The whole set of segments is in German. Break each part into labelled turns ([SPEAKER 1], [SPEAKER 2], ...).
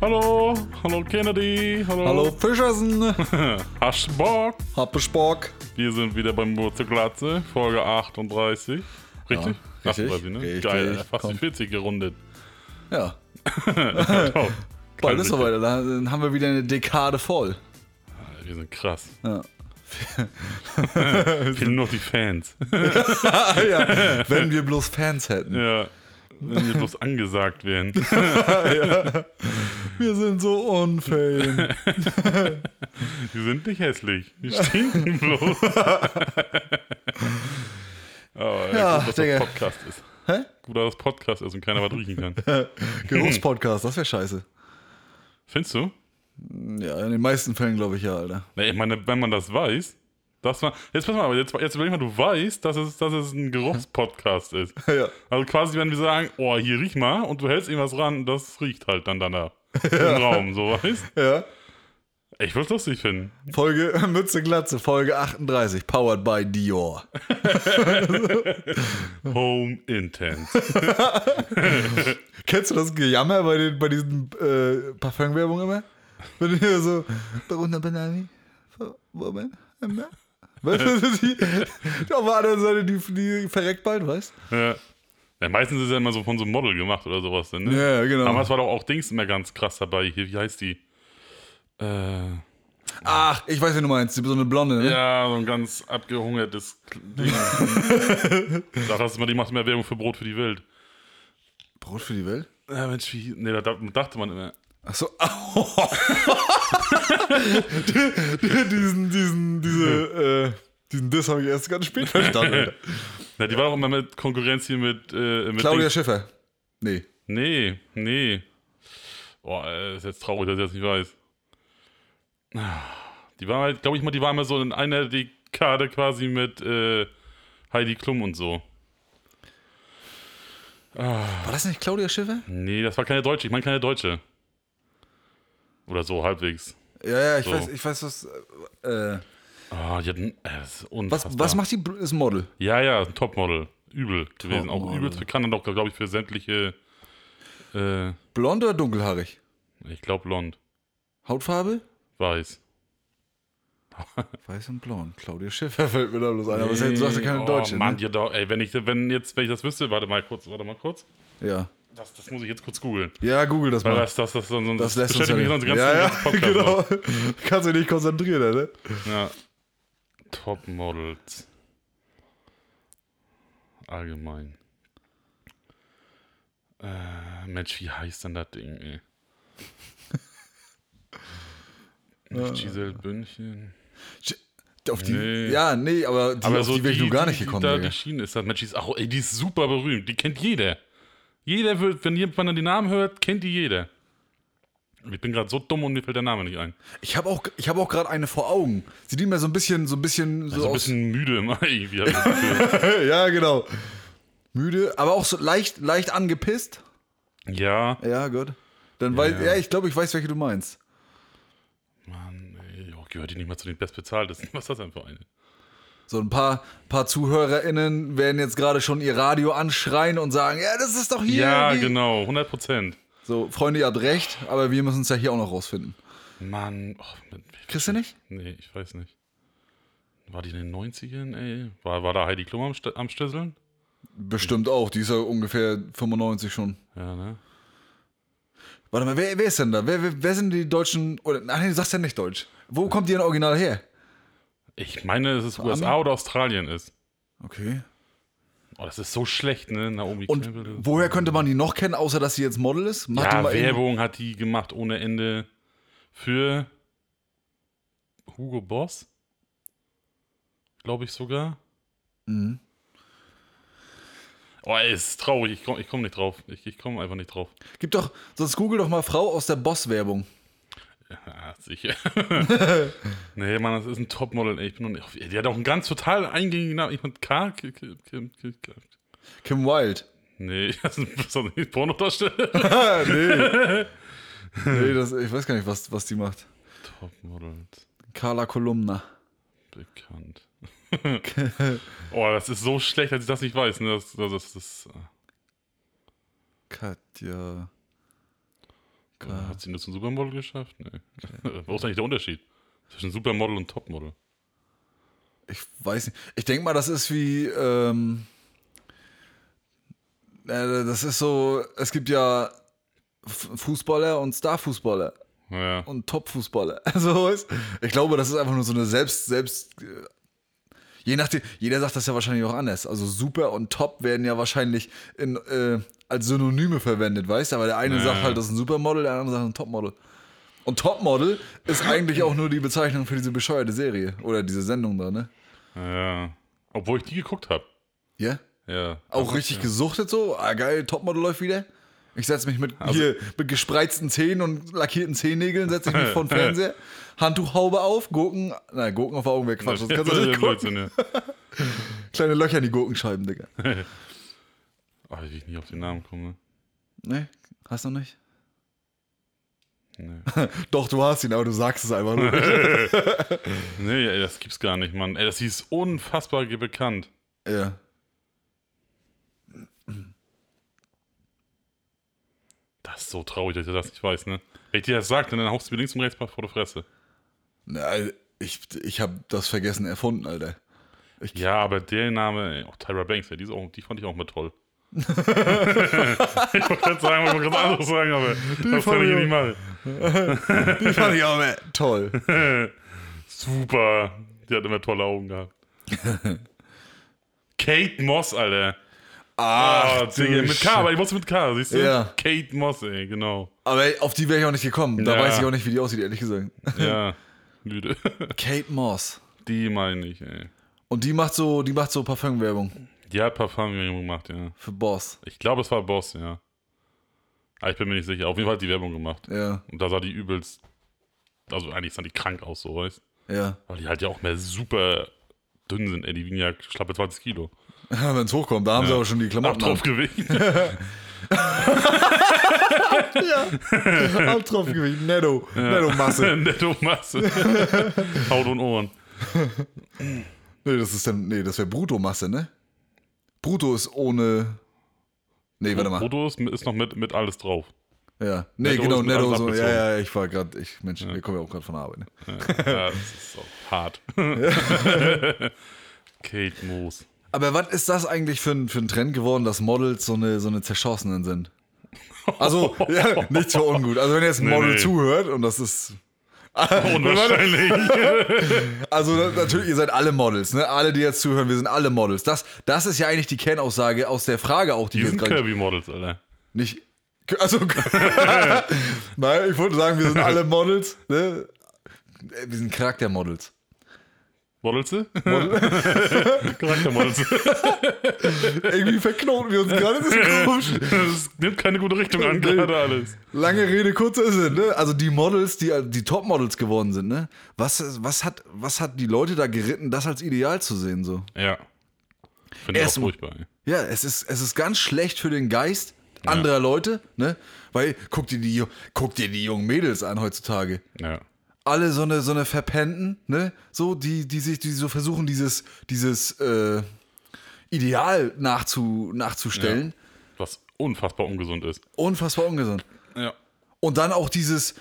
[SPEAKER 1] Hallo, hallo Kennedy, hallo.
[SPEAKER 2] Hallo Fischersen,
[SPEAKER 1] Hast du Bock?
[SPEAKER 2] hab ich Bock.
[SPEAKER 1] Wir sind wieder beim Mur zur Glatze, Folge 38. Richtig?
[SPEAKER 2] Ja, richtig,
[SPEAKER 1] 38, ne?
[SPEAKER 2] richtig.
[SPEAKER 1] Geil, fast
[SPEAKER 2] Komm.
[SPEAKER 1] die 40 gerundet.
[SPEAKER 2] Ja,
[SPEAKER 1] Top.
[SPEAKER 2] bald ist soweit, dann haben wir wieder eine Dekade voll.
[SPEAKER 1] Wir sind krass.
[SPEAKER 2] Ja.
[SPEAKER 1] Fehlen nur noch die Fans.
[SPEAKER 2] Ah, ja. Wenn wir bloß Fans hätten.
[SPEAKER 1] ja. Wenn wir bloß angesagt werden.
[SPEAKER 2] Wir sind so unfame.
[SPEAKER 1] Die sind nicht hässlich. Die stinken bloß. Aber
[SPEAKER 2] Ja,
[SPEAKER 1] ja, gut, dass
[SPEAKER 2] Digga.
[SPEAKER 1] das Podcast ist.
[SPEAKER 2] Hä?
[SPEAKER 1] Gut, dass das Podcast ist und keiner was riechen kann.
[SPEAKER 2] Geruchspodcast, das wäre scheiße.
[SPEAKER 1] Findest du?
[SPEAKER 2] Ja, in den meisten Fällen glaube ich ja, Alter.
[SPEAKER 1] Na, ich meine, wenn man das weiß, dass man. Jetzt pass mal, aber jetzt, jetzt überleg mal, du weißt, dass es, dass es ein Geruchspodcast ist.
[SPEAKER 2] Ja.
[SPEAKER 1] Also quasi, wenn wir sagen, oh, hier riech mal und du hältst irgendwas ran, das riecht halt dann danach. Im Raum, so weißt
[SPEAKER 2] Ja.
[SPEAKER 1] Ich würde es lustig finden.
[SPEAKER 2] Folge Mütze Glatze, Folge 38, powered by Dior.
[SPEAKER 1] Home Intense.
[SPEAKER 2] Kennst du das Gejammer bei, den, bei diesen äh, Parfümwerbungen immer? Wenn du hier so, darunter Benani, Woman, Emma. Weißt du, die, die auf der anderen Seite, die, die verreckt bald, weißt
[SPEAKER 1] ja. ja, meistens ist es ja immer so von so einem Model gemacht oder sowas. Denn, ne?
[SPEAKER 2] Ja, genau.
[SPEAKER 1] Aber es war doch auch Dings immer ganz krass dabei. Hier, wie heißt die? Äh,
[SPEAKER 2] Ach, ich weiß, wie du meinst, die so eine Blonde, ne?
[SPEAKER 1] ja, so ein ganz abgehungertes Ding. Sag das mal, die macht mehr Werbung für Brot für die Welt.
[SPEAKER 2] Brot für die Welt?
[SPEAKER 1] Ja, Mensch, wie. Nee, da da- dachte man immer.
[SPEAKER 2] Achso. diesen, diesen, diese, äh, diesen Diss habe ich erst ganz spät verstanden.
[SPEAKER 1] Na, die war doch immer mit Konkurrenz hier mit. Äh, mit
[SPEAKER 2] Claudia
[SPEAKER 1] Dings.
[SPEAKER 2] Schiffer. Nee.
[SPEAKER 1] Nee, nee. Boah, äh, ist jetzt traurig, dass ich das nicht weiß. Die war halt, glaube ich mal, die war immer so in einer Dekade quasi mit äh, Heidi Klum und so.
[SPEAKER 2] War das nicht Claudia Schiffer?
[SPEAKER 1] Nee, das war keine Deutsche, ich meine keine Deutsche. Oder so, halbwegs.
[SPEAKER 2] Ja, ja, ich
[SPEAKER 1] So.
[SPEAKER 2] weiß, ich weiß, was. Äh,
[SPEAKER 1] Ah, die hatten. Äh, das ist
[SPEAKER 2] was,
[SPEAKER 1] unfassbar.
[SPEAKER 2] was macht die Bl- ist ein Model?
[SPEAKER 1] Ja, ja, ein Topmodel. Übel gewesen. Auch
[SPEAKER 2] Topmodel.
[SPEAKER 1] übelst bekannt und auch, glaube ich, für sämtliche. Äh,
[SPEAKER 2] Blond oder dunkelhaarig?
[SPEAKER 1] ich glaube, blond.
[SPEAKER 2] Hautfarbe?
[SPEAKER 1] Weiß.
[SPEAKER 2] Weiß und blond. Claudia Schiffer fällt mir da bloß ein. Aber sie sagte keine
[SPEAKER 1] oh,
[SPEAKER 2] Deutsche.
[SPEAKER 1] Mann,
[SPEAKER 2] ne?
[SPEAKER 1] ja, doch, ey, wenn ich, wenn, jetzt, wenn ich das wüsste, warte mal kurz, warte mal kurz.
[SPEAKER 2] Ja.
[SPEAKER 1] Das, das muss ich jetzt kurz googeln.
[SPEAKER 2] Ja, google das
[SPEAKER 1] Weil
[SPEAKER 2] mal.
[SPEAKER 1] das, das, das, sonst,
[SPEAKER 2] das lässt uns ja
[SPEAKER 1] beschäftigt mich
[SPEAKER 2] nicht.
[SPEAKER 1] sonst den ganzen,
[SPEAKER 2] Ja, ja,
[SPEAKER 1] ganzen Podcast. ne?
[SPEAKER 2] genau. Kannst du dich nicht konzentrieren, ne?
[SPEAKER 1] noch. Ja. Topmodels. Allgemein. Äh, Mensch, wie heißt denn das Ding, ey? Nicht Giselle Bündchen.
[SPEAKER 2] Auf die,
[SPEAKER 1] Nee.
[SPEAKER 2] Ja, nee, aber die, auf die wäre ich nur gar nicht gekommen.
[SPEAKER 1] Die, da
[SPEAKER 2] Digga.
[SPEAKER 1] geschieden ist, das Mensch, die ist, auch, ey, die ist super berühmt. Die kennt jeder. Jeder wird, wenn jemand dann den Namen hört, kennt die jeder. Ich bin gerade so dumm und mir fällt der Name nicht ein.
[SPEAKER 2] Ich habe auch, ich hab auch gerade eine vor Augen. Sie die mir so ein bisschen, so ein bisschen so,
[SPEAKER 1] So Also ein
[SPEAKER 2] aus.
[SPEAKER 1] bisschen müde immer halt irgendwie. hab ich das Gefühl.
[SPEAKER 2] ja, genau. Müde, aber auch so leicht, leicht angepisst.
[SPEAKER 1] ja.
[SPEAKER 2] Ja, gut. Dann weiß, ja, ich glaube, ich weiß, welche du meinst.
[SPEAKER 1] Mann, ey, oh, gehört die nicht mal zu den bestbezahltesten. Was ist das denn für eine?
[SPEAKER 2] So ein paar, paar ZuhörerInnen werden jetzt gerade schon ihr Radio anschreien und sagen, ja, das ist doch hier.
[SPEAKER 1] Ja,
[SPEAKER 2] die-
[SPEAKER 1] genau, 100 Prozent.
[SPEAKER 2] So, Freunde, ihr habt recht, aber wir müssen es ja hier auch noch rausfinden.
[SPEAKER 1] Mann, oh, Mann, ich-
[SPEAKER 2] Kriegst du nicht?
[SPEAKER 1] nee, ich weiß nicht. War die in den 90ern, ey? War, war da Heidi Klum am, St- am Schlüsseln?
[SPEAKER 2] Bestimmt auch, die ist ja ungefähr 95 schon.
[SPEAKER 1] Ja, ne?
[SPEAKER 2] Warte mal, wer, wer ist denn da? Wer, wer, wer sind die Deutschen? Oder, nein, du sagst ja nicht Deutsch. Wo kommt ihr denn original her?
[SPEAKER 1] Ich meine, dass es USA oder Australien ist.
[SPEAKER 2] Okay.
[SPEAKER 1] Oh, das ist so schlecht, ne? Naomi
[SPEAKER 2] Und
[SPEAKER 1] Campbell.
[SPEAKER 2] woher könnte man die noch kennen, außer dass sie jetzt Model ist? Mach die
[SPEAKER 1] ja,
[SPEAKER 2] mal eben-
[SPEAKER 1] Werbung hat die gemacht ohne Ende für Hugo Boss. Glaube ich sogar.
[SPEAKER 2] Mhm.
[SPEAKER 1] Oh, ey, ist traurig. Ich komme ich komm nicht drauf. Ich, ich komme einfach nicht drauf.
[SPEAKER 2] Gib doch, sonst google doch mal Frau aus der Boss-Werbung.
[SPEAKER 1] Ja, Ah, sicher. nee, Mann, das ist ein Topmodel. Ey, ich bin noch nicht auf, ey, die hat auch einen ganz total eingängigen Namen. Ich meine, K. K, K, K, K, K.
[SPEAKER 2] Kim Wilde.
[SPEAKER 1] Nee, das ist doch nicht Pornodarsteller.
[SPEAKER 2] Ah, nee. nee, das, ich weiß gar nicht, was, was die macht.
[SPEAKER 1] Topmodels.
[SPEAKER 2] Carla Kolumna.
[SPEAKER 1] Bekannt. oh, das ist so schlecht, dass ich das ah, nicht weiß. Ne? Das, das, das, das,
[SPEAKER 2] Katja.
[SPEAKER 1] Oder Hat sie nur zum Supermodel geschafft? Nee. Wo ist eigentlich der Unterschied zwischen Supermodel und Topmodel?
[SPEAKER 2] Ich weiß nicht. Ich denke mal, das ist wie. Ähm, äh, das ist so. Es gibt ja F- Fußballer und Starfußballer
[SPEAKER 1] Ja.
[SPEAKER 2] und Top-Fußballer. Also, weißt, ich glaube, das ist einfach nur so eine selbst, selbst. äh, Je nachdem, jeder sagt das ja wahrscheinlich auch anders. Also super und top werden ja wahrscheinlich in, äh, als Synonyme verwendet, weißt du? Aber der eine
[SPEAKER 1] Ja.
[SPEAKER 2] sagt halt, das ist ein Supermodel, der andere sagt ein Topmodel. Und Topmodel ist eigentlich auch nur die Bezeichnung für diese bescheuerte Serie oder diese Sendung da, ne?
[SPEAKER 1] ja. Obwohl ich die geguckt habe.
[SPEAKER 2] Ja?
[SPEAKER 1] Ja.
[SPEAKER 2] Auch richtig
[SPEAKER 1] äh.
[SPEAKER 2] gesuchtet so? Ah, geil, Topmodel läuft wieder. Ich setze mich mit,
[SPEAKER 1] Also
[SPEAKER 2] hier, mit gespreizten Zähnen und lackierten Zehennägeln, setze ich mich vor den Fernseher, Handtuchhaube auf, Gurken, nein, Gurken auf Augen weg, Quatsch, das kannst du
[SPEAKER 1] Ja,
[SPEAKER 2] nicht gucken.
[SPEAKER 1] Blödsinn, ja.
[SPEAKER 2] Kleine Löcher in die Gurkenscheiben, Digga.
[SPEAKER 1] Ach, Ah, wie ich nicht auf den Namen komme.
[SPEAKER 2] Ne, hast du noch nicht?
[SPEAKER 1] Nee.
[SPEAKER 2] Doch, du hast ihn, aber du sagst es einfach nur. nicht.
[SPEAKER 1] nee, ey, das gibt's gar nicht, Mann. Ey, das hieß unfassbar ge- bekannt.
[SPEAKER 2] ja.
[SPEAKER 1] Das ist so traurig, dass ich das nicht weiß, ne? Wenn ich dir das sag, dann haust du mir links und rechts mal vor die Fresse.
[SPEAKER 2] Na, also, ich, ich habe das vergessen erfunden, Alter.
[SPEAKER 1] Ja, aber der Name, ey, auch Tyra Banks, ey, die, ist auch, die fand ich auch mal toll. ich wollte gerade sagen, ich wollte gerade anderes sagen, aber das
[SPEAKER 2] fand
[SPEAKER 1] kann ich
[SPEAKER 2] ich
[SPEAKER 1] nicht machen.
[SPEAKER 2] Die fand ich aber toll.
[SPEAKER 1] Super. Die hat immer tolle Augen gehabt. Kate Moss, Alter.
[SPEAKER 2] Ach,
[SPEAKER 1] Ah, Digga, mit K, aber ich muss mit K, siehst du?
[SPEAKER 2] Ja.
[SPEAKER 1] Kate Moss, ey, genau.
[SPEAKER 2] Aber auf die wäre ich auch nicht gekommen. Da
[SPEAKER 1] Ja.
[SPEAKER 2] weiß ich auch nicht, wie die aussieht, ehrlich gesagt.
[SPEAKER 1] Ja, müde.
[SPEAKER 2] Kate Moss.
[SPEAKER 1] Die meine ich, ey.
[SPEAKER 2] Und die macht so, die macht so Parfümwerbung
[SPEAKER 1] Die hat Parfum gemacht, ja.
[SPEAKER 2] für Boss.
[SPEAKER 1] Ich glaube, es war Boss, ja. Aber ich bin mir nicht sicher. Auf jeden Fall hat die Werbung gemacht.
[SPEAKER 2] Ja,
[SPEAKER 1] Und da sah die übelst. Also eigentlich sah die krank aus, so weißt
[SPEAKER 2] ja.
[SPEAKER 1] Weil die halt ja auch mehr super dünn sind, ey. Die wiegen ja schlappe 20 Kilo.
[SPEAKER 2] Wenn es hochkommt, da haben sie aber schon die
[SPEAKER 1] Ab
[SPEAKER 2] Klamotten.
[SPEAKER 1] Tropfgewicht.
[SPEAKER 2] an. Ja. Abtropfgewicht. Netto. Netto-Masse.
[SPEAKER 1] Netto Masse. Haut und Ohren.
[SPEAKER 2] Nee, das ist dann, nee, das wäre Brutto-Masse, ne? Brutto ist ohne. Nee, warte mal.
[SPEAKER 1] Fotos ist noch mit, mit alles drauf.
[SPEAKER 2] Ja. Nee,
[SPEAKER 1] Netto
[SPEAKER 2] genau,
[SPEAKER 1] ist mit
[SPEAKER 2] Netto
[SPEAKER 1] alles
[SPEAKER 2] so. Ja,
[SPEAKER 1] abgezogen.
[SPEAKER 2] ja, ich war gerade, ich, Mensch, wir kommen ja auch gerade von der Arbeit. Ne?
[SPEAKER 1] Ja, das ist auch hart. Kate Moos.
[SPEAKER 2] Aber was ist das eigentlich für ein, für ein Trend geworden, dass Models so eine, so eine zerschossenen sind? Also, ja, nichts für ungut. Also, wenn jetzt ein
[SPEAKER 1] Nee,
[SPEAKER 2] Model
[SPEAKER 1] nee.
[SPEAKER 2] zuhört und das ist.
[SPEAKER 1] Unwahrscheinlich.
[SPEAKER 2] Also na- natürlich, ihr seid alle Models, ne? Alle, die jetzt zuhören, wir sind alle Models. Das, das ist ja eigentlich die Kernaussage aus der Frage auch, die,
[SPEAKER 1] Die
[SPEAKER 2] wir jetzt
[SPEAKER 1] sind
[SPEAKER 2] gerade
[SPEAKER 1] Kirby-Models, Alter.
[SPEAKER 2] nicht. Also, nein, ich wollte sagen, wir sind alle Models, ne? Äh, Wir sind Charaktermodels.
[SPEAKER 1] Models? Charaktermodels.
[SPEAKER 2] Irgendwie verknoten wir uns gerade. Das ist komisch.
[SPEAKER 1] Das nimmt keine gute Richtung an, gerade alles.
[SPEAKER 2] Lange Rede, kurzer Sinn, ne? Also die Models, die, die Top-Models geworden sind, ne? Was, was, hat, was hat die Leute da geritten, das als ideal zu sehen, so?
[SPEAKER 1] Ja. Finde ich auch
[SPEAKER 2] Erstmal-
[SPEAKER 1] furchtbar. Ey.
[SPEAKER 2] Ja, es ist, es ist ganz schlecht für den Geist anderer Leute, ne? Weil, guck dir, die, Ju- guck dir die jungen Mädels an heutzutage.
[SPEAKER 1] Ja.
[SPEAKER 2] Alle so eine, so eine Verpennten, ne? So, die, die sich, die so versuchen, dieses, dieses äh, Ideal nachzu, nachzustellen.
[SPEAKER 1] Was unfassbar ungesund ist.
[SPEAKER 2] Unfassbar ungesund.
[SPEAKER 1] Ja.
[SPEAKER 2] Und dann auch dieses,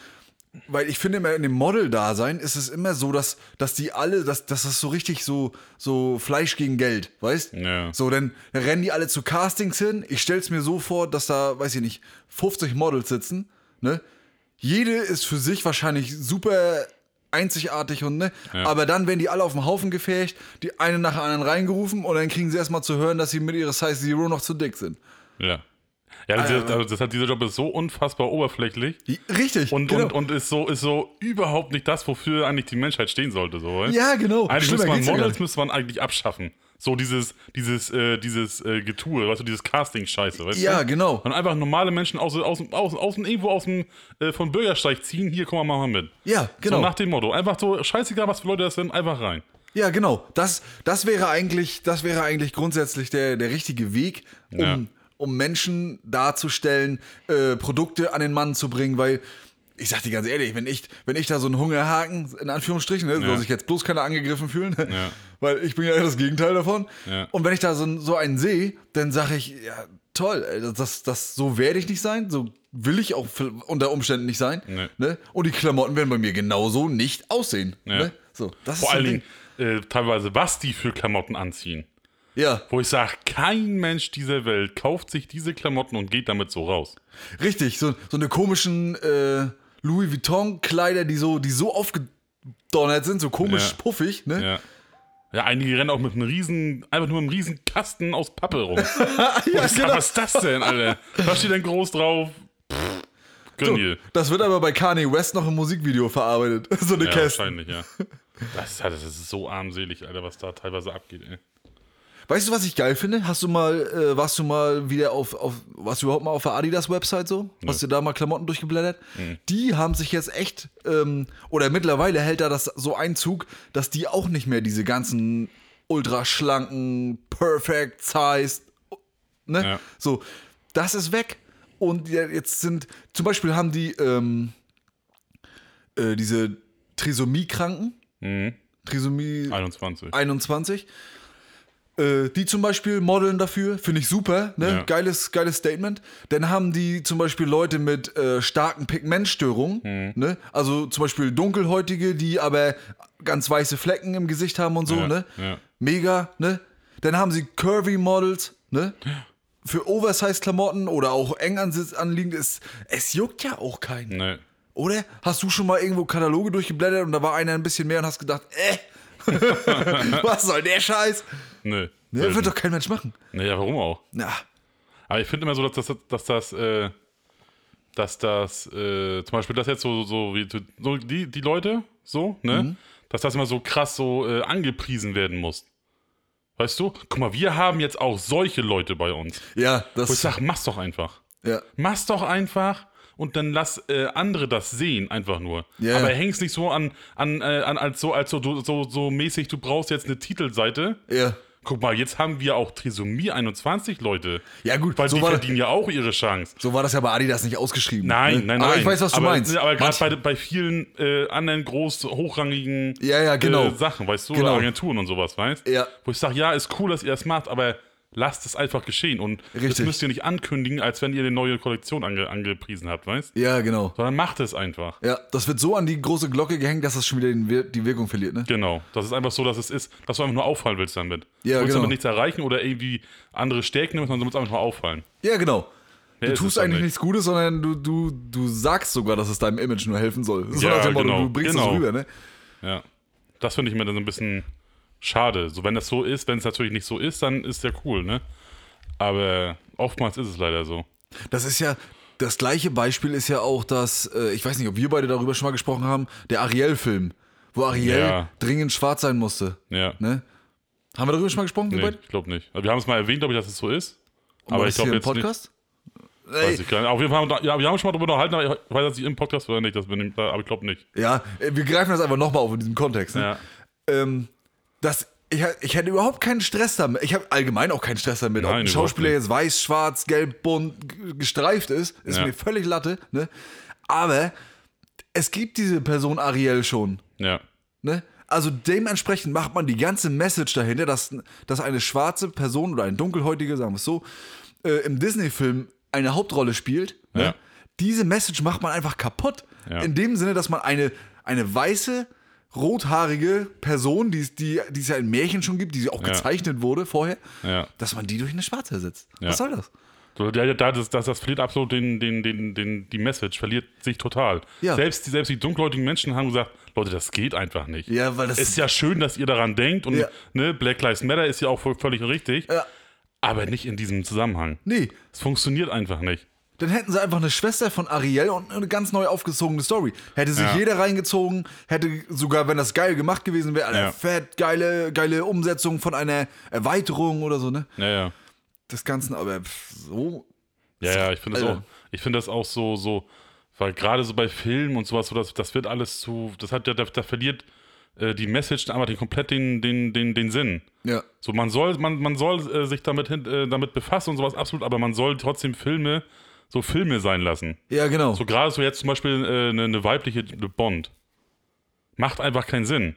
[SPEAKER 2] weil ich finde immer in dem Model-Dasein ist es immer so, dass, dass die alle, dass, dass das so richtig so, so Fleisch gegen Geld, weißt?
[SPEAKER 1] Ja.
[SPEAKER 2] So, dann rennen die alle zu Castings hin. Ich stell's mir so vor, dass da, weiß ich nicht, 50 Models sitzen, ne? Jede ist für sich wahrscheinlich super einzigartig und ne, aber dann werden die alle auf den Haufen gefächt, die eine nach der anderen reingerufen und dann kriegen sie erstmal zu hören, dass sie mit ihrer Size Zero noch zu dick sind.
[SPEAKER 1] Ja. Ja, das, also das hat, dieser Job ist so unfassbar oberflächlich
[SPEAKER 2] Die- Richtig.
[SPEAKER 1] und,
[SPEAKER 2] genau.
[SPEAKER 1] und, und ist, so, ist so überhaupt nicht das, wofür eigentlich die Menschheit stehen sollte. So, weißt?
[SPEAKER 2] ja, genau.
[SPEAKER 1] Eigentlich
[SPEAKER 2] Schlimmer
[SPEAKER 1] müsste man
[SPEAKER 2] geht's ja gar nicht.
[SPEAKER 1] Models müsste man eigentlich abschaffen. So dieses, dieses, äh, dieses äh, Getue, weißt du, dieses Casting-Scheiße, weißt
[SPEAKER 2] Ja,
[SPEAKER 1] du?
[SPEAKER 2] genau.
[SPEAKER 1] Und einfach normale Menschen aus, aus, aus, aus irgendwo aus dem äh, von Bürgersteig ziehen, hier komm mal, mach mal mit.
[SPEAKER 2] Ja, genau.
[SPEAKER 1] So nach dem Motto. Einfach so, scheißegal, was für Leute das sind, einfach rein.
[SPEAKER 2] Ja, genau. Das, das, wäre, eigentlich, das wäre eigentlich grundsätzlich der, der richtige Weg, um,
[SPEAKER 1] Ja.
[SPEAKER 2] um Menschen darzustellen, äh, Produkte an den Mann zu bringen, weil. Ich sag dir ganz ehrlich, wenn ich, wenn ich da so einen Hungerhaken, in Anführungsstrichen, ne, soll sich jetzt bloß keiner angegriffen fühlen, weil ich bin ja das Gegenteil davon.
[SPEAKER 1] Ja.
[SPEAKER 2] Und wenn ich da so, einen- so einen sehe, dann sage ich, ja, toll, ey, das, das, das, so werde ich nicht sein, so will ich auch für- unter Umständen nicht sein.
[SPEAKER 1] Nee.
[SPEAKER 2] Ne? Und die Klamotten werden bei mir genauso nicht aussehen.
[SPEAKER 1] Ja.
[SPEAKER 2] Ne? So, das
[SPEAKER 1] Vor
[SPEAKER 2] ist so ein
[SPEAKER 1] allen Dingen äh, teilweise, was die für Klamotten anziehen.
[SPEAKER 2] Ding. Ja,
[SPEAKER 1] Wo ich sage, kein Mensch dieser Welt kauft sich diese Klamotten und geht damit so raus.
[SPEAKER 2] richtig, so, so eine komischen äh, Louis Vuitton-Kleider, die so, die so aufgedonnert sind, so komisch
[SPEAKER 1] Ja.
[SPEAKER 2] puffig, ne?
[SPEAKER 1] Ja. Ja, einige rennen auch mit einem riesen, einfach nur einem riesen Kasten aus Pappe rum. ja,
[SPEAKER 2] genau.
[SPEAKER 1] Was ist Oh, das denn, Alter? Was steht denn groß drauf? Pff, gönn dir.
[SPEAKER 2] Das wird aber bei Kanye West noch im Musikvideo verarbeitet. So eine
[SPEAKER 1] Ja,
[SPEAKER 2] Kästen.
[SPEAKER 1] wahrscheinlich, ja. Das, ist halt- das ist so armselig, Alter, was da teilweise abgeht, ey.
[SPEAKER 2] Weißt du, was ich geil finde? Hast du mal, äh, warst du mal wieder auf, auf, warst du überhaupt mal auf der Adidas-Website so? Hast du da mal Klamotten durchgeblättert? Die haben sich jetzt echt, ähm, oder mittlerweile hält da das so Einzug, dass die auch nicht mehr diese ganzen ultra schlanken, perfect sized, ne?
[SPEAKER 1] Ja.
[SPEAKER 2] So, das ist weg. Und ja- jetzt sind, zum Beispiel haben die ähm, äh, diese Trisomie-Kranken,
[SPEAKER 1] Mhm.
[SPEAKER 2] Trisomie
[SPEAKER 1] 21.
[SPEAKER 2] 21. Äh, die zum Beispiel modeln dafür, finde ich super, ne?
[SPEAKER 1] Ja.
[SPEAKER 2] geiles, geiles Statement. Dann haben die zum Beispiel Leute mit äh, starken Pigmentstörungen,
[SPEAKER 1] Mhm.
[SPEAKER 2] ne? also zum Beispiel Dunkelhäutige, die aber ganz weiße Flecken im Gesicht haben und so,
[SPEAKER 1] Ja,
[SPEAKER 2] ne?
[SPEAKER 1] ja.
[SPEAKER 2] mega. Ne? Dann haben sie Curvy Models, ne? für Oversize-Klamotten oder auch eng ansitz- anliegend ist, es juckt ja auch keinen.
[SPEAKER 1] Nee.
[SPEAKER 2] Oder? Hast du schon mal irgendwo Kataloge durchgeblättert und da war einer ein bisschen mehr und hast gedacht, äh, was soll der Scheiß?
[SPEAKER 1] Nee.
[SPEAKER 2] Ne, wird doch kein Mensch machen.
[SPEAKER 1] nee, ja, warum auch?
[SPEAKER 2] Na,
[SPEAKER 1] Aber ich finde immer so, dass das, dass das, äh, dass das, äh, zum Beispiel das jetzt so, so wie so die, die Leute, so, ne? Dass das immer so krass so äh, angepriesen werden muss. Weißt du? Guck mal, wir haben jetzt auch solche Leute bei uns.
[SPEAKER 2] ja,
[SPEAKER 1] Wo ich
[SPEAKER 2] das.
[SPEAKER 1] sag, mach's doch einfach.
[SPEAKER 2] Ja,
[SPEAKER 1] Mach's doch einfach und dann lass äh, andere das sehen, einfach nur.
[SPEAKER 2] Ja,
[SPEAKER 1] Aber
[SPEAKER 2] ja.
[SPEAKER 1] häng's nicht so an, an, äh, an als so, als so, du- so, so mäßig, du brauchst jetzt eine Titelseite.
[SPEAKER 2] ja.
[SPEAKER 1] Guck mal, jetzt haben wir auch Trisomie 21 Leute.
[SPEAKER 2] Ja, gut,
[SPEAKER 1] weil
[SPEAKER 2] so
[SPEAKER 1] die
[SPEAKER 2] war-
[SPEAKER 1] verdienen ja auch ihre Chance.
[SPEAKER 2] So war das ja bei Adidas nicht ausgeschrieben.
[SPEAKER 1] Nein,
[SPEAKER 2] ne?
[SPEAKER 1] nein, nein.
[SPEAKER 2] Aber ich weiß, was du
[SPEAKER 1] Aber- ne,
[SPEAKER 2] meinst.
[SPEAKER 1] Aber gerade bei,
[SPEAKER 2] Manche-
[SPEAKER 1] bei vielen äh, anderen groß hochrangigen
[SPEAKER 2] Ja, ja, genau.
[SPEAKER 1] äh, Sachen, weißt du,
[SPEAKER 2] Genau.
[SPEAKER 1] Agenturen und sowas, weißt
[SPEAKER 2] Ja.
[SPEAKER 1] Wo ich sage, ja, ist cool, dass ihr das macht, aber lasst es einfach geschehen. Und das
[SPEAKER 2] Richtig.
[SPEAKER 1] müsst ihr nicht ankündigen, als wenn ihr eine neue Kollektion ange angepriesen habt, weißt
[SPEAKER 2] Ja, genau.
[SPEAKER 1] Sondern macht es einfach.
[SPEAKER 2] Ja, das wird so an die große Glocke gehängt, dass das schon wieder den Wir die Wirkung verliert, ne?
[SPEAKER 1] Genau. Das ist einfach so, dass es ist, dass du einfach nur auffallen willst damit.
[SPEAKER 2] Ja,
[SPEAKER 1] du willst
[SPEAKER 2] genau.
[SPEAKER 1] damit nichts erreichen oder irgendwie andere Stärken, sondern du willst einfach nur auffallen.
[SPEAKER 2] Ja, genau.
[SPEAKER 1] Mehr
[SPEAKER 2] Du
[SPEAKER 1] ist es
[SPEAKER 2] tust
[SPEAKER 1] dann
[SPEAKER 2] eigentlich
[SPEAKER 1] nicht.
[SPEAKER 2] nichts Gutes, sondern du, du, du sagst sogar, dass es deinem Image nur helfen soll. So
[SPEAKER 1] Ja,
[SPEAKER 2] nach dem Motto,
[SPEAKER 1] genau,
[SPEAKER 2] du bringst
[SPEAKER 1] genau.
[SPEAKER 2] es rüber, ne?
[SPEAKER 1] Ja. Das finde ich mir dann so ein bisschen schade. So, wenn das so ist, wenn es natürlich nicht so ist, dann ist ja cool, ne? Aber oftmals ist es leider so.
[SPEAKER 2] Das ist ja, das gleiche Beispiel ist ja auch das, äh, ich weiß nicht, ob wir beide darüber schon mal gesprochen haben, der Ariel-Film, wo Ariel
[SPEAKER 1] Ja.
[SPEAKER 2] dringend schwarz sein musste.
[SPEAKER 1] Ja.
[SPEAKER 2] Ne? Haben wir darüber schon mal gesprochen, wir
[SPEAKER 1] Nee,
[SPEAKER 2] beide?
[SPEAKER 1] ich glaube nicht. Also Wir haben es mal erwähnt, glaube ich, dass es so ist.
[SPEAKER 2] War
[SPEAKER 1] Aber
[SPEAKER 2] das
[SPEAKER 1] ich glaube
[SPEAKER 2] hier im
[SPEAKER 1] jetzt nicht.
[SPEAKER 2] Podcast?
[SPEAKER 1] Weiß ich gar nicht. Auf jeden Fall haben wir, da- ja, wir haben schon mal darüber unterhalten, aber ich weiß jetzt nicht im Podcast oder nicht, dass wir, nehmen- aber ich glaube nicht.
[SPEAKER 2] Ja, äh, wir greifen das einfach nochmal auf in diesem Kontext. Ne?
[SPEAKER 1] Ja.
[SPEAKER 2] ähm, dass ich, ich hätte überhaupt keinen Stress damit. Ich habe allgemein auch keinen Stress damit. Ob
[SPEAKER 1] Nein,
[SPEAKER 2] ein
[SPEAKER 1] überhaupt
[SPEAKER 2] Schauspieler
[SPEAKER 1] nicht.
[SPEAKER 2] jetzt weiß, schwarz, gelb, bunt g- gestreift ist, ist
[SPEAKER 1] Ja.
[SPEAKER 2] mir völlig Latte. Ne? Aber es gibt diese Person Ariel schon.
[SPEAKER 1] Ja.
[SPEAKER 2] Ne? Also dementsprechend macht man die ganze Message dahinter, dass, dass eine schwarze Person oder ein dunkelhäutiger, sagen wir es so, äh, im Disney-Film eine Hauptrolle spielt. Ne?
[SPEAKER 1] Ja.
[SPEAKER 2] Diese Message macht man einfach kaputt.
[SPEAKER 1] Ja.
[SPEAKER 2] In dem Sinne, dass man eine, eine weiße, rothaarige Person, die es die, die es ja in Märchen schon gibt, die auch gezeichnet wurde vorher,
[SPEAKER 1] Ja.
[SPEAKER 2] dass man die durch eine schwarze ersetzt.
[SPEAKER 1] Ja.
[SPEAKER 2] Was soll das?
[SPEAKER 1] So, da, da, das, das, das verliert absolut den, den, den, den, die Message, verliert sich total.
[SPEAKER 2] Ja.
[SPEAKER 1] Selbst, die, selbst die dunkelhäutigen Menschen haben gesagt, Leute, das geht einfach nicht.
[SPEAKER 2] Ja, weil das-
[SPEAKER 1] ist ja schön, dass ihr daran denkt und
[SPEAKER 2] Ja.
[SPEAKER 1] ne, Black Lives Matter ist ja auch voll- völlig richtig,
[SPEAKER 2] Ja.
[SPEAKER 1] aber nicht in diesem Zusammenhang.
[SPEAKER 2] Nee,
[SPEAKER 1] Es funktioniert einfach nicht.
[SPEAKER 2] Dann hätten sie einfach eine Schwester von Ariel und eine ganz neu aufgezogene Story. Hätte sich
[SPEAKER 1] Ja.
[SPEAKER 2] jeder reingezogen, hätte sogar, wenn das geil gemacht gewesen wäre, eine
[SPEAKER 1] Ja.
[SPEAKER 2] fett geile, geile Umsetzung von einer Erweiterung oder so, ne?
[SPEAKER 1] Ja, ja.
[SPEAKER 2] Des Ganzen, aber pff, so.
[SPEAKER 1] Ja, ja, ich finde das, auch-
[SPEAKER 2] Alter.
[SPEAKER 1] ich finde das auch so, so, weil gerade so bei Filmen und sowas, so das, das wird alles zu, das hat ja, da, da verliert äh, die Message dann einfach den, komplett den, den, den, den Sinn.
[SPEAKER 2] Ja.
[SPEAKER 1] So, man soll, man, man soll äh, sich damit, hin, äh, damit befassen und sowas, absolut, aber man soll trotzdem Filme, so Filme sein lassen.
[SPEAKER 2] Ja, genau.
[SPEAKER 1] So gerade so jetzt zum Beispiel ne, äh, eine, eine weibliche Bond. Macht einfach keinen Sinn.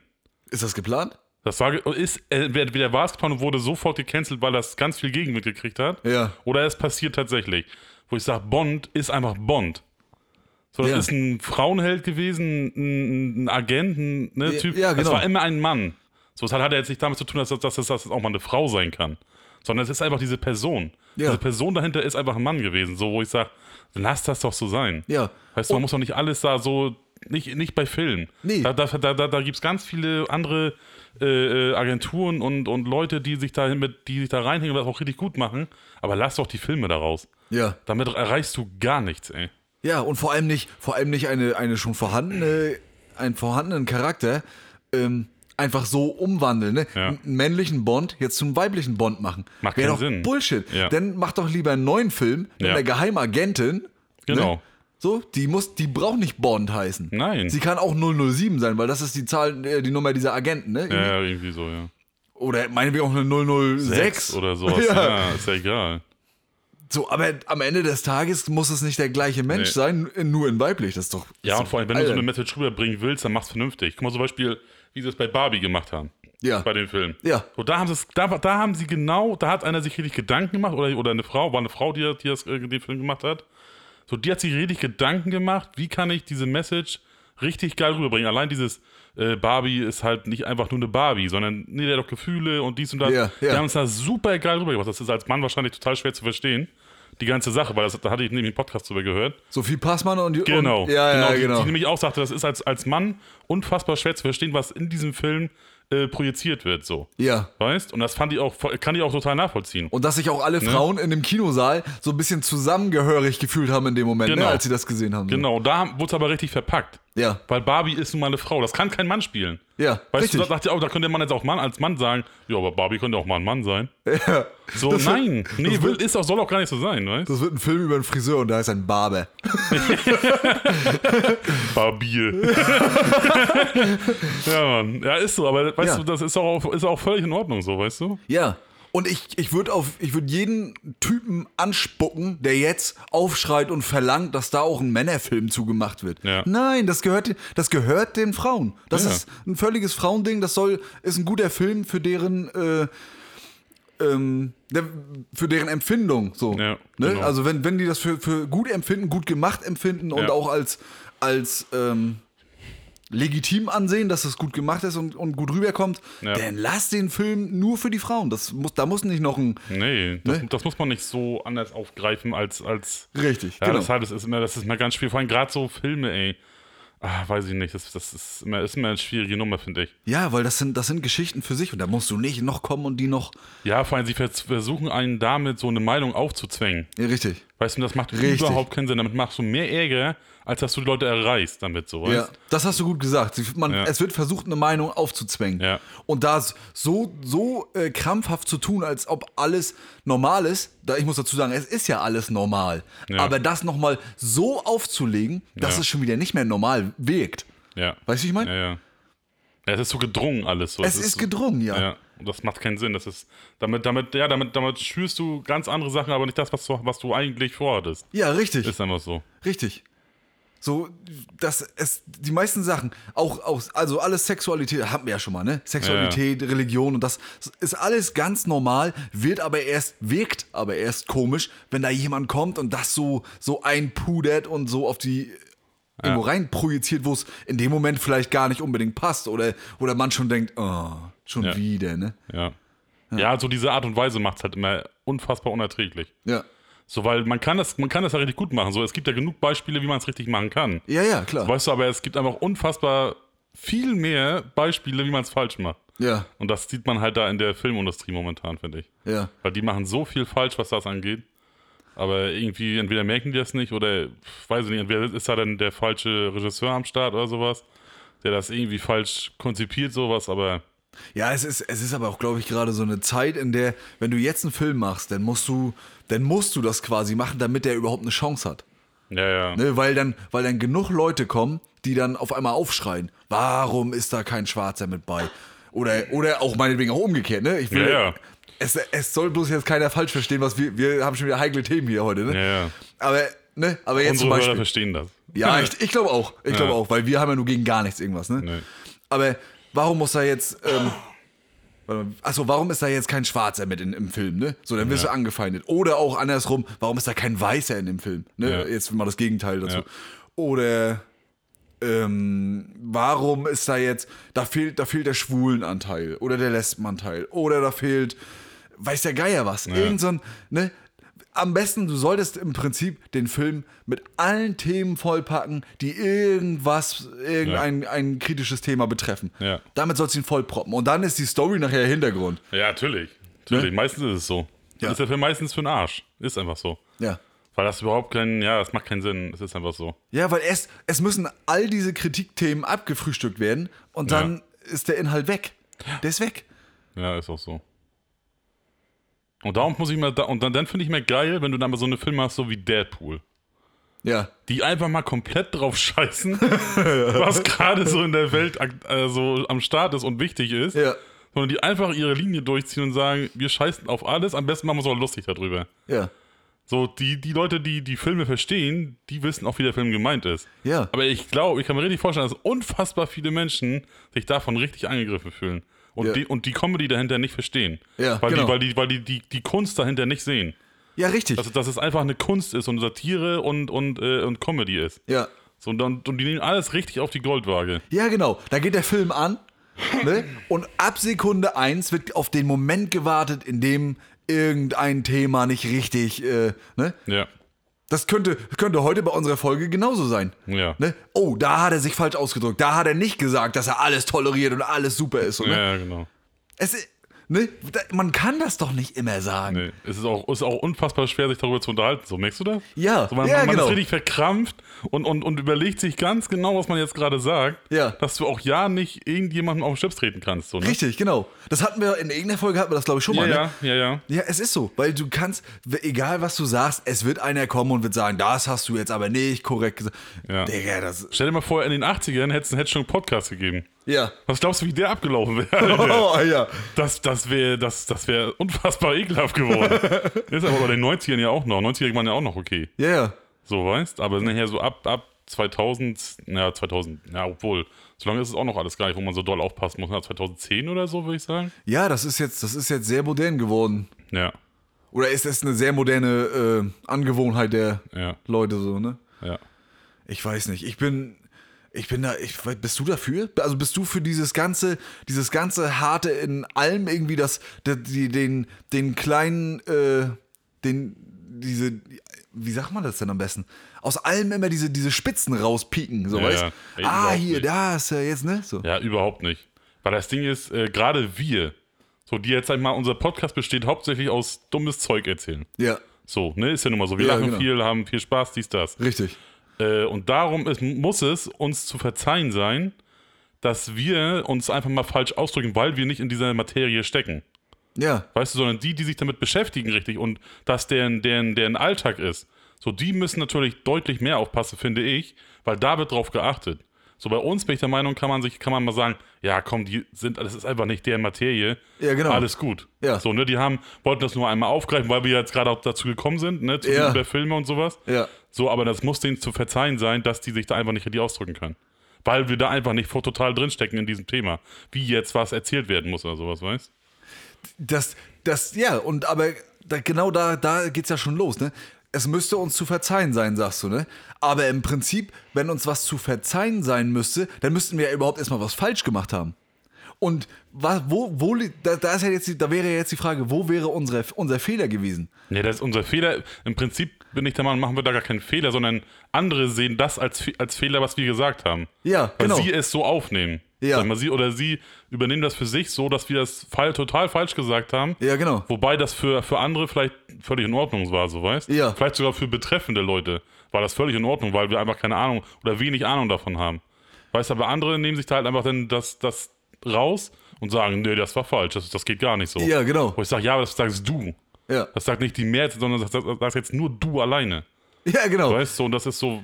[SPEAKER 2] Ist das geplant?
[SPEAKER 1] Das war, ge- ist, äh, entweder war es geplant und wurde sofort gecancelt, weil das ganz viel Gegenwind gekriegt hat.
[SPEAKER 2] Ja.
[SPEAKER 1] Oder es passiert tatsächlich. Wo ich sage, Bond ist einfach Bond. So, das
[SPEAKER 2] Ja.
[SPEAKER 1] ist ein Frauenheld gewesen, ein, ein Agent, ein ne,
[SPEAKER 2] Ja,
[SPEAKER 1] Typ.
[SPEAKER 2] ja,
[SPEAKER 1] Das
[SPEAKER 2] genau.
[SPEAKER 1] war immer ein Mann. So, das hat, hat er jetzt nicht damit zu tun, dass das, dass das dass das auch mal eine Frau sein kann. Sondern es ist einfach diese Person.
[SPEAKER 2] Ja.
[SPEAKER 1] Diese Person dahinter ist einfach ein Mann gewesen. So, wo ich sage, lass das doch so sein.
[SPEAKER 2] Ja.
[SPEAKER 1] Weißt du, man muss doch nicht alles da so, nicht, nicht bei Filmen.
[SPEAKER 2] Nee.
[SPEAKER 1] Da, da, da, da, da gibt es ganz viele andere äh, äh, Agenturen und, und Leute, die sich da mit, die sich da reinhängen und das auch richtig gut machen. Aber lass doch die Filme daraus.
[SPEAKER 2] Ja.
[SPEAKER 1] Damit erreichst du gar nichts, ey.
[SPEAKER 2] Ja, und vor allem nicht, vor allem nicht eine, eine schon vorhandene, einen vorhandenen Charakter ähm, einfach so umwandeln. Ne?
[SPEAKER 1] Ja.
[SPEAKER 2] Einen männlichen Bond jetzt zum weiblichen Bond machen.
[SPEAKER 1] Macht
[SPEAKER 2] Wäre
[SPEAKER 1] keinen
[SPEAKER 2] doch
[SPEAKER 1] Sinn.
[SPEAKER 2] Bullshit.
[SPEAKER 1] Ja.
[SPEAKER 2] Dann mach doch lieber einen neuen Film mit
[SPEAKER 1] Ja.
[SPEAKER 2] einer Geheimagentin.
[SPEAKER 1] Genau.
[SPEAKER 2] Ne? So, die muss, die braucht nicht Bond heißen.
[SPEAKER 1] Nein.
[SPEAKER 2] Sie kann auch 007 sein, weil das ist die Zahl, äh, die Nummer dieser Agenten, ne?
[SPEAKER 1] Ja, irgendwie so, ja.
[SPEAKER 2] Oder meinetwegen auch eine 006.
[SPEAKER 1] oder sowas. Ja.
[SPEAKER 2] Ja.
[SPEAKER 1] ist ja egal.
[SPEAKER 2] So, aber am Ende des Tages muss es nicht der gleiche Mensch
[SPEAKER 1] Nee.
[SPEAKER 2] sein, nur in weiblich. Das ist doch.
[SPEAKER 1] Ja,
[SPEAKER 2] das
[SPEAKER 1] und
[SPEAKER 2] ist
[SPEAKER 1] vor allem, wenn du
[SPEAKER 2] Alter.
[SPEAKER 1] so eine Message rüberbringen willst, dann mach's vernünftig. Guck mal zum Beispiel, wie sie es bei Barbie gemacht haben.
[SPEAKER 2] Ja.
[SPEAKER 1] Bei dem Film.
[SPEAKER 2] Ja.
[SPEAKER 1] So, da haben sie es, da, da haben sie genau, da hat einer sich richtig Gedanken gemacht, oder, oder eine Frau, war eine Frau, die, die das, äh, den Film gemacht hat. So, die hat sich richtig Gedanken gemacht, wie kann ich diese Message richtig geil rüberbringen. Allein dieses äh, Barbie ist halt nicht einfach nur eine Barbie, sondern nee, der hat doch Gefühle und dies und das.
[SPEAKER 2] Ja,
[SPEAKER 1] die
[SPEAKER 2] ja.
[SPEAKER 1] haben es da super geil rübergebracht. Das ist als Mann wahrscheinlich total schwer zu verstehen. Die ganze Sache, weil das, da hatte ich nämlich einen Podcast drüber gehört.
[SPEAKER 2] Sophie Passmann und
[SPEAKER 1] Genau.
[SPEAKER 2] Und, ja,
[SPEAKER 1] Die,
[SPEAKER 2] ja,
[SPEAKER 1] die
[SPEAKER 2] genau.
[SPEAKER 1] nämlich auch sagte, das ist als, als Mann unfassbar schwer zu verstehen, was in diesem Film äh, projiziert wird, so.
[SPEAKER 2] Ja.
[SPEAKER 1] Weißt? Und das fand ich auch, kann ich auch total nachvollziehen.
[SPEAKER 2] Und dass sich auch
[SPEAKER 1] Ne?
[SPEAKER 2] alle Frauen in dem Kinosaal so ein bisschen zusammengehörig gefühlt haben in dem Moment,
[SPEAKER 1] Genau.
[SPEAKER 2] ne, als sie das gesehen haben.
[SPEAKER 1] Genau, da wurde es aber richtig verpackt.
[SPEAKER 2] Ja.
[SPEAKER 1] Weil Barbie ist nun mal eine Frau. Das kann kein Mann spielen.
[SPEAKER 2] Ja,
[SPEAKER 1] Weißt
[SPEAKER 2] richtig.
[SPEAKER 1] du, da, dachte ich auch, da könnte man jetzt auch Mann als Mann sagen, ja, aber Barbie könnte auch mal ein Mann sein. Ja. So, nein. Nee, will, ist auch, soll auch gar nicht so sein, weißt du?
[SPEAKER 2] Das wird ein Film über einen Friseur und da ist ein Barber.
[SPEAKER 1] Barbie. ja, Mann. Ja, ist so, aber weißt
[SPEAKER 2] Ja.
[SPEAKER 1] du, das ist auch, ist auch völlig in Ordnung so, weißt du?
[SPEAKER 2] Ja. Und ich, ich würde auf, ich würde jeden Typen anspucken, der jetzt aufschreit und verlangt, dass da auch ein Männerfilm zugemacht wird.
[SPEAKER 1] Ja.
[SPEAKER 2] Nein, das gehört, das gehört den Frauen. Das
[SPEAKER 1] Ja.
[SPEAKER 2] ist ein völliges Frauending. Das soll, ist ein guter Film für deren, äh, ähm, der, für deren Empfindung. So.
[SPEAKER 1] Ja,
[SPEAKER 2] ne?
[SPEAKER 1] genau.
[SPEAKER 2] Also wenn, wenn die das für, für gut empfinden, gut gemacht empfinden und
[SPEAKER 1] Ja.
[SPEAKER 2] auch als, als ähm, legitim ansehen, dass es gut gemacht ist und, und gut rüberkommt,
[SPEAKER 1] Ja.
[SPEAKER 2] dann lass den Film nur für die Frauen. Das muss, da muss nicht noch ein.
[SPEAKER 1] Nee, das,
[SPEAKER 2] Ne?
[SPEAKER 1] das muss man nicht so anders aufgreifen als. als
[SPEAKER 2] Richtig,
[SPEAKER 1] ja,
[SPEAKER 2] genau.
[SPEAKER 1] deshalb das ist immer, das ist immer ganz schwierig. Vor allem gerade so Filme, ey. Ah, weiß ich nicht, das, das ist, immer, ist immer eine schwierige Nummer, finde ich.
[SPEAKER 2] Ja, weil das sind, das sind Geschichten für sich und da musst du nicht noch kommen und die noch.
[SPEAKER 1] Ja, vor allem, sie vers- versuchen einen damit so eine Meinung aufzuzwängen.
[SPEAKER 2] Ja, richtig.
[SPEAKER 1] Weißt du, das macht
[SPEAKER 2] Richtig.
[SPEAKER 1] überhaupt keinen Sinn. Damit machst du mehr Ärger, als dass du die Leute erreichst damit, so
[SPEAKER 2] Ja,
[SPEAKER 1] weißt
[SPEAKER 2] das hast du gut gesagt. Sie- Man,
[SPEAKER 1] Ja.
[SPEAKER 2] Es wird versucht, eine Meinung aufzuzwängen.
[SPEAKER 1] Ja.
[SPEAKER 2] Und das so, so äh, krampfhaft zu tun, als ob alles normal ist, da ich muss dazu sagen, es ist ja alles normal.
[SPEAKER 1] Ja.
[SPEAKER 2] Aber das nochmal so aufzulegen, dass
[SPEAKER 1] Ja.
[SPEAKER 2] es schon wieder nicht mehr normal wirkt.
[SPEAKER 1] du? Ja.
[SPEAKER 2] Weißt du, wie ich meine?
[SPEAKER 1] Ja, ja. ja, es ist so gedrungen alles. So.
[SPEAKER 2] es ist gedrungen, ja.
[SPEAKER 1] Ja, und das macht keinen Sinn. Das ist, damit, damit, ja, damit, damit schürst du ganz andere Sachen, aber nicht das, was du, was du eigentlich vorhattest.
[SPEAKER 2] Ja, richtig.
[SPEAKER 1] Ist einfach so.
[SPEAKER 2] Richtig. So, das es die meisten Sachen, auch, auch also alles Sexualität, haben wir ja schon mal, ne? Sexualität, Religion und das ist alles ganz normal, wird aber erst, wirkt aber erst komisch, wenn da jemand kommt und das so, so einpudert und so auf die irgendwo rein projiziert, wo es in dem Moment vielleicht gar nicht unbedingt passt oder, oder man schon denkt, oh, schon
[SPEAKER 1] Ja.
[SPEAKER 2] wieder, ne?
[SPEAKER 1] Ja. ja. so diese Art und Weise macht es halt immer unfassbar unerträglich.
[SPEAKER 2] Ja.
[SPEAKER 1] So, weil man kann das, man kann das ja richtig gut machen. So, es gibt ja genug Beispiele, wie man es richtig machen kann.
[SPEAKER 2] Ja, ja, klar.
[SPEAKER 1] Weißt du, aber es gibt einfach unfassbar viel mehr Beispiele, wie man es falsch macht.
[SPEAKER 2] Ja,
[SPEAKER 1] Und das sieht man halt da in der Filmindustrie momentan, finde ich.
[SPEAKER 2] ja.
[SPEAKER 1] Weil die machen so viel falsch, was das angeht. Aber irgendwie, entweder merken die das nicht oder pf, weiß ich nicht, entweder ist da dann der falsche Regisseur am Start oder sowas, der das irgendwie falsch konzipiert, sowas, aber
[SPEAKER 2] Ja, es ist, es ist aber auch, glaube ich, gerade so eine Zeit, in der, wenn du jetzt einen Film machst, dann musst du, dann musst du das quasi machen, damit der überhaupt eine Chance hat.
[SPEAKER 1] ja, ja.
[SPEAKER 2] Ne? Weil, dann, weil dann genug Leute kommen, die dann auf einmal aufschreien, warum ist da kein Schwarzer mit bei? Oder, oder auch meinetwegen auch umgekehrt, ne? Ich will,
[SPEAKER 1] Ja, ja.
[SPEAKER 2] Es, es soll bloß jetzt keiner falsch verstehen, was wir, wir haben schon wieder heikle Themen hier heute, ne?
[SPEAKER 1] Ja, ja.
[SPEAKER 2] Aber, ne? Aber jetzt
[SPEAKER 1] Unsere
[SPEAKER 2] zum
[SPEAKER 1] Hörer
[SPEAKER 2] Beispiel.
[SPEAKER 1] verstehen das.
[SPEAKER 2] Ja, ich, ich glaube auch. Ich glaube auch, weil wir haben ja nur gegen gar nichts irgendwas, ne?
[SPEAKER 1] Nee.
[SPEAKER 2] Aber warum muss da jetzt, ähm, Warte mal. Achso, warum ist da jetzt kein Schwarzer mit in, im Film, ne? So, dann wirst du angefeindet. Oder auch andersrum, warum ist da kein Weißer in dem Film? Ne?
[SPEAKER 1] Ja.
[SPEAKER 2] Jetzt mal das Gegenteil dazu.
[SPEAKER 1] Ja.
[SPEAKER 2] Oder ähm, warum ist da jetzt, da fehlt, da fehlt der Schwulenanteil oder der Lesbenanteil oder da fehlt, weiß der Geier was. Irgend so ein, ne? Am besten, du solltest im Prinzip den Film mit allen Themen vollpacken, die irgendwas, irgendein ein kritisches Thema betreffen.
[SPEAKER 1] Ja.
[SPEAKER 2] Damit sollst du ihn vollproppen. Und dann ist die Story nachher Hintergrund.
[SPEAKER 1] Ja, natürlich. Natürlich. Meistens ist es so.
[SPEAKER 2] Ne? Ja.
[SPEAKER 1] Ja. Ist der Film meistens für den Arsch. Ist einfach so.
[SPEAKER 2] Ja.
[SPEAKER 1] Weil das überhaupt keinen, ja, das macht keinen Sinn. Es ist einfach so.
[SPEAKER 2] Ja, weil es, es müssen all diese Kritikthemen abgefrühstückt werden und dann ist der Inhalt weg. Der ist weg.
[SPEAKER 1] Ja, ist auch so. Und darum muss ich mal, da, und dann, dann finde ich mir geil, wenn du dann mal so eine Filme hast, so wie Deadpool.
[SPEAKER 2] Ja.
[SPEAKER 1] Die einfach mal komplett drauf scheißen, was gerade so in der Welt ak- äh, so am Start ist und wichtig ist.
[SPEAKER 2] Ja.
[SPEAKER 1] Sondern die einfach ihre Linie durchziehen und sagen, wir scheißen auf alles, am besten machen wir es auch lustig darüber.
[SPEAKER 2] Ja.
[SPEAKER 1] So, die, die Leute, die die Filme verstehen, die wissen auch, wie der Film gemeint ist.
[SPEAKER 2] Ja.
[SPEAKER 1] Aber ich glaube, ich kann mir richtig vorstellen, dass unfassbar viele Menschen sich davon richtig angegriffen fühlen. Und,
[SPEAKER 2] Ja.
[SPEAKER 1] die, und die Comedy dahinter nicht verstehen.
[SPEAKER 2] Ja,
[SPEAKER 1] weil
[SPEAKER 2] genau.
[SPEAKER 1] die, weil, die, weil die, die die Kunst dahinter nicht sehen. Also,
[SPEAKER 2] Ja, richtig.
[SPEAKER 1] Dass, dass es einfach eine Kunst ist und Satire und, und, äh, und Comedy ist.
[SPEAKER 2] ja.
[SPEAKER 1] So, und, dann- und die nehmen alles richtig auf die Goldwaage.
[SPEAKER 2] Ja, genau. Da geht der Film an. Ne? Und ab Sekunde 1 wird auf den Moment gewartet, in dem irgendein Thema nicht richtig. Äh, ne?
[SPEAKER 1] Ja.
[SPEAKER 2] Das könnte, könnte heute bei unserer Folge genauso sein.
[SPEAKER 1] Ja.
[SPEAKER 2] Ne? Oh, da hat er sich falsch ausgedrückt. Da hat er nicht gesagt, dass er alles toleriert und alles super ist. Und, ne?
[SPEAKER 1] Ja, genau.
[SPEAKER 2] Es, i- ne? Da, man kann das doch nicht immer sagen.
[SPEAKER 1] Nee. Es ist auch, ist auch unfassbar schwer, sich darüber zu unterhalten. So, merkst du das?
[SPEAKER 2] Ja,
[SPEAKER 1] so, man,
[SPEAKER 2] ja,
[SPEAKER 1] man
[SPEAKER 2] genau.
[SPEAKER 1] ist richtig verkrampft und, und, und überlegt sich ganz genau, was man jetzt gerade sagt,
[SPEAKER 2] Ja.
[SPEAKER 1] dass du auch ja nicht irgendjemandem auf den Chips treten kannst. So, ne?
[SPEAKER 2] Richtig, genau. Das hatten wir in irgendeiner Folge, hatten wir das glaube ich schon
[SPEAKER 1] Ja,
[SPEAKER 2] mal. Ne?
[SPEAKER 1] ja, ja, ja.
[SPEAKER 2] Ja, es ist so, weil du kannst, w- egal was du sagst, es wird einer kommen und wird sagen, das hast du jetzt aber nicht korrekt gesagt.
[SPEAKER 1] Ja.
[SPEAKER 2] Digga, das.
[SPEAKER 1] Stell dir mal vor, in den 80ern hätte es einen schon einen Podcast gegeben.
[SPEAKER 2] Ja.
[SPEAKER 1] Was glaubst du, wie der abgelaufen wäre? Alter?
[SPEAKER 2] Oh, ja.
[SPEAKER 1] Das, das wäre das, das wär unfassbar ekelhaft geworden. ist aber bei den 90ern ja auch noch. 90er waren ja auch noch okay.
[SPEAKER 2] Ja, ja.
[SPEAKER 1] So, weißt Aber nachher so ab, ab 2000, na, 2000, ja, obwohl, so lange ist es auch noch alles gar nicht, wo man so doll aufpassen muss. Na, 2010 oder so, würde ich sagen.
[SPEAKER 2] Ja, das ist jetzt, das ist jetzt sehr modern geworden.
[SPEAKER 1] Ja,
[SPEAKER 2] Oder ist es eine sehr moderne äh, Angewohnheit der
[SPEAKER 1] ja,
[SPEAKER 2] Leute so, ne?
[SPEAKER 1] ja.
[SPEAKER 2] Ich weiß nicht. Ich bin. Ich bin da. Ich, we- bist du dafür? Also bist du für dieses ganze, dieses ganze harte in allem irgendwie das, der- die, den, den kleinen, äh, den, diese, wie sagt man das denn am besten? Aus allem immer diese, diese Spitzen rauspieken, so
[SPEAKER 1] Ja,
[SPEAKER 2] weißt.
[SPEAKER 1] ja. Ey,
[SPEAKER 2] ah,
[SPEAKER 1] überhaupt
[SPEAKER 2] hier,
[SPEAKER 1] nicht.
[SPEAKER 2] da ist er jetzt, ne? So.
[SPEAKER 1] Ja, überhaupt nicht. Weil das Ding ist, äh, gerade wir, so die jetzt einmal, unser Podcast besteht hauptsächlich aus dummes Zeug erzählen.
[SPEAKER 2] Ja,
[SPEAKER 1] So, ne, ist ja nun mal so. Wir
[SPEAKER 2] Ja,
[SPEAKER 1] lachen
[SPEAKER 2] genau.
[SPEAKER 1] viel, haben viel Spaß, dies, das.
[SPEAKER 2] richtig.
[SPEAKER 1] Äh, und darum ist, muss es uns zu verzeihen sein, dass wir uns einfach mal falsch ausdrücken, weil wir nicht in dieser Materie stecken.
[SPEAKER 2] Ja,
[SPEAKER 1] Weißt du, sondern die, die sich damit beschäftigen, richtig, und dass deren, deren, deren Alltag ist, so die müssen natürlich deutlich mehr aufpassen, finde ich, weil da wird drauf geachtet. So bei uns bin ich der Meinung, kann man sich, kann man mal sagen, ja komm, die sind, das ist einfach nicht deren Materie.
[SPEAKER 2] Ja, genau.
[SPEAKER 1] Alles gut.
[SPEAKER 2] Ja.
[SPEAKER 1] So, ne, die haben, wollten das nur einmal aufgreifen, weil wir jetzt gerade auch dazu gekommen sind, ne, zu
[SPEAKER 2] Ja.
[SPEAKER 1] über Filme und sowas.
[SPEAKER 2] ja.
[SPEAKER 1] So, aber das muss denen zu verzeihen sein, dass die sich da einfach nicht richtig ausdrücken können. Weil wir da einfach nicht vor- total drinstecken in diesem Thema. Wie jetzt was erzählt werden muss oder sowas, weißt
[SPEAKER 2] Das, das, ja, und aber da, genau da, da geht's ja schon los, ne? Es müsste uns zu verzeihen sein, sagst du, ne? Aber im Prinzip, wenn uns was zu verzeihen sein müsste, dann müssten wir ja überhaupt erstmal was falsch gemacht haben. Und wa- wo, wo, li- da, da ist ja jetzt, die, da wäre ja jetzt die Frage, wo wäre unsere, unser Fehler gewesen?
[SPEAKER 1] Nee, das ist unser Fehler. Im Prinzip bin ich der Meinung, machen wir da gar keinen Fehler, sondern andere sehen das als, Fe- als Fehler, was wir gesagt haben.
[SPEAKER 2] Ja,
[SPEAKER 1] Weil
[SPEAKER 2] genau.
[SPEAKER 1] sie es so aufnehmen.
[SPEAKER 2] Ja.
[SPEAKER 1] Sag mal, sie, oder sie übernehmen das für sich so, dass wir das fall, total falsch gesagt haben.
[SPEAKER 2] Ja, genau.
[SPEAKER 1] Wobei das für, für andere vielleicht völlig in Ordnung war, so weißt
[SPEAKER 2] Ja.
[SPEAKER 1] Vielleicht sogar für betreffende Leute war das völlig in Ordnung, weil wir einfach keine Ahnung oder wenig Ahnung davon haben. Weißt du, aber andere nehmen sich da halt einfach dann das, das raus und sagen, nee, das war falsch, das, das geht gar nicht so.
[SPEAKER 2] Ja, genau.
[SPEAKER 1] Wo ich sage, ja, aber das sagst du.
[SPEAKER 2] Ja,
[SPEAKER 1] Das sagt nicht die Mehrheit, sondern das, das, das sagst jetzt nur du alleine.
[SPEAKER 2] ja genau.
[SPEAKER 1] Weißt du, und das ist so.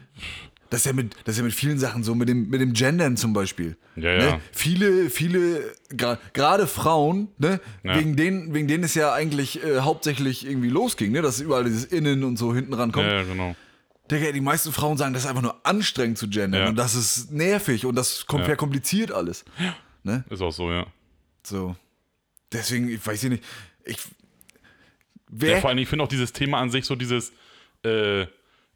[SPEAKER 2] Das ist, ja mit, das ist ja mit vielen Sachen so, mit dem, mit dem Gendern zum Beispiel.
[SPEAKER 1] Ja,
[SPEAKER 2] ne?
[SPEAKER 1] ja.
[SPEAKER 2] Viele, viele, gra- gerade Frauen, ne?
[SPEAKER 1] Ja.
[SPEAKER 2] wegen, denen, wegen denen es ja eigentlich äh, hauptsächlich irgendwie losging, ne? dass überall dieses Innen und so hinten rankommt.
[SPEAKER 1] Ja, ja, genau.
[SPEAKER 2] Digga, die meisten Frauen sagen, das ist einfach nur anstrengend zu gendern
[SPEAKER 1] Ja.
[SPEAKER 2] und das ist nervig und das kom- verkompliziert alles. Ne?
[SPEAKER 1] Ist auch so, ja.
[SPEAKER 2] So. Deswegen, ich weiß ja nicht. Ich,
[SPEAKER 1] Ja,
[SPEAKER 2] wer,
[SPEAKER 1] vor allem, ich finde auch dieses Thema an sich so dieses, äh, äh,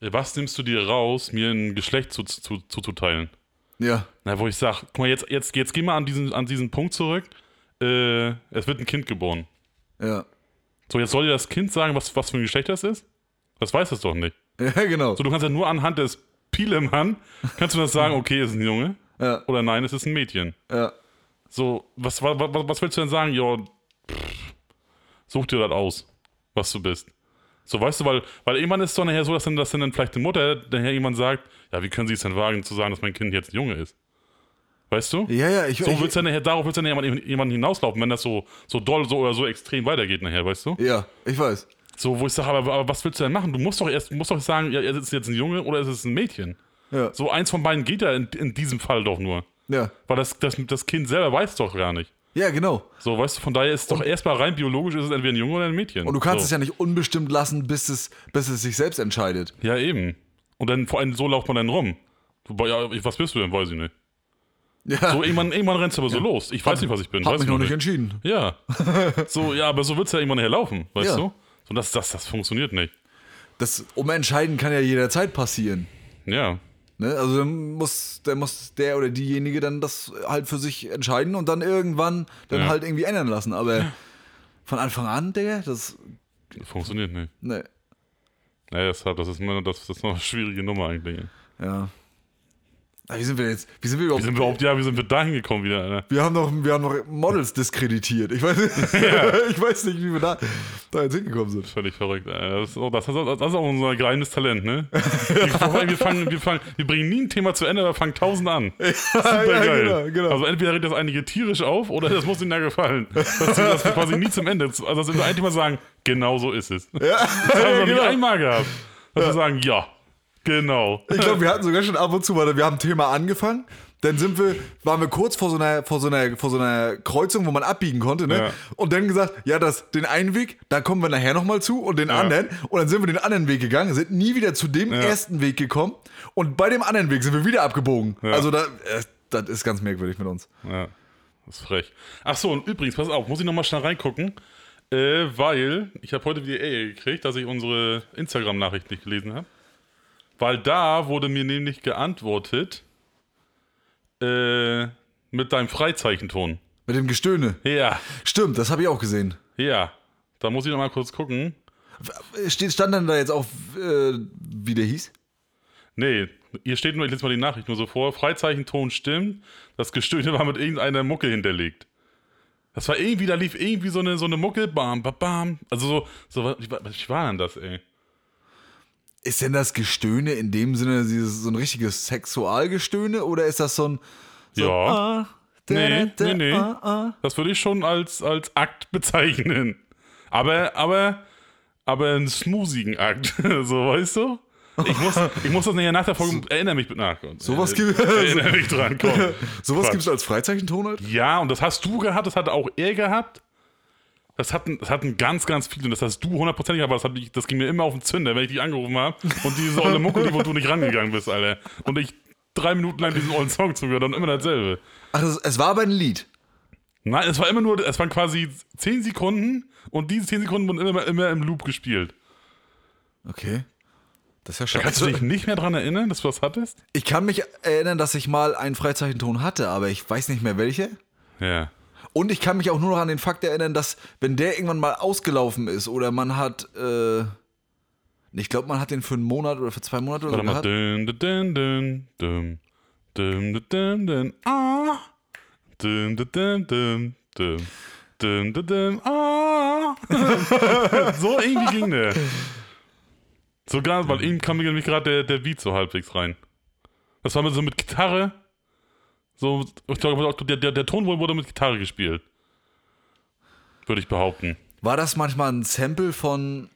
[SPEAKER 1] was nimmst du dir raus, mir ein Geschlecht zu, zu, zuzuteilen?
[SPEAKER 2] ja.
[SPEAKER 1] Na, wo ich sage, guck mal, jetzt, jetzt, jetzt geh mal an diesen, an diesen Punkt zurück. Äh, es wird ein Kind geboren.
[SPEAKER 2] Ja.
[SPEAKER 1] So, jetzt soll dir das Kind sagen, was, was für ein Geschlecht das ist? Das weiß es doch nicht.
[SPEAKER 2] Ja, genau.
[SPEAKER 1] So, du kannst ja nur anhand des Piele im Hand, kannst du das sagen, okay, ist ein Junge
[SPEAKER 2] Ja,
[SPEAKER 1] oder nein, es ist ein Mädchen.
[SPEAKER 2] ja.
[SPEAKER 1] So, was, was, was willst du denn sagen? Ja, pff, such dir das aus, was du bist. So, weißt du, weil, weil irgendwann ist es doch nachher so, dass dann, dass dann vielleicht die Mutter nachher irgendwann sagt, ja, wie können sie es denn wagen zu sagen, dass mein Kind jetzt ein Junge ist? Weißt du?
[SPEAKER 2] Ja, ja, ich,
[SPEAKER 1] So
[SPEAKER 2] ich,
[SPEAKER 1] wird's halt- dann nachher, darauf wird es dann jemand, jemand hinauslaufen, wenn das so, so doll so oder so extrem weitergeht nachher, weißt du?
[SPEAKER 2] ja, ich weiß.
[SPEAKER 1] So, wo ich sage, aber, aber was willst du denn machen? Du musst doch erst, musst doch sagen, ja, ist es jetzt ein Junge oder ist es ein Mädchen?
[SPEAKER 2] Ja,
[SPEAKER 1] So eins von beiden geht ja in, in diesem Fall doch nur.
[SPEAKER 2] ja.
[SPEAKER 1] Weil das, das, das Kind selber weiß doch gar nicht.
[SPEAKER 2] ja genau.
[SPEAKER 1] So, weißt du, von daher ist es doch erstmal rein biologisch, ist es entweder ein Junge oder ein Mädchen.
[SPEAKER 2] Und du kannst
[SPEAKER 1] so.
[SPEAKER 2] es ja nicht unbestimmt lassen, bis es, bis es sich selbst entscheidet.
[SPEAKER 1] Ja, eben. Und dann vor allem so lauft man dann rum. Du, boah, ja, ich- was bist du denn? Weiß ich nicht.
[SPEAKER 2] Ja,
[SPEAKER 1] So, irgendwann, irgendwann rennst du aber so los. Ich weiß nicht, was ich bin.
[SPEAKER 2] hab
[SPEAKER 1] weiß
[SPEAKER 2] mich
[SPEAKER 1] ich
[SPEAKER 2] noch nicht entschieden.
[SPEAKER 1] Ja. So, ja, aber so wird es ja irgendwann herlaufen, weißt
[SPEAKER 2] Ja.
[SPEAKER 1] du? So, das, das, das funktioniert nicht.
[SPEAKER 2] Das Umentscheiden kann ja jederzeit passieren.
[SPEAKER 1] Ja.
[SPEAKER 2] Ne? Also dann muss, dann muss der oder diejenige dann das halt für sich entscheiden und dann irgendwann dann
[SPEAKER 1] Ja.
[SPEAKER 2] halt irgendwie ändern lassen. Aber von Anfang an, Digga, das.
[SPEAKER 1] Funktioniert nicht.
[SPEAKER 2] Ne.
[SPEAKER 1] Naja, das, hat- das ist immer das, das ist noch eine schwierige Nummer eigentlich.
[SPEAKER 2] Ja. Aber wie sind wir jetzt? Wie sind wir überhaupt?
[SPEAKER 1] Wie sind wir überhaupt, ja, wie sind wir dahin gekommen wieder, Alter?
[SPEAKER 2] Wir haben noch, wir haben noch Models diskreditiert. Ich weiß, ich weiß nicht, wie wir da, da jetzt hingekommen sind.
[SPEAKER 1] Völlig verrückt, Alter. Das ist auch, das ist auch, das ist auch unser geheimes Talent, ne? Wir, fangen, wir, fangen, wir, fangen, wir bringen nie ein Thema zu Ende, aber fangen tausend an. Super geil.
[SPEAKER 2] genau, genau.
[SPEAKER 1] Also entweder redet das einige tierisch auf oder das muss ihnen ja gefallen. Dass wir das quasi nie zum Ende. Also dass wir ein Thema sagen, genau so ist es. Ja, das haben wir noch
[SPEAKER 2] genau.
[SPEAKER 1] nicht einmal gehabt. Dass wir sagen, ja, genau.
[SPEAKER 2] Ich glaube, wir hatten sogar schon ab und zu, weil wir haben ein Thema angefangen. Dann sind wir, waren wir kurz vor so einer, vor so einer, vor so einer Kreuzung, wo man abbiegen konnte, ne?
[SPEAKER 1] Ja.
[SPEAKER 2] Und dann gesagt, ja, das, den einen Weg, da kommen wir nachher nochmal zu und den anderen. Und dann sind wir den anderen Weg gegangen, sind nie wieder zu dem ersten Weg gekommen. Und bei dem anderen Weg sind wir wieder abgebogen. Also da, äh, das ist ganz merkwürdig mit uns.
[SPEAKER 1] Ja, das ist frech. Ach so, und übrigens, pass auf, muss ich nochmal schnell reingucken, äh, weil ich habe heute wieder Ärger gekriegt, dass ich unsere Instagram-Nachricht nicht gelesen habe. Weil da wurde mir nämlich geantwortet äh, mit deinem Freizeichenton.
[SPEAKER 2] Mit dem Gestöhne.
[SPEAKER 1] Ja,
[SPEAKER 2] Stimmt, das habe ich auch gesehen.
[SPEAKER 1] ja. Da muss ich nochmal kurz gucken.
[SPEAKER 2] Steht, stand dann da jetzt auch, äh, wie der hieß?
[SPEAKER 1] Nee, hier steht nur, ich lese mal die Nachricht nur so vor. Freizeichenton stimmt. Das Gestöhne war mit irgendeiner Mucke hinterlegt. Das war irgendwie, da lief irgendwie so eine, so eine Mucke, bam, bam, bam. Also so, so was, was war denn das, ey?
[SPEAKER 2] Ist denn das Gestöhne in dem Sinne dieses, so ein richtiges Sexualgestöhne oder ist das so ein. So
[SPEAKER 1] Ja,
[SPEAKER 2] ein, ah,
[SPEAKER 1] Nee,
[SPEAKER 2] da, da,
[SPEAKER 1] nee, nee.
[SPEAKER 2] ah, ah.
[SPEAKER 1] das würde ich schon als, als Akt bezeichnen. Aber, aber, aber einen smoothigen Akt, so, weißt du? Ich muss, ich muss das nachher nach der Folge, erinnere mich, nach,
[SPEAKER 2] Sowas gibt-
[SPEAKER 1] erinnere mich dran, komm. Äh,
[SPEAKER 2] Sowas
[SPEAKER 1] Quatsch.
[SPEAKER 2] gibt es als Freizeichenton halt?
[SPEAKER 1] Ja, und das hast du gehabt, das hat auch er gehabt. Das hatten, das hatten ganz, ganz viele und das hast du hundertprozentig gehabt, aber das, hat, mich- das ging mir immer auf den Zünder, wenn ich dich angerufen habe und diese olle Mucke, die wo du nicht rangegangen bist, Alter. Und ich drei Minuten lang diesen ollen Song zugehört und immer dasselbe.
[SPEAKER 2] Ach, es, es war aber ein Lied.
[SPEAKER 1] Nein, es war immer nur, es waren quasi zehn Sekunden und diese zehn Sekunden wurden immer, immer im Loop gespielt.
[SPEAKER 2] Okay. Das ist ja
[SPEAKER 1] Kannst
[SPEAKER 2] scheiße.
[SPEAKER 1] du dich nicht mehr dran erinnern, dass du das hattest?
[SPEAKER 2] Also, ich kann mich erinnern, dass ich mal einen Freizeichenton hatte, aber ich weiß nicht mehr welche.
[SPEAKER 1] Ja.
[SPEAKER 2] Und ich kann mich auch nur noch an den Fakt erinnern, dass, wenn der irgendwann mal ausgelaufen ist oder man hat. Äh, ich glaube, man hat den für einen Monat oder für zwei Monate oder
[SPEAKER 1] Warte
[SPEAKER 2] so
[SPEAKER 1] mal.
[SPEAKER 2] gehabt.
[SPEAKER 1] Dün, dün, dün, dün, dün, dün, dün, dün, dün, ah. Dün, dün, dün, dün, dün, dün, dün, dün, ah. so irgendwie ging der. Sogar, weil eben kam mir nämlich gerade der, der Beat so halbwegs rein. Das war mit, so mit Gitarre. So, ich glaube, der, der, der Ton wurde mit Gitarre gespielt. Würde ich behaupten.
[SPEAKER 2] War das manchmal ein Sample von.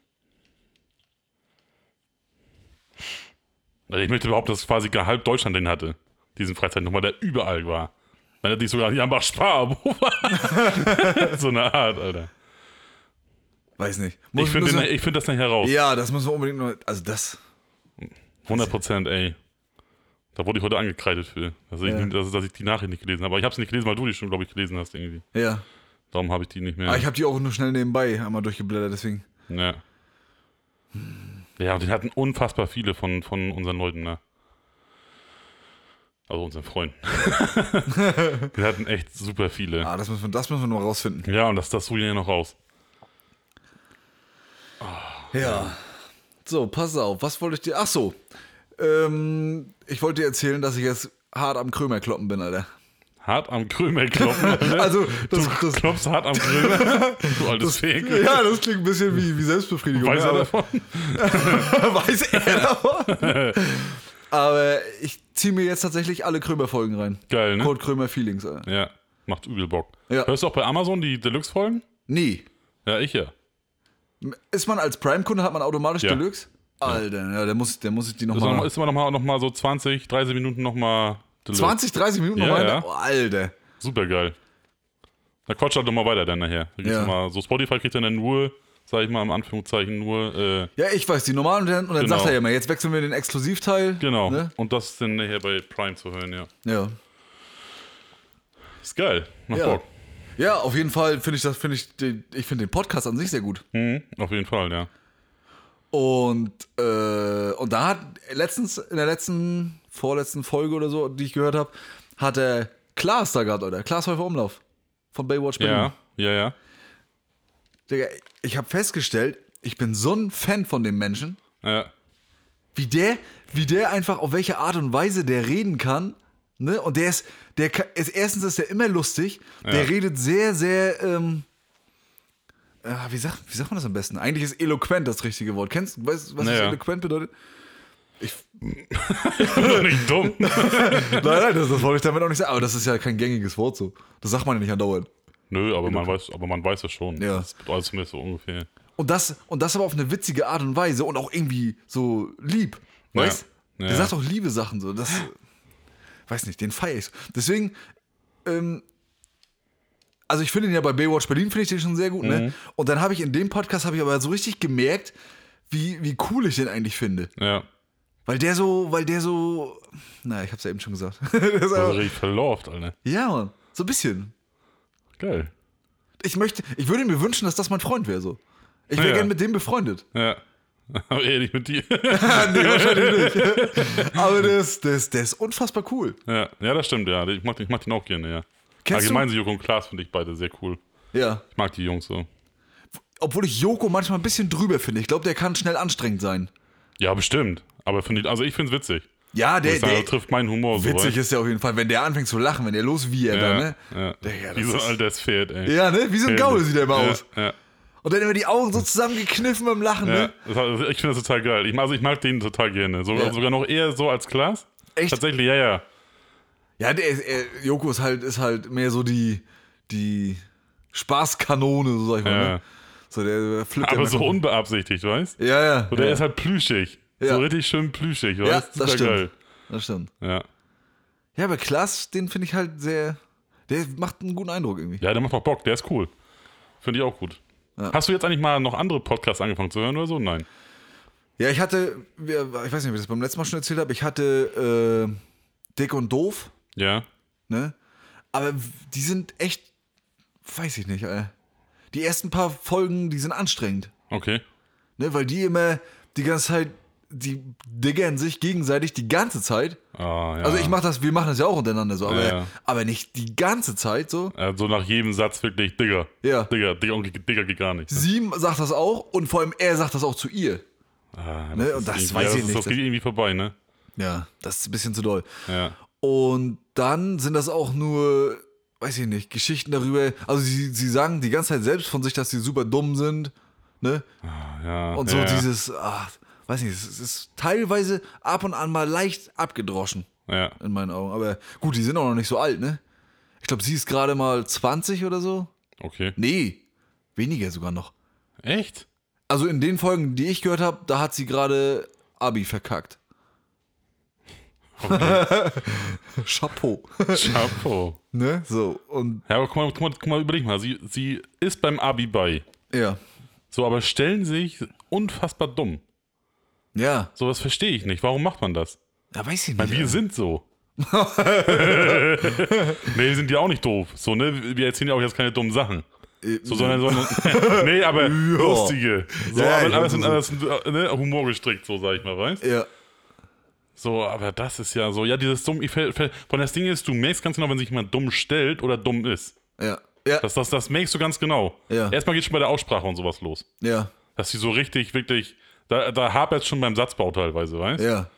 [SPEAKER 1] Also ich möchte behaupten, dass quasi gar halb Deutschland den hatte. Diesen Freizeitnummer, der überall war. Dann hätte ich sogar die Ambach Spar. so eine Art, Alter.
[SPEAKER 2] Weiß nicht.
[SPEAKER 1] Ich
[SPEAKER 2] Muss-
[SPEAKER 1] finde
[SPEAKER 2] müssen-
[SPEAKER 1] den- ich find das nachher raus.
[SPEAKER 2] Ja, das müssen wir unbedingt noch. Also das.
[SPEAKER 1] 100 Prozent, ey. Da wurde ich heute angekreidet für, dass ich,
[SPEAKER 2] Ja.
[SPEAKER 1] dass, dass ich die Nachricht nicht gelesen habe. Aber ich habe es nicht gelesen, weil du die schon, glaube ich, gelesen hast irgendwie.
[SPEAKER 2] Ja.
[SPEAKER 1] Darum habe ich die nicht mehr.
[SPEAKER 2] Aber Ah, ich habe die auch nur schnell nebenbei einmal durchgeblättert, deswegen.
[SPEAKER 1] ja. ja, und den hatten unfassbar viele von, von unseren Leuten, ne? Also unseren Freunden. die hatten echt super viele.
[SPEAKER 2] Ah, das müssen wir, das müssen wir noch rausfinden.
[SPEAKER 1] Ja, und das, das suche ich ja noch raus.
[SPEAKER 2] Ja. So, pass auf. Was wollte ich dir. Ach so. Ähm, ich wollte dir erzählen, dass ich jetzt hart am Krömerkloppen bin, Alter.
[SPEAKER 1] Hart am Krümel kloppen. Alter.
[SPEAKER 2] Also, das,
[SPEAKER 1] du
[SPEAKER 2] das,
[SPEAKER 1] klopfst hart am Krümel. Du altes Fake.
[SPEAKER 2] ja, das klingt ein bisschen wie, wie Selbstbefriedigung.
[SPEAKER 1] Weiß
[SPEAKER 2] ja,
[SPEAKER 1] er
[SPEAKER 2] aber-
[SPEAKER 1] davon?
[SPEAKER 2] Weiß er davon? Aber ich ziehe mir jetzt tatsächlich alle Krömer-Folgen rein.
[SPEAKER 1] Geil, ne?
[SPEAKER 2] Kurt Krömer Feelings, Alter.
[SPEAKER 1] Ja, macht übel Bock.
[SPEAKER 2] Ja.
[SPEAKER 1] Hörst du auch bei Amazon die Deluxe-Folgen?
[SPEAKER 2] Nie.
[SPEAKER 1] Ja, ich ja.
[SPEAKER 2] Ist man als Prime-Kunde, hat man automatisch
[SPEAKER 1] Ja.
[SPEAKER 2] Deluxe? Alter, ja, der muss, der muss ich die
[SPEAKER 1] Also
[SPEAKER 2] nochmal.
[SPEAKER 1] ist immer noch mal, noch mal so 20, 30 Minuten noch mal Deluxe.
[SPEAKER 2] 20, 30 Minuten
[SPEAKER 1] Ja,
[SPEAKER 2] noch rein?
[SPEAKER 1] ja.
[SPEAKER 2] Oh, Alter.
[SPEAKER 1] Super geil. Da quatscht halt noch mal weiter dann nachher. Da gibt's
[SPEAKER 2] Ja.
[SPEAKER 1] noch mal, so Spotify kriegt dann dann nur, sag ich mal, im Anführungszeichen nur, äh,
[SPEAKER 2] Ja, ich weiß, die normalen und dann, und dann
[SPEAKER 1] Genau.
[SPEAKER 2] sagt er ja immer, jetzt wechseln wir den Exklusivteil.
[SPEAKER 1] genau.
[SPEAKER 2] Ne?
[SPEAKER 1] Und das ist dann nachher bei Prime zu hören, ja.
[SPEAKER 2] Ja.
[SPEAKER 1] Ist geil. Macht
[SPEAKER 2] Ja.
[SPEAKER 1] Bock.
[SPEAKER 2] ja, auf jeden Fall finde ich das, finde ich, den, ich finde den Podcast an sich sehr gut.
[SPEAKER 1] Mhm, auf jeden Fall, ja.
[SPEAKER 2] Und, äh, und da hat letztens, in der letzten, vorletzten Folge oder so, die ich gehört habe, hat er Klaas da gehabt, oder? Klaas Häufer Umlauf von Baywatch Berlin.
[SPEAKER 1] Ja, ja, ja.
[SPEAKER 2] Digga, ich habe festgestellt, ich bin so ein Fan von dem Menschen,
[SPEAKER 1] Ja,
[SPEAKER 2] wie der, wie der einfach, auf welche Art und Weise der reden kann. Ne? Und der ist, der ka- ist, erstens ist der immer lustig,
[SPEAKER 1] Ja.
[SPEAKER 2] der redet sehr, sehr, ähm, ah, wie, sagt, wie sagt man das am besten? Eigentlich ist eloquent das richtige Wort. Kennst du, weißt du, was
[SPEAKER 1] Naja.
[SPEAKER 2] eloquent bedeutet?
[SPEAKER 1] nicht dumm.
[SPEAKER 2] Nein, nein, das, das wollte ich damit auch nicht sagen. Aber das ist ja kein gängiges Wort so. Das sagt man ja nicht andauernd.
[SPEAKER 1] Nö, aber man weiß, aber man weiß es schon.
[SPEAKER 2] Ja.
[SPEAKER 1] Das bedeutet zumindest so ungefähr.
[SPEAKER 2] Und das, und das aber auf eine witzige Art und Weise und auch irgendwie so lieb.
[SPEAKER 1] Ja.
[SPEAKER 2] Weißt
[SPEAKER 1] Ja.
[SPEAKER 2] Der sagt auch liebe Sachen so. Das, weiß nicht, den feier ich. so. Deswegen, ähm, also ich finde ihn ja bei Baywatch Berlin, finde ich den schon sehr gut,
[SPEAKER 1] Mhm.
[SPEAKER 2] ne? Und dann habe ich in dem Podcast, habe ich aber so richtig gemerkt, wie, wie cool ich den eigentlich finde.
[SPEAKER 1] Ja.
[SPEAKER 2] Weil der so, weil der so, naja, ich hab's ja eben schon gesagt. Das ist
[SPEAKER 1] Das
[SPEAKER 2] aber,
[SPEAKER 1] ist richtig verlauft, Alter.
[SPEAKER 2] ja, Mann, so ein bisschen.
[SPEAKER 1] Geil.
[SPEAKER 2] Ich möchte, ich würde mir wünschen, dass das mein Freund wäre so. Ich wäre
[SPEAKER 1] Ja.
[SPEAKER 2] gern mit dem befreundet.
[SPEAKER 1] Ja. Aber ehrlich mit dir.
[SPEAKER 2] Aber das, das, das ist unfassbar cool.
[SPEAKER 1] Ja, ja das stimmt, ja. Ich mag, den- ich mag den auch gerne, ja.
[SPEAKER 2] Kennst
[SPEAKER 1] Allgemein, Joko und Klaas finde ich beide sehr cool.
[SPEAKER 2] Ja.
[SPEAKER 1] Ich mag die Jungs so.
[SPEAKER 2] Obwohl ich Joko manchmal ein bisschen drüber finde. Ich glaube, der kann schnell anstrengend sein.
[SPEAKER 1] Ja, bestimmt. Aber finde ich, also ich finde es witzig.
[SPEAKER 2] Ja, der,
[SPEAKER 1] Das
[SPEAKER 2] der
[SPEAKER 1] trifft meinen Humor so.
[SPEAKER 2] witzig ist ja auf jeden Fall, wenn der anfängt zu lachen, wenn der los wie er
[SPEAKER 1] ja,
[SPEAKER 2] dann, ne?
[SPEAKER 1] ja.
[SPEAKER 2] Digga, das
[SPEAKER 1] Wie so
[SPEAKER 2] ist-
[SPEAKER 1] ein altes Pferd, ey.
[SPEAKER 2] Ja, ne? Wie so ein Gaul sieht der immer
[SPEAKER 1] ja,
[SPEAKER 2] aus.
[SPEAKER 1] Ja,
[SPEAKER 2] Und dann immer die Augen so zusammengekniffen beim Lachen,
[SPEAKER 1] ja.
[SPEAKER 2] ne?
[SPEAKER 1] Das- also Ich finde das total geil. Ich, mag- also ich mag den total gerne. So,
[SPEAKER 2] Ja.
[SPEAKER 1] Sogar noch eher so als Klaas.
[SPEAKER 2] Echt?
[SPEAKER 1] Tatsächlich, ja, ja.
[SPEAKER 2] Ja, der ist, er, Joko ist halt, ist halt mehr so die, die Spaßkanone, so sag ich mal,
[SPEAKER 1] Ja.
[SPEAKER 2] ne? So, der flippt
[SPEAKER 1] Aber
[SPEAKER 2] immer
[SPEAKER 1] so
[SPEAKER 2] komplett.
[SPEAKER 1] unbeabsichtigt, weißt du?
[SPEAKER 2] Ja, ja.
[SPEAKER 1] Und der
[SPEAKER 2] ja.
[SPEAKER 1] ist halt plüschig.
[SPEAKER 2] Ja.
[SPEAKER 1] So richtig schön plüschig,
[SPEAKER 2] ja,
[SPEAKER 1] weißt
[SPEAKER 2] das
[SPEAKER 1] Super
[SPEAKER 2] stimmt. Das stimmt.
[SPEAKER 1] Geil. Ja.
[SPEAKER 2] Ja, aber Klaas, den finde ich halt sehr. Der macht einen guten Eindruck irgendwie.
[SPEAKER 1] Ja, der macht auch Bock, der ist cool. Finde ich auch gut.
[SPEAKER 2] Ja.
[SPEAKER 1] Hast du jetzt eigentlich mal noch andere Podcasts angefangen zu hören oder so? Nein.
[SPEAKER 2] Ja, ich hatte, wir- ich weiß nicht, ob ich das beim letzten Mal schon erzählt habe, ich hatte äh, Dick und Doof,
[SPEAKER 1] Ja.
[SPEAKER 2] ne? Aber w- die sind echt, weiß ich nicht, Alter. Die ersten paar Folgen, die sind anstrengend,
[SPEAKER 1] Okay.
[SPEAKER 2] ne? Weil die immer die ganze Zeit, die diggern sich gegenseitig die ganze Zeit.
[SPEAKER 1] Ah, ja.
[SPEAKER 2] Also ich mach das, wir machen das ja auch untereinander so, aber,
[SPEAKER 1] Ja, ja.
[SPEAKER 2] aber nicht die ganze Zeit so.
[SPEAKER 1] Also nach jedem Satz wirklich, Digga.
[SPEAKER 2] Ja.
[SPEAKER 1] Digga, Digga, und Digga, geht gar nicht.
[SPEAKER 2] Sie sagt das auch und vor allem er sagt das auch zu ihr.
[SPEAKER 1] Ah,
[SPEAKER 2] Ne, und
[SPEAKER 1] ist
[SPEAKER 2] das
[SPEAKER 1] irgendwie-
[SPEAKER 2] weiß
[SPEAKER 1] ja,
[SPEAKER 2] ich
[SPEAKER 1] ist-
[SPEAKER 2] nicht.
[SPEAKER 1] Das geht irgendwie vorbei, ne?
[SPEAKER 2] Ja, das ist ein bisschen zu doll.
[SPEAKER 1] Ja.
[SPEAKER 2] Und dann sind das auch nur, weiß ich nicht, Geschichten darüber. Also sie, sie sagen die ganze Zeit selbst von sich, dass sie super dumm sind. Ne?
[SPEAKER 1] Ah, ja.
[SPEAKER 2] Und
[SPEAKER 1] ja,
[SPEAKER 2] so dieses, ach, weiß nicht, es ist teilweise ab und an mal leicht abgedroschen,
[SPEAKER 1] Ja.
[SPEAKER 2] in meinen Augen. Aber gut, die sind auch noch nicht so alt, ne? Ich glaube, sie ist gerade mal 20 oder so.
[SPEAKER 1] Okay.
[SPEAKER 2] Nee, weniger sogar noch.
[SPEAKER 1] Echt?
[SPEAKER 2] Also in den Folgen, die ich gehört habe, da hat sie gerade Abi verkackt. Chapeau.
[SPEAKER 1] Chapeau.
[SPEAKER 2] ne? So, und
[SPEAKER 1] Ja, aber guck mal, guck mal, guck mal überleg mal. Sie, sie ist beim Abi bei.
[SPEAKER 2] ja.
[SPEAKER 1] So, aber stellen sich unfassbar dumm.
[SPEAKER 2] Ja.
[SPEAKER 1] So, das verstehe ich nicht. Warum macht man das?
[SPEAKER 2] Ja, weiß ich
[SPEAKER 1] Weil
[SPEAKER 2] nicht.
[SPEAKER 1] wir sind so. nee, wir sind ja auch nicht doof. So, ne? Wir erzählen ja auch jetzt keine dummen Sachen. So, sondern, sondern nee, aber lustige. So,
[SPEAKER 2] Ja, ich
[SPEAKER 1] aber alles
[SPEAKER 2] weiß,
[SPEAKER 1] in alles, ne, Humor gestrickt, so sag ich mal, weißt
[SPEAKER 2] Ja.
[SPEAKER 1] So, aber das ist ja so, ja, dieses dumm, ich fäll, fäll, von das Ding ist, du merkst ganz genau, wenn sich jemand dumm stellt oder dumm ist.
[SPEAKER 2] Ja. Ja.
[SPEAKER 1] Das, das, das merkst du ganz genau.
[SPEAKER 2] Ja.
[SPEAKER 1] Erstmal geht schon bei der Aussprache und sowas los.
[SPEAKER 2] Ja.
[SPEAKER 1] Dass sie so richtig, wirklich, da, da hapert schon beim Satzbau teilweise, weißt
[SPEAKER 2] Ja.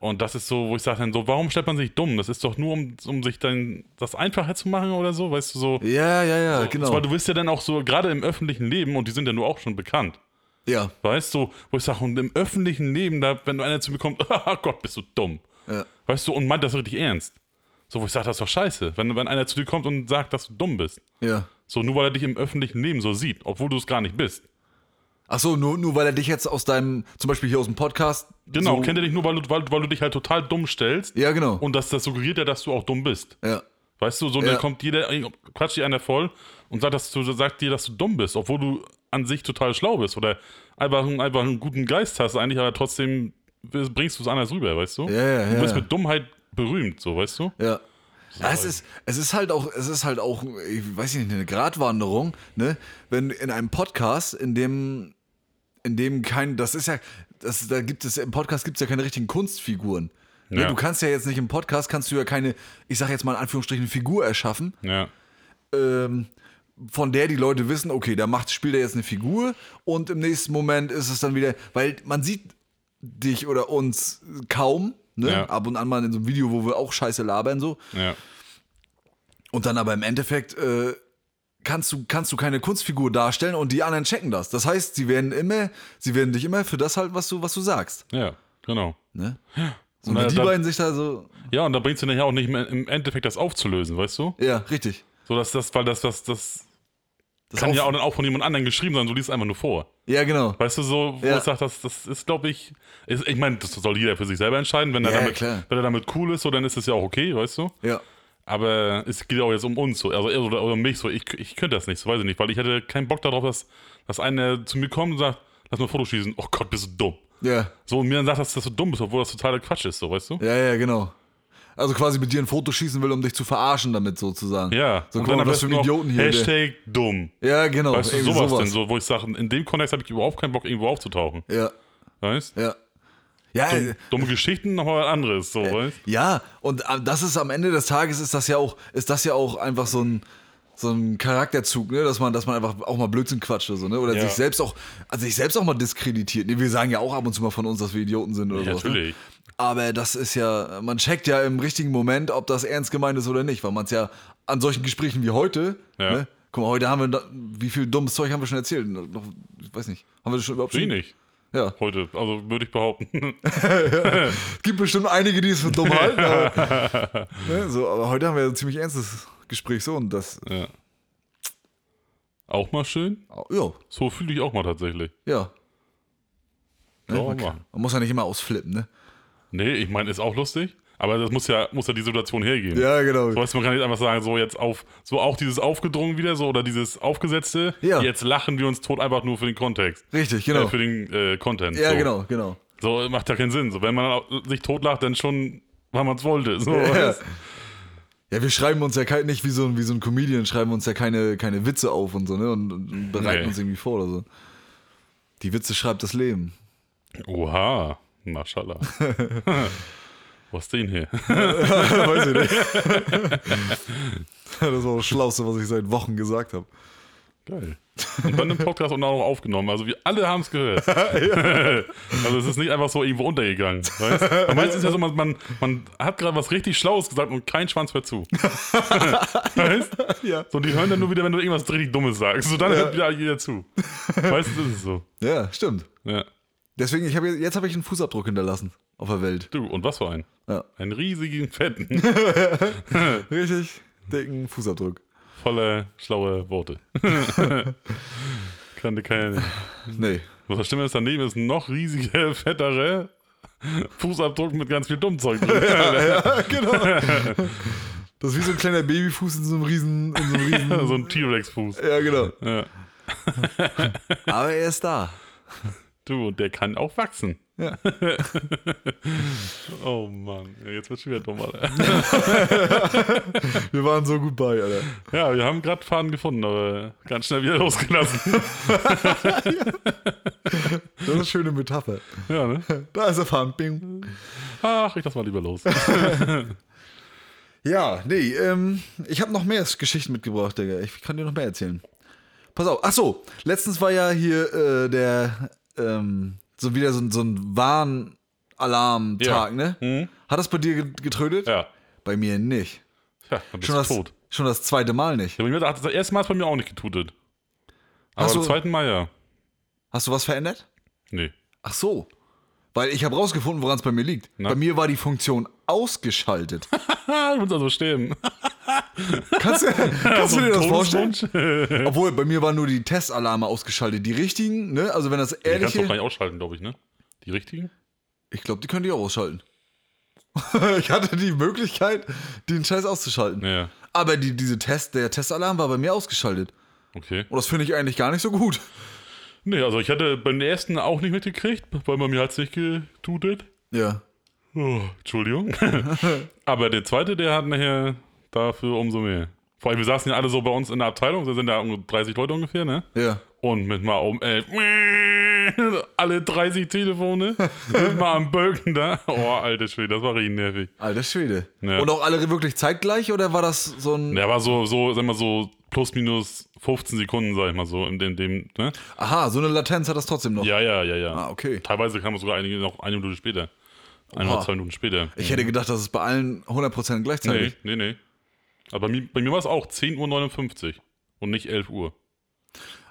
[SPEAKER 1] Und das ist so, wo ich sage dann so, warum stellt man sich dumm? Das ist doch nur, um, um sich dann das einfacher zu machen oder so, weißt du, so.
[SPEAKER 2] Ja, ja, ja, genau.
[SPEAKER 1] Zwar, du bist ja dann auch so, gerade im öffentlichen Leben, und die sind ja nur auch schon bekannt,
[SPEAKER 2] ja.
[SPEAKER 1] weißt du, wo ich sage, und im öffentlichen Leben, da, wenn du einer zu mir kommt, oh Gott, bist du dumm.
[SPEAKER 2] Ja.
[SPEAKER 1] Weißt du, und meint das richtig ernst. So, wo ich sage, das ist doch scheiße. Wenn, wenn einer zu dir kommt und sagt, dass du dumm bist.
[SPEAKER 2] Ja.
[SPEAKER 1] So, nur weil er dich im öffentlichen Leben so sieht, obwohl du es gar nicht bist.
[SPEAKER 2] Ach so, nur, nur weil er dich jetzt aus deinem, zum Beispiel hier aus dem Podcast.
[SPEAKER 1] Genau,
[SPEAKER 2] so,
[SPEAKER 1] kennt er dich nur, weil du, weil, weil du dich halt total dumm stellst.
[SPEAKER 2] Ja, genau.
[SPEAKER 1] Und das, das suggeriert ja, dass du auch dumm bist.
[SPEAKER 2] ja.
[SPEAKER 1] Weißt du, so
[SPEAKER 2] Ja.
[SPEAKER 1] dann kommt jeder, quatscht dir einer voll und sagt, dass du, sagt dir, dass du dumm bist, obwohl du an sich total schlau bist oder einfach, einen- einfach einen guten Geist hast eigentlich, aber trotzdem bringst du es anders rüber, weißt du?
[SPEAKER 2] Ja, ja,
[SPEAKER 1] du
[SPEAKER 2] ja,
[SPEAKER 1] bist
[SPEAKER 2] ja.
[SPEAKER 1] mit Dummheit berühmt, so, weißt du?
[SPEAKER 2] Ja. Ja, es, ist, es ist halt auch, es ist halt auch, ich weiß nicht, eine Gratwanderung, ne? Wenn in einem Podcast, in dem, in dem kein, das ist ja, das, da gibt es, im Podcast gibt es ja keine richtigen Kunstfiguren. Ne?
[SPEAKER 1] Ja.
[SPEAKER 2] Du kannst ja jetzt nicht im Podcast, kannst du ja keine, ich sag jetzt mal in Anführungsstrichen, Figur erschaffen,
[SPEAKER 1] Ja.
[SPEAKER 2] ähm, von der die Leute wissen, okay, da macht, spielt er jetzt eine Figur und im nächsten Moment ist es dann wieder, weil man sieht dich oder uns kaum, ne?
[SPEAKER 1] Ja.
[SPEAKER 2] Ab und an mal in so einem Video, wo wir auch Scheiße labern, so.
[SPEAKER 1] Ja.
[SPEAKER 2] Und dann aber im Endeffekt äh, kannst, du, kannst du keine Kunstfigur darstellen und die anderen checken das. Das heißt, sie werden immer, sie werden dich immer für das halten, was du, was du sagst.
[SPEAKER 1] Ja, genau.
[SPEAKER 2] Ne? So, und
[SPEAKER 1] Na,
[SPEAKER 2] wenn die
[SPEAKER 1] da-
[SPEAKER 2] beiden sich da so.
[SPEAKER 1] Ja, und da bringst du nachher auch nicht mehr im Endeffekt das aufzulösen, weißt du?
[SPEAKER 2] Ja, richtig.
[SPEAKER 1] So, dass das, weil das, das, das
[SPEAKER 2] Das
[SPEAKER 1] kann
[SPEAKER 2] auf-
[SPEAKER 1] ja auch dann auch von jemand anderem geschrieben sein, du liest es einfach nur vor.
[SPEAKER 2] Ja, genau.
[SPEAKER 1] Weißt du, so, wo
[SPEAKER 2] Ja.
[SPEAKER 1] ich sage, das, das ist, glaube ich, ist, ich meine, das soll jeder für sich selber entscheiden. Wenn er,
[SPEAKER 2] Ja,
[SPEAKER 1] damit,
[SPEAKER 2] klar.
[SPEAKER 1] wenn er damit cool ist, so, dann ist es ja auch okay, weißt du?
[SPEAKER 2] Ja.
[SPEAKER 1] Aber es geht auch jetzt um uns, so, also, oder, oder um mich, so, ich, ich könnte das nicht, so, weiß ich nicht, weil ich hätte keinen Bock darauf, dass, dass einer zu mir kommt und sagt, lass mal ein Foto schießen, oh Gott, bist du dumm.
[SPEAKER 2] Ja.
[SPEAKER 1] So, und mir dann sagt, dass, dass du dumm bist, obwohl das totaler Quatsch ist, so, weißt du?
[SPEAKER 2] Ja, ja, genau. Also quasi mit dir ein Foto schießen will, um dich zu verarschen damit sozusagen.
[SPEAKER 1] Ja,
[SPEAKER 2] So,
[SPEAKER 1] und
[SPEAKER 2] guck mal,
[SPEAKER 1] dann
[SPEAKER 2] was für
[SPEAKER 1] am
[SPEAKER 2] ein
[SPEAKER 1] besten noch
[SPEAKER 2] Idioten hier. der-
[SPEAKER 1] Hashtag dumm.
[SPEAKER 2] Ja, genau.
[SPEAKER 1] Weißt du,
[SPEAKER 2] irgendwie
[SPEAKER 1] sowas, denn so, wo ich sage, in dem Kontext habe ich überhaupt keinen Bock, irgendwo aufzutauchen.
[SPEAKER 2] Ja,
[SPEAKER 1] Weißt
[SPEAKER 2] ja. Ja, äh,
[SPEAKER 1] Dumme Geschichten, nochmal was anderes, so, weißt
[SPEAKER 2] Ja, und äh, das ist am Ende des Tages ist das ja auch, ist das ja auch einfach so ein, so ein Charakterzug, ne? dass man, dass man einfach auch mal Blödsinn quatscht oder so, ne? Oder
[SPEAKER 1] Ja.
[SPEAKER 2] sich selbst auch, also sich selbst auch mal diskreditiert. Ne, wir sagen ja auch ab und zu mal von uns, dass wir Idioten sind oder
[SPEAKER 1] Ja,
[SPEAKER 2] so. Ne?
[SPEAKER 1] natürlich.
[SPEAKER 2] Aber das ist ja, man checkt ja im richtigen Moment, ob das ernst gemeint ist oder nicht, weil man es ja an solchen Gesprächen wie heute,
[SPEAKER 1] Ja.
[SPEAKER 2] ne? Guck mal, heute haben wir, da- wie viel dummes Zeug haben wir schon erzählt? Noch, ich weiß nicht. Haben wir das schon überhaupt schon?
[SPEAKER 1] Wenig
[SPEAKER 2] Ja.
[SPEAKER 1] heute, also würde ich behaupten.
[SPEAKER 2] Es gibt bestimmt einige, die es für dumm halten. Aber, ne, so, aber heute haben wir ein ziemlich ernstes Gespräch so und das.
[SPEAKER 1] ja. Auch mal schön.
[SPEAKER 2] Ja, ne,
[SPEAKER 1] So fühle ich auch mal tatsächlich.
[SPEAKER 2] ja.
[SPEAKER 1] Ja, auch
[SPEAKER 2] man,
[SPEAKER 1] mal.
[SPEAKER 2] kann, man muss ja nicht immer ausflippen, ne?
[SPEAKER 1] Nee, ich meine, ist auch lustig, aber das muss ja, muss ja die Situation hergeben.
[SPEAKER 2] Ja, genau.
[SPEAKER 1] So, weißt, du, man kann nicht einfach sagen, so jetzt auf, so auch dieses Aufgedrungen wieder, so oder dieses Aufgesetzte,
[SPEAKER 2] Ja.
[SPEAKER 1] jetzt lachen wir uns tot einfach nur für den Kontext.
[SPEAKER 2] Richtig,
[SPEAKER 1] Äh,
[SPEAKER 2] genau.
[SPEAKER 1] für den äh, Content.
[SPEAKER 2] ja,
[SPEAKER 1] so.
[SPEAKER 2] genau, genau.
[SPEAKER 1] So macht ja keinen Sinn. So, wenn man au- sich totlacht, dann schon, weil man es wollte. So,
[SPEAKER 2] Ja.
[SPEAKER 1] weißt?
[SPEAKER 2] ja, wir schreiben uns ja kein, nicht wie so, ein- wie so ein Comedian, schreiben uns ja keine, keine Witze auf und so, ne? Und, und bereiten
[SPEAKER 1] Nee.
[SPEAKER 2] uns irgendwie vor oder so. Die Witze schreibt das Leben.
[SPEAKER 1] Oha, mashallah. Was ist denn hier?
[SPEAKER 2] Weiß ich nicht. das war das Schlauste, was ich seit Wochen gesagt habe.
[SPEAKER 1] Geil. Und dann im Podcast und auch noch aufgenommen. Also wir alle haben es gehört. also es ist nicht einfach so irgendwo untergegangen. Weißt? Meistens ist ja so, man, man, man hat gerade was richtig Schlaues gesagt und kein Schwanz hört zu. weißt?
[SPEAKER 2] Ja.
[SPEAKER 1] So, die hören dann nur wieder, wenn du irgendwas richtig Dummes sagst. So, dann hört wieder jeder zu. Weißt du, das ist so.
[SPEAKER 2] Ja, stimmt.
[SPEAKER 1] Ja.
[SPEAKER 2] Deswegen, ich hab jetzt, jetzt habe ich einen Fußabdruck hinterlassen auf der Welt.
[SPEAKER 1] Du, und was für ein?
[SPEAKER 2] Ja.
[SPEAKER 1] Einen riesigen, fetten,
[SPEAKER 2] Richtig dicken Fußabdruck.
[SPEAKER 1] voller schlauer Worte. Kann dir keiner.
[SPEAKER 2] Nee.
[SPEAKER 1] Was das Schlimme ist, daneben ist ein noch riesiger, fetterer Fußabdruck mit ganz viel Dummzeug drin.
[SPEAKER 2] genau. Das ist wie so ein kleiner Babyfuß in so einem riesen. In so, einem riesen
[SPEAKER 1] so ein T-Rex-Fuß.
[SPEAKER 2] ja, genau.
[SPEAKER 1] Ja.
[SPEAKER 2] Aber er ist da.
[SPEAKER 1] Du, und der kann auch wachsen.
[SPEAKER 2] Ja.
[SPEAKER 1] Oh Mann, ja, jetzt wird schon wieder ne? dumm, Alter.
[SPEAKER 2] Wir waren so gut bei, Alter.
[SPEAKER 1] Ja, wir haben gerade Faden gefunden, aber ganz schnell wieder losgelassen.
[SPEAKER 2] Das ist eine schöne Metapher.
[SPEAKER 1] Ja, ne?
[SPEAKER 2] Da ist er fahren. Bing.
[SPEAKER 1] Ach, ich lass mal lieber los.
[SPEAKER 2] Ja, nee, ähm, ich habe noch mehr Geschichten mitgebracht, Digga. Ich kann dir noch mehr erzählen. Pass auf. Ach so, letztens war ja hier äh, der, ähm, so wieder so, ein- so ein
[SPEAKER 1] Ja.
[SPEAKER 2] Warnalarm-Tag,
[SPEAKER 1] Mhm.
[SPEAKER 2] ne? Hat das bei dir ge- getrödelt?
[SPEAKER 1] Ja.
[SPEAKER 2] Bei mir nicht.
[SPEAKER 1] Ja, dann bist
[SPEAKER 2] Schon
[SPEAKER 1] du
[SPEAKER 2] das,
[SPEAKER 1] tot.
[SPEAKER 2] schon das zweite Mal nicht.
[SPEAKER 1] Ja, bei mir hat das erste Mal hat's bei mir auch nicht getutet. Aber
[SPEAKER 2] Hast
[SPEAKER 1] beim
[SPEAKER 2] du-
[SPEAKER 1] zweiten Mal ja.
[SPEAKER 2] Hast du was verändert?
[SPEAKER 1] Nee.
[SPEAKER 2] Ach so. Weil ich habe rausgefunden, woran es bei mir liegt.
[SPEAKER 1] Na?
[SPEAKER 2] Bei mir war die Funktion ausgeschaltet.
[SPEAKER 1] Ah, du willst also sterben.
[SPEAKER 2] Kannst, du- kannst du dir das vorstellen?
[SPEAKER 1] Todeswunsch? Den
[SPEAKER 2] Obwohl, bei mir waren nur die Testalarme ausgeschaltet. Die richtigen, ne? Also wenn das
[SPEAKER 1] kannst du
[SPEAKER 2] ehrliche...
[SPEAKER 1] doch gar nicht ausschalten, glaube ich, ne? Die richtigen?
[SPEAKER 2] Ich glaube, die können die auch ausschalten. ich hatte die Möglichkeit, den Scheiß auszuschalten.
[SPEAKER 1] Ja.
[SPEAKER 2] Aber die, diese Test, der Testalarm war bei mir ausgeschaltet.
[SPEAKER 1] Okay.
[SPEAKER 2] Und das finde ich eigentlich gar nicht so gut.
[SPEAKER 1] Nee, also ich hatte beim ersten auch nicht mitgekriegt, weil bei mir hat es nicht getutet.
[SPEAKER 2] Ja.
[SPEAKER 1] Oh, Entschuldigung. Aber der zweite, der hat nachher dafür umso mehr. Vor allem, wir saßen ja alle so bei uns in der Abteilung, da sind da um 30 Leute ungefähr, ne?
[SPEAKER 2] Ja.
[SPEAKER 1] Und mit mal um 11, alle 30 Telefone, mit mal am Bögen da. Oh, alter Schwede, das war richtig nervig.
[SPEAKER 2] Alter Schwede.
[SPEAKER 1] Ja.
[SPEAKER 2] Und auch alle wirklich zeitgleich oder war das so ein.
[SPEAKER 1] Der war so, so, sag mal so, plus minus 15 Sekunden, sag ich mal so, in dem, dem ne?
[SPEAKER 2] Aha, so eine Latenz hat das trotzdem noch.
[SPEAKER 1] Ja, ja, ja, ja.
[SPEAKER 2] Ah, okay.
[SPEAKER 1] Teilweise kam es sogar einige noch eine Minute später. Ein
[SPEAKER 2] Oha.
[SPEAKER 1] oder zwei Minuten später.
[SPEAKER 2] Ich hätte gedacht, das ist bei allen 100%
[SPEAKER 1] Mhm. Nee,
[SPEAKER 2] gleichzeitig.
[SPEAKER 1] nee, nee. Aber bei mir, bei mir war es auch 10.59 Uhr und nicht 11 Uhr.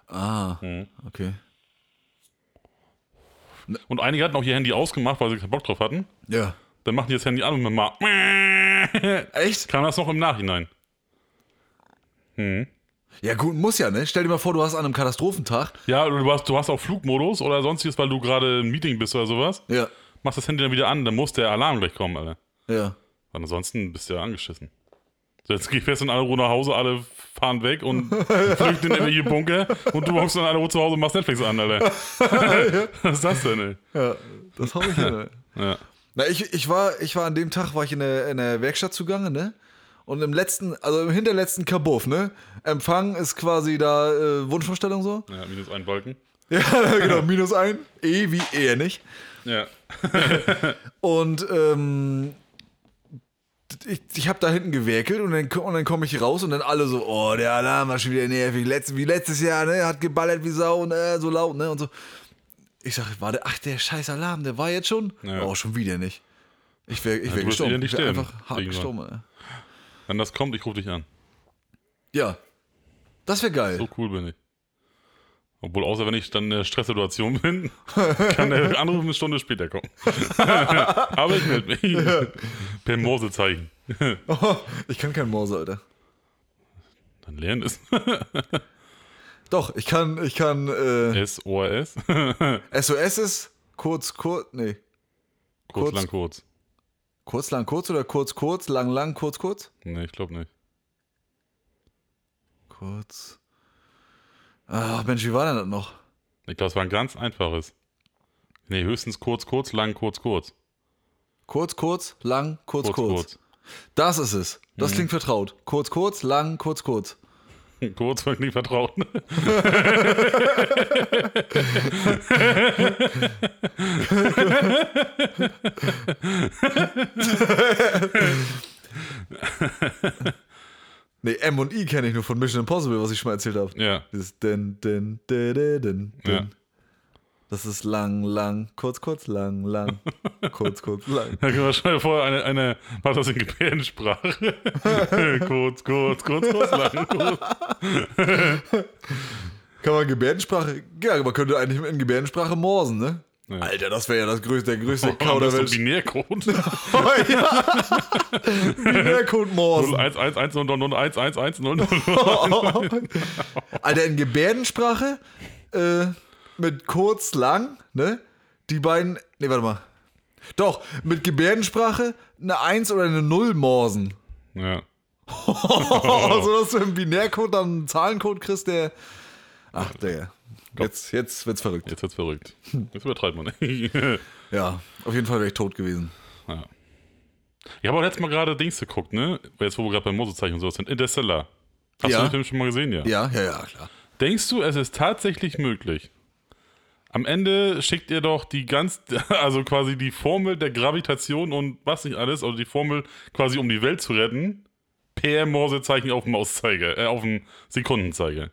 [SPEAKER 2] Ah,
[SPEAKER 1] Mhm.
[SPEAKER 2] okay.
[SPEAKER 1] Und einige hatten auch ihr Handy ausgemacht, weil sie keinen Bock drauf hatten.
[SPEAKER 2] Ja.
[SPEAKER 1] Dann machen die das Handy an und dann mal.
[SPEAKER 2] Echt?
[SPEAKER 1] Kam das noch im Nachhinein?
[SPEAKER 2] Ja, gut, muss ja, ne? Stell dir mal vor, du hast an einem Katastrophentag.
[SPEAKER 1] Ja, oder du hast, du hast auch Flugmodus oder sonstiges, weil du gerade im Meeting bist oder sowas.
[SPEAKER 2] Ja.
[SPEAKER 1] Machst das Handy dann wieder an, dann muss der Alarm gleich kommen, Alter.
[SPEAKER 2] Ja.
[SPEAKER 1] Weil ansonsten bist du ja angeschissen. So, Jetzt fährst du in alle Ruhe nach Hause, alle fahren weg und flüchten in irgendwelche Bunker und du hockst dann alle Ruhe zu Hause und machst Netflix an, Alter. Was ist das denn, ey?
[SPEAKER 2] Ja. Das hau ich hin.
[SPEAKER 1] Ja.
[SPEAKER 2] Na, ich, ich, war, ich war an dem Tag, war ich in der, in der Werkstatt zugange, ne? Und im letzten, also im hinterletzten Kabuff, ne? Empfang ist quasi da äh, Wunschvorstellung so.
[SPEAKER 1] Ja, minus ein Balken.
[SPEAKER 2] Ja, genau, minus ein. E wie eher nicht.
[SPEAKER 1] Ja.
[SPEAKER 2] Und ähm, ich, ich habe da hinten gewerkelt und dann, und dann komme ich raus und dann alle so, oh, der Alarm war schon wieder nervig, Letz, wie letztes Jahr, ne? Hat geballert wie Sau und äh, so laut, ne? Und so. Ich sage, warte, ach, der scheiß Alarm, der war jetzt schon?
[SPEAKER 1] Ja.
[SPEAKER 2] Oh, schon wieder nicht. Ich wäre ich wär
[SPEAKER 1] du wirst wieder
[SPEAKER 2] gestorben.
[SPEAKER 1] nicht
[SPEAKER 2] Ich wär
[SPEAKER 1] sterben,
[SPEAKER 2] einfach hart
[SPEAKER 1] irgendwann.
[SPEAKER 2] gestorben. Ey.
[SPEAKER 1] Wenn das kommt, ich rufe dich an.
[SPEAKER 2] Ja. Das wäre geil.
[SPEAKER 1] So cool bin ich. Obwohl, außer wenn ich dann in der Stresssituation bin, kann der Anruf eine Stunde später kommen. Aber ich melde mich. Per Morsezeichen.
[SPEAKER 2] ich kann kein Morse, Alter.
[SPEAKER 1] Dann lernen es.
[SPEAKER 2] Doch, ich kann, ich kann, äh,
[SPEAKER 1] S-O-R-S.
[SPEAKER 2] SOS ist kurz, kurz, nee,
[SPEAKER 1] Kurz,
[SPEAKER 2] Kurz.
[SPEAKER 1] lang, kurz.
[SPEAKER 2] kurz, lang, kurz oder kurz, kurz, lang, lang, kurz, kurz?
[SPEAKER 1] Nee, ich glaube nicht.
[SPEAKER 2] Kurz. Ach Mensch, wie war denn das noch?
[SPEAKER 1] Ich glaube, es war ein ganz einfaches. Nee, höchstens kurz, kurz, lang, kurz, kurz.
[SPEAKER 2] Kurz, kurz, lang, kurz, kurz. Das ist es. Das
[SPEAKER 1] Hm.
[SPEAKER 2] klingt vertraut. Kurz, kurz, lang, kurz, kurz.
[SPEAKER 1] Kurz, Hm. kurz weil ich nicht vertraut.
[SPEAKER 2] Nee, M und I kenne ich nur von Mission Impossible, was ich schon mal erzählt habe.
[SPEAKER 1] ja.
[SPEAKER 2] Dieses denn, denn, denn, denn, denn.
[SPEAKER 1] Ja.
[SPEAKER 2] Das ist lang, lang, kurz, kurz, lang, lang, kurz, kurz, lang.
[SPEAKER 1] Da können wir schon vorher eine, eine was das in Gebärdensprache. kurz, kurz, kurz, kurz, lang, kurz.
[SPEAKER 2] Kann man Gebärdensprache, ja, man könnte eigentlich in Gebärdensprache morsen, ne?
[SPEAKER 1] Ja.
[SPEAKER 2] Alter, das wäre ja das größte, der größte Kau
[SPEAKER 1] Aber
[SPEAKER 2] der
[SPEAKER 1] Oh, das
[SPEAKER 2] Welt.
[SPEAKER 1] ist ein Binärcode.
[SPEAKER 2] ja. Binärcode morsen.
[SPEAKER 1] 1, 1, 1, 0, 0, 1, 1, 1, 0, 0.
[SPEAKER 2] Alter, in Gebärdensprache äh, mit kurz, lang, ne? Die beiden, ne, warte mal. Doch, mit Gebärdensprache eine 1 oder eine 0 morsen. Also,
[SPEAKER 1] Ja.
[SPEAKER 2] Oh. so dass du im Binärcode dann einen Zahlencode kriegst, der. Ach, Digga. Jetzt, jetzt wird's verrückt.
[SPEAKER 1] Jetzt wird's verrückt. Jetzt übertreibt man. ja.
[SPEAKER 2] Ja, auf jeden Fall wäre ich tot gewesen.
[SPEAKER 1] Ich habe auch letztes Mal gerade Dings geguckt, ne? Jetzt, wo wir gerade bei Mosezeichen und sowas sind. Interstellar. Hast
[SPEAKER 2] Ja.
[SPEAKER 1] du den Film schon mal gesehen, ja?
[SPEAKER 2] Ja, ja, ja, klar.
[SPEAKER 1] Denkst du, es ist tatsächlich möglich? Am Ende schickt ihr doch die ganz, also quasi die Formel der Gravitation und was nicht alles, also die Formel quasi um die Welt zu retten, per Morsezeichen auf dem Mauszeiger, äh, auf dem Sekundenzeiger.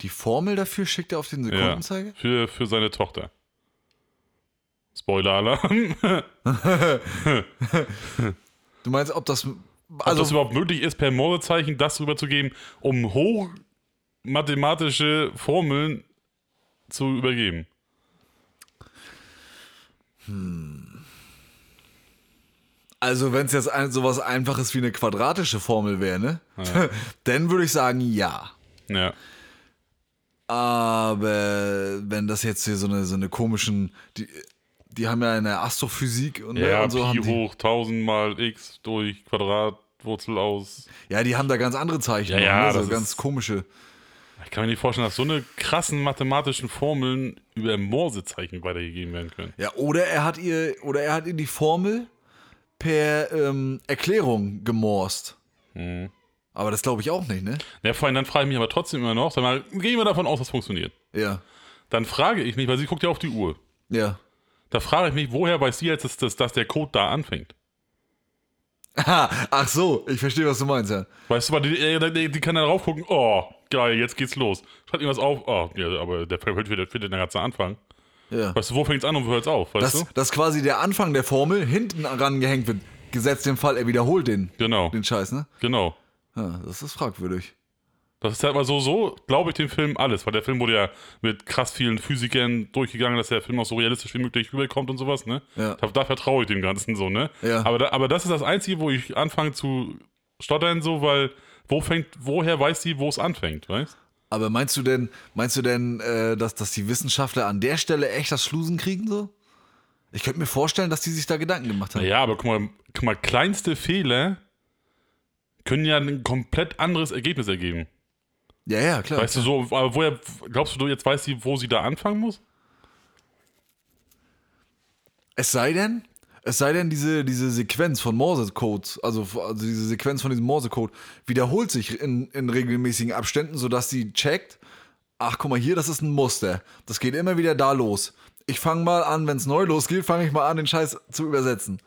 [SPEAKER 2] Die Formel dafür schickt er auf den
[SPEAKER 1] Ja,
[SPEAKER 2] Sekundenzeiger?
[SPEAKER 1] für, für seine Tochter. Spoiler-Alarm.
[SPEAKER 2] Du meinst, ob das.
[SPEAKER 1] Also, ob das
[SPEAKER 2] Also,
[SPEAKER 1] überhaupt möglich ist, per Morsezeichen das rüberzugeben, um hochmathematische Formeln zu übergeben.
[SPEAKER 2] also wenn es jetzt ein, sowas einfaches wie eine quadratische Formel wäre, ne? Dann würde ich sagen, ja.
[SPEAKER 1] Ja.
[SPEAKER 2] Aber wenn das jetzt hier so eine, so eine komischen. Die, die haben ja eine Astrophysik und, ne,
[SPEAKER 1] Ja,
[SPEAKER 2] und so
[SPEAKER 1] Pi
[SPEAKER 2] haben die.
[SPEAKER 1] hoch 1000 mal x durch Quadratwurzel aus.
[SPEAKER 2] Ja, die haben da ganz andere Zeichen.
[SPEAKER 1] Ja,
[SPEAKER 2] noch,
[SPEAKER 1] ja,
[SPEAKER 2] ne? so
[SPEAKER 1] das
[SPEAKER 2] ganz
[SPEAKER 1] ist-
[SPEAKER 2] komische.
[SPEAKER 1] Ich kann mir nicht vorstellen, dass so eine krassen mathematischen Formeln über Morsezeichen weitergegeben werden können.
[SPEAKER 2] Ja, oder er hat ihr, oder er hat ihr die Formel per ähm, Erklärung gemorst.
[SPEAKER 1] Mhm.
[SPEAKER 2] Aber das glaube ich auch nicht, ne?
[SPEAKER 1] Ja, vor allem, dann frage ich mich aber trotzdem immer noch, sag mal, gehen wir davon aus, das funktioniert.
[SPEAKER 2] Ja.
[SPEAKER 1] Dann frage ich mich, weil sie guckt ja auf die Uhr.
[SPEAKER 2] Ja.
[SPEAKER 1] Da frage ich mich, woher weiß sie jetzt, dass, dass, dass der Code da anfängt?
[SPEAKER 2] Aha, ach so, ich verstehe, was du meinst, ja.
[SPEAKER 1] Weißt du, weil die, die, die, die kann dann raufgucken, oh, geil, jetzt geht's los. Schreibt irgendwas auf, oh, ja, aber der findet, findet den ganzen Anfang.
[SPEAKER 2] ja.
[SPEAKER 1] Weißt du, wo fängt's an und wo hört's auf, weißt
[SPEAKER 2] Dass,
[SPEAKER 1] du?
[SPEAKER 2] dass quasi der Anfang der Formel hinten rangehängt wird. Gesetzt den Fall, er wiederholt den,
[SPEAKER 1] Genau,
[SPEAKER 2] den Scheiß, ne?
[SPEAKER 1] genau.
[SPEAKER 2] Ja, das ist fragwürdig.
[SPEAKER 1] Das ist halt mal so, so glaube ich dem Film alles, weil der Film wurde ja mit krass vielen Physikern durchgegangen, dass der Film auch so realistisch wie möglich rüberkommt und sowas, ne?
[SPEAKER 2] Ja.
[SPEAKER 1] Da, da vertraue ich dem Ganzen so, ne?
[SPEAKER 2] Ja.
[SPEAKER 1] Aber, da, aber das ist das Einzige, wo ich anfange zu stottern, so, weil wo fängt, woher weiß sie, wo es anfängt, weißt
[SPEAKER 2] Aber meinst du denn, meinst du denn, äh, dass, dass die Wissenschaftler an der Stelle echt das Schlusen kriegen, so? Ich könnte mir vorstellen, dass die sich da Gedanken gemacht haben.
[SPEAKER 1] Ja, aber guck mal, guck mal, kleinste Fehler können ja ein komplett anderes Ergebnis ergeben.
[SPEAKER 2] Ja, ja, klar.
[SPEAKER 1] Weißt du so, aber woher glaubst du, du jetzt weißt sie, wo sie da anfangen muss?
[SPEAKER 2] Es sei denn, es sei denn, diese, diese Sequenz von Morse-Codes, also, f- also diese Sequenz von diesem Morse-Code, wiederholt sich in, in regelmäßigen Abständen, sodass sie checkt, ach guck mal hier, das ist ein Muster. Das geht immer wieder da los. Ich fange mal an, wenn es neu losgeht, fange ich mal an, den Scheiß zu übersetzen.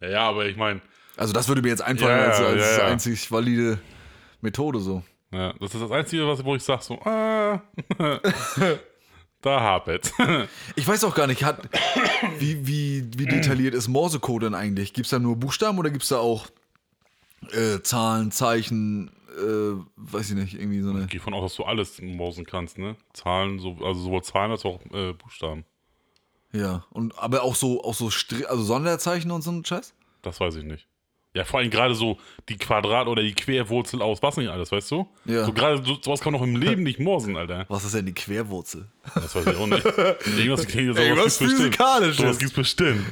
[SPEAKER 1] Ja, ja aber ich meine,
[SPEAKER 2] Also das würde mir jetzt einfallen
[SPEAKER 1] Ja,
[SPEAKER 2] als, als
[SPEAKER 1] ja, ja.
[SPEAKER 2] einzig valide Methode so.
[SPEAKER 1] Ja, das ist das Einzige, was, wo ich sage, so, ah, da hapert.
[SPEAKER 2] Ich weiß auch gar nicht, hat, wie, wie, wie detailliert ist Morse-Code denn eigentlich? Gibt es da nur Buchstaben oder gibt es da auch äh, Zahlen, Zeichen, äh, weiß ich nicht, irgendwie so eine.
[SPEAKER 1] Geh von aus, dass du alles morsen kannst, ne? Zahlen, so, also sowohl Zahlen als auch äh, Buchstaben.
[SPEAKER 2] Ja, und, aber auch so, auch so Stri also Sonderzeichen und so ein Scheiß?
[SPEAKER 1] Das weiß ich nicht. Ja, vor allem gerade so die Quadrat- oder die Querwurzel aus, was nicht alles, weißt du?
[SPEAKER 2] Ja.
[SPEAKER 1] So gerade so, sowas kann man doch im Leben nicht morsen, Alter.
[SPEAKER 2] Was ist denn die Querwurzel?
[SPEAKER 1] Das weiß ich auch nicht. Irgendwas, sowas
[SPEAKER 2] Irgendwas
[SPEAKER 1] gibt's bestimmt.
[SPEAKER 2] Physikalisches.
[SPEAKER 1] Sowas gibt's bestimmt.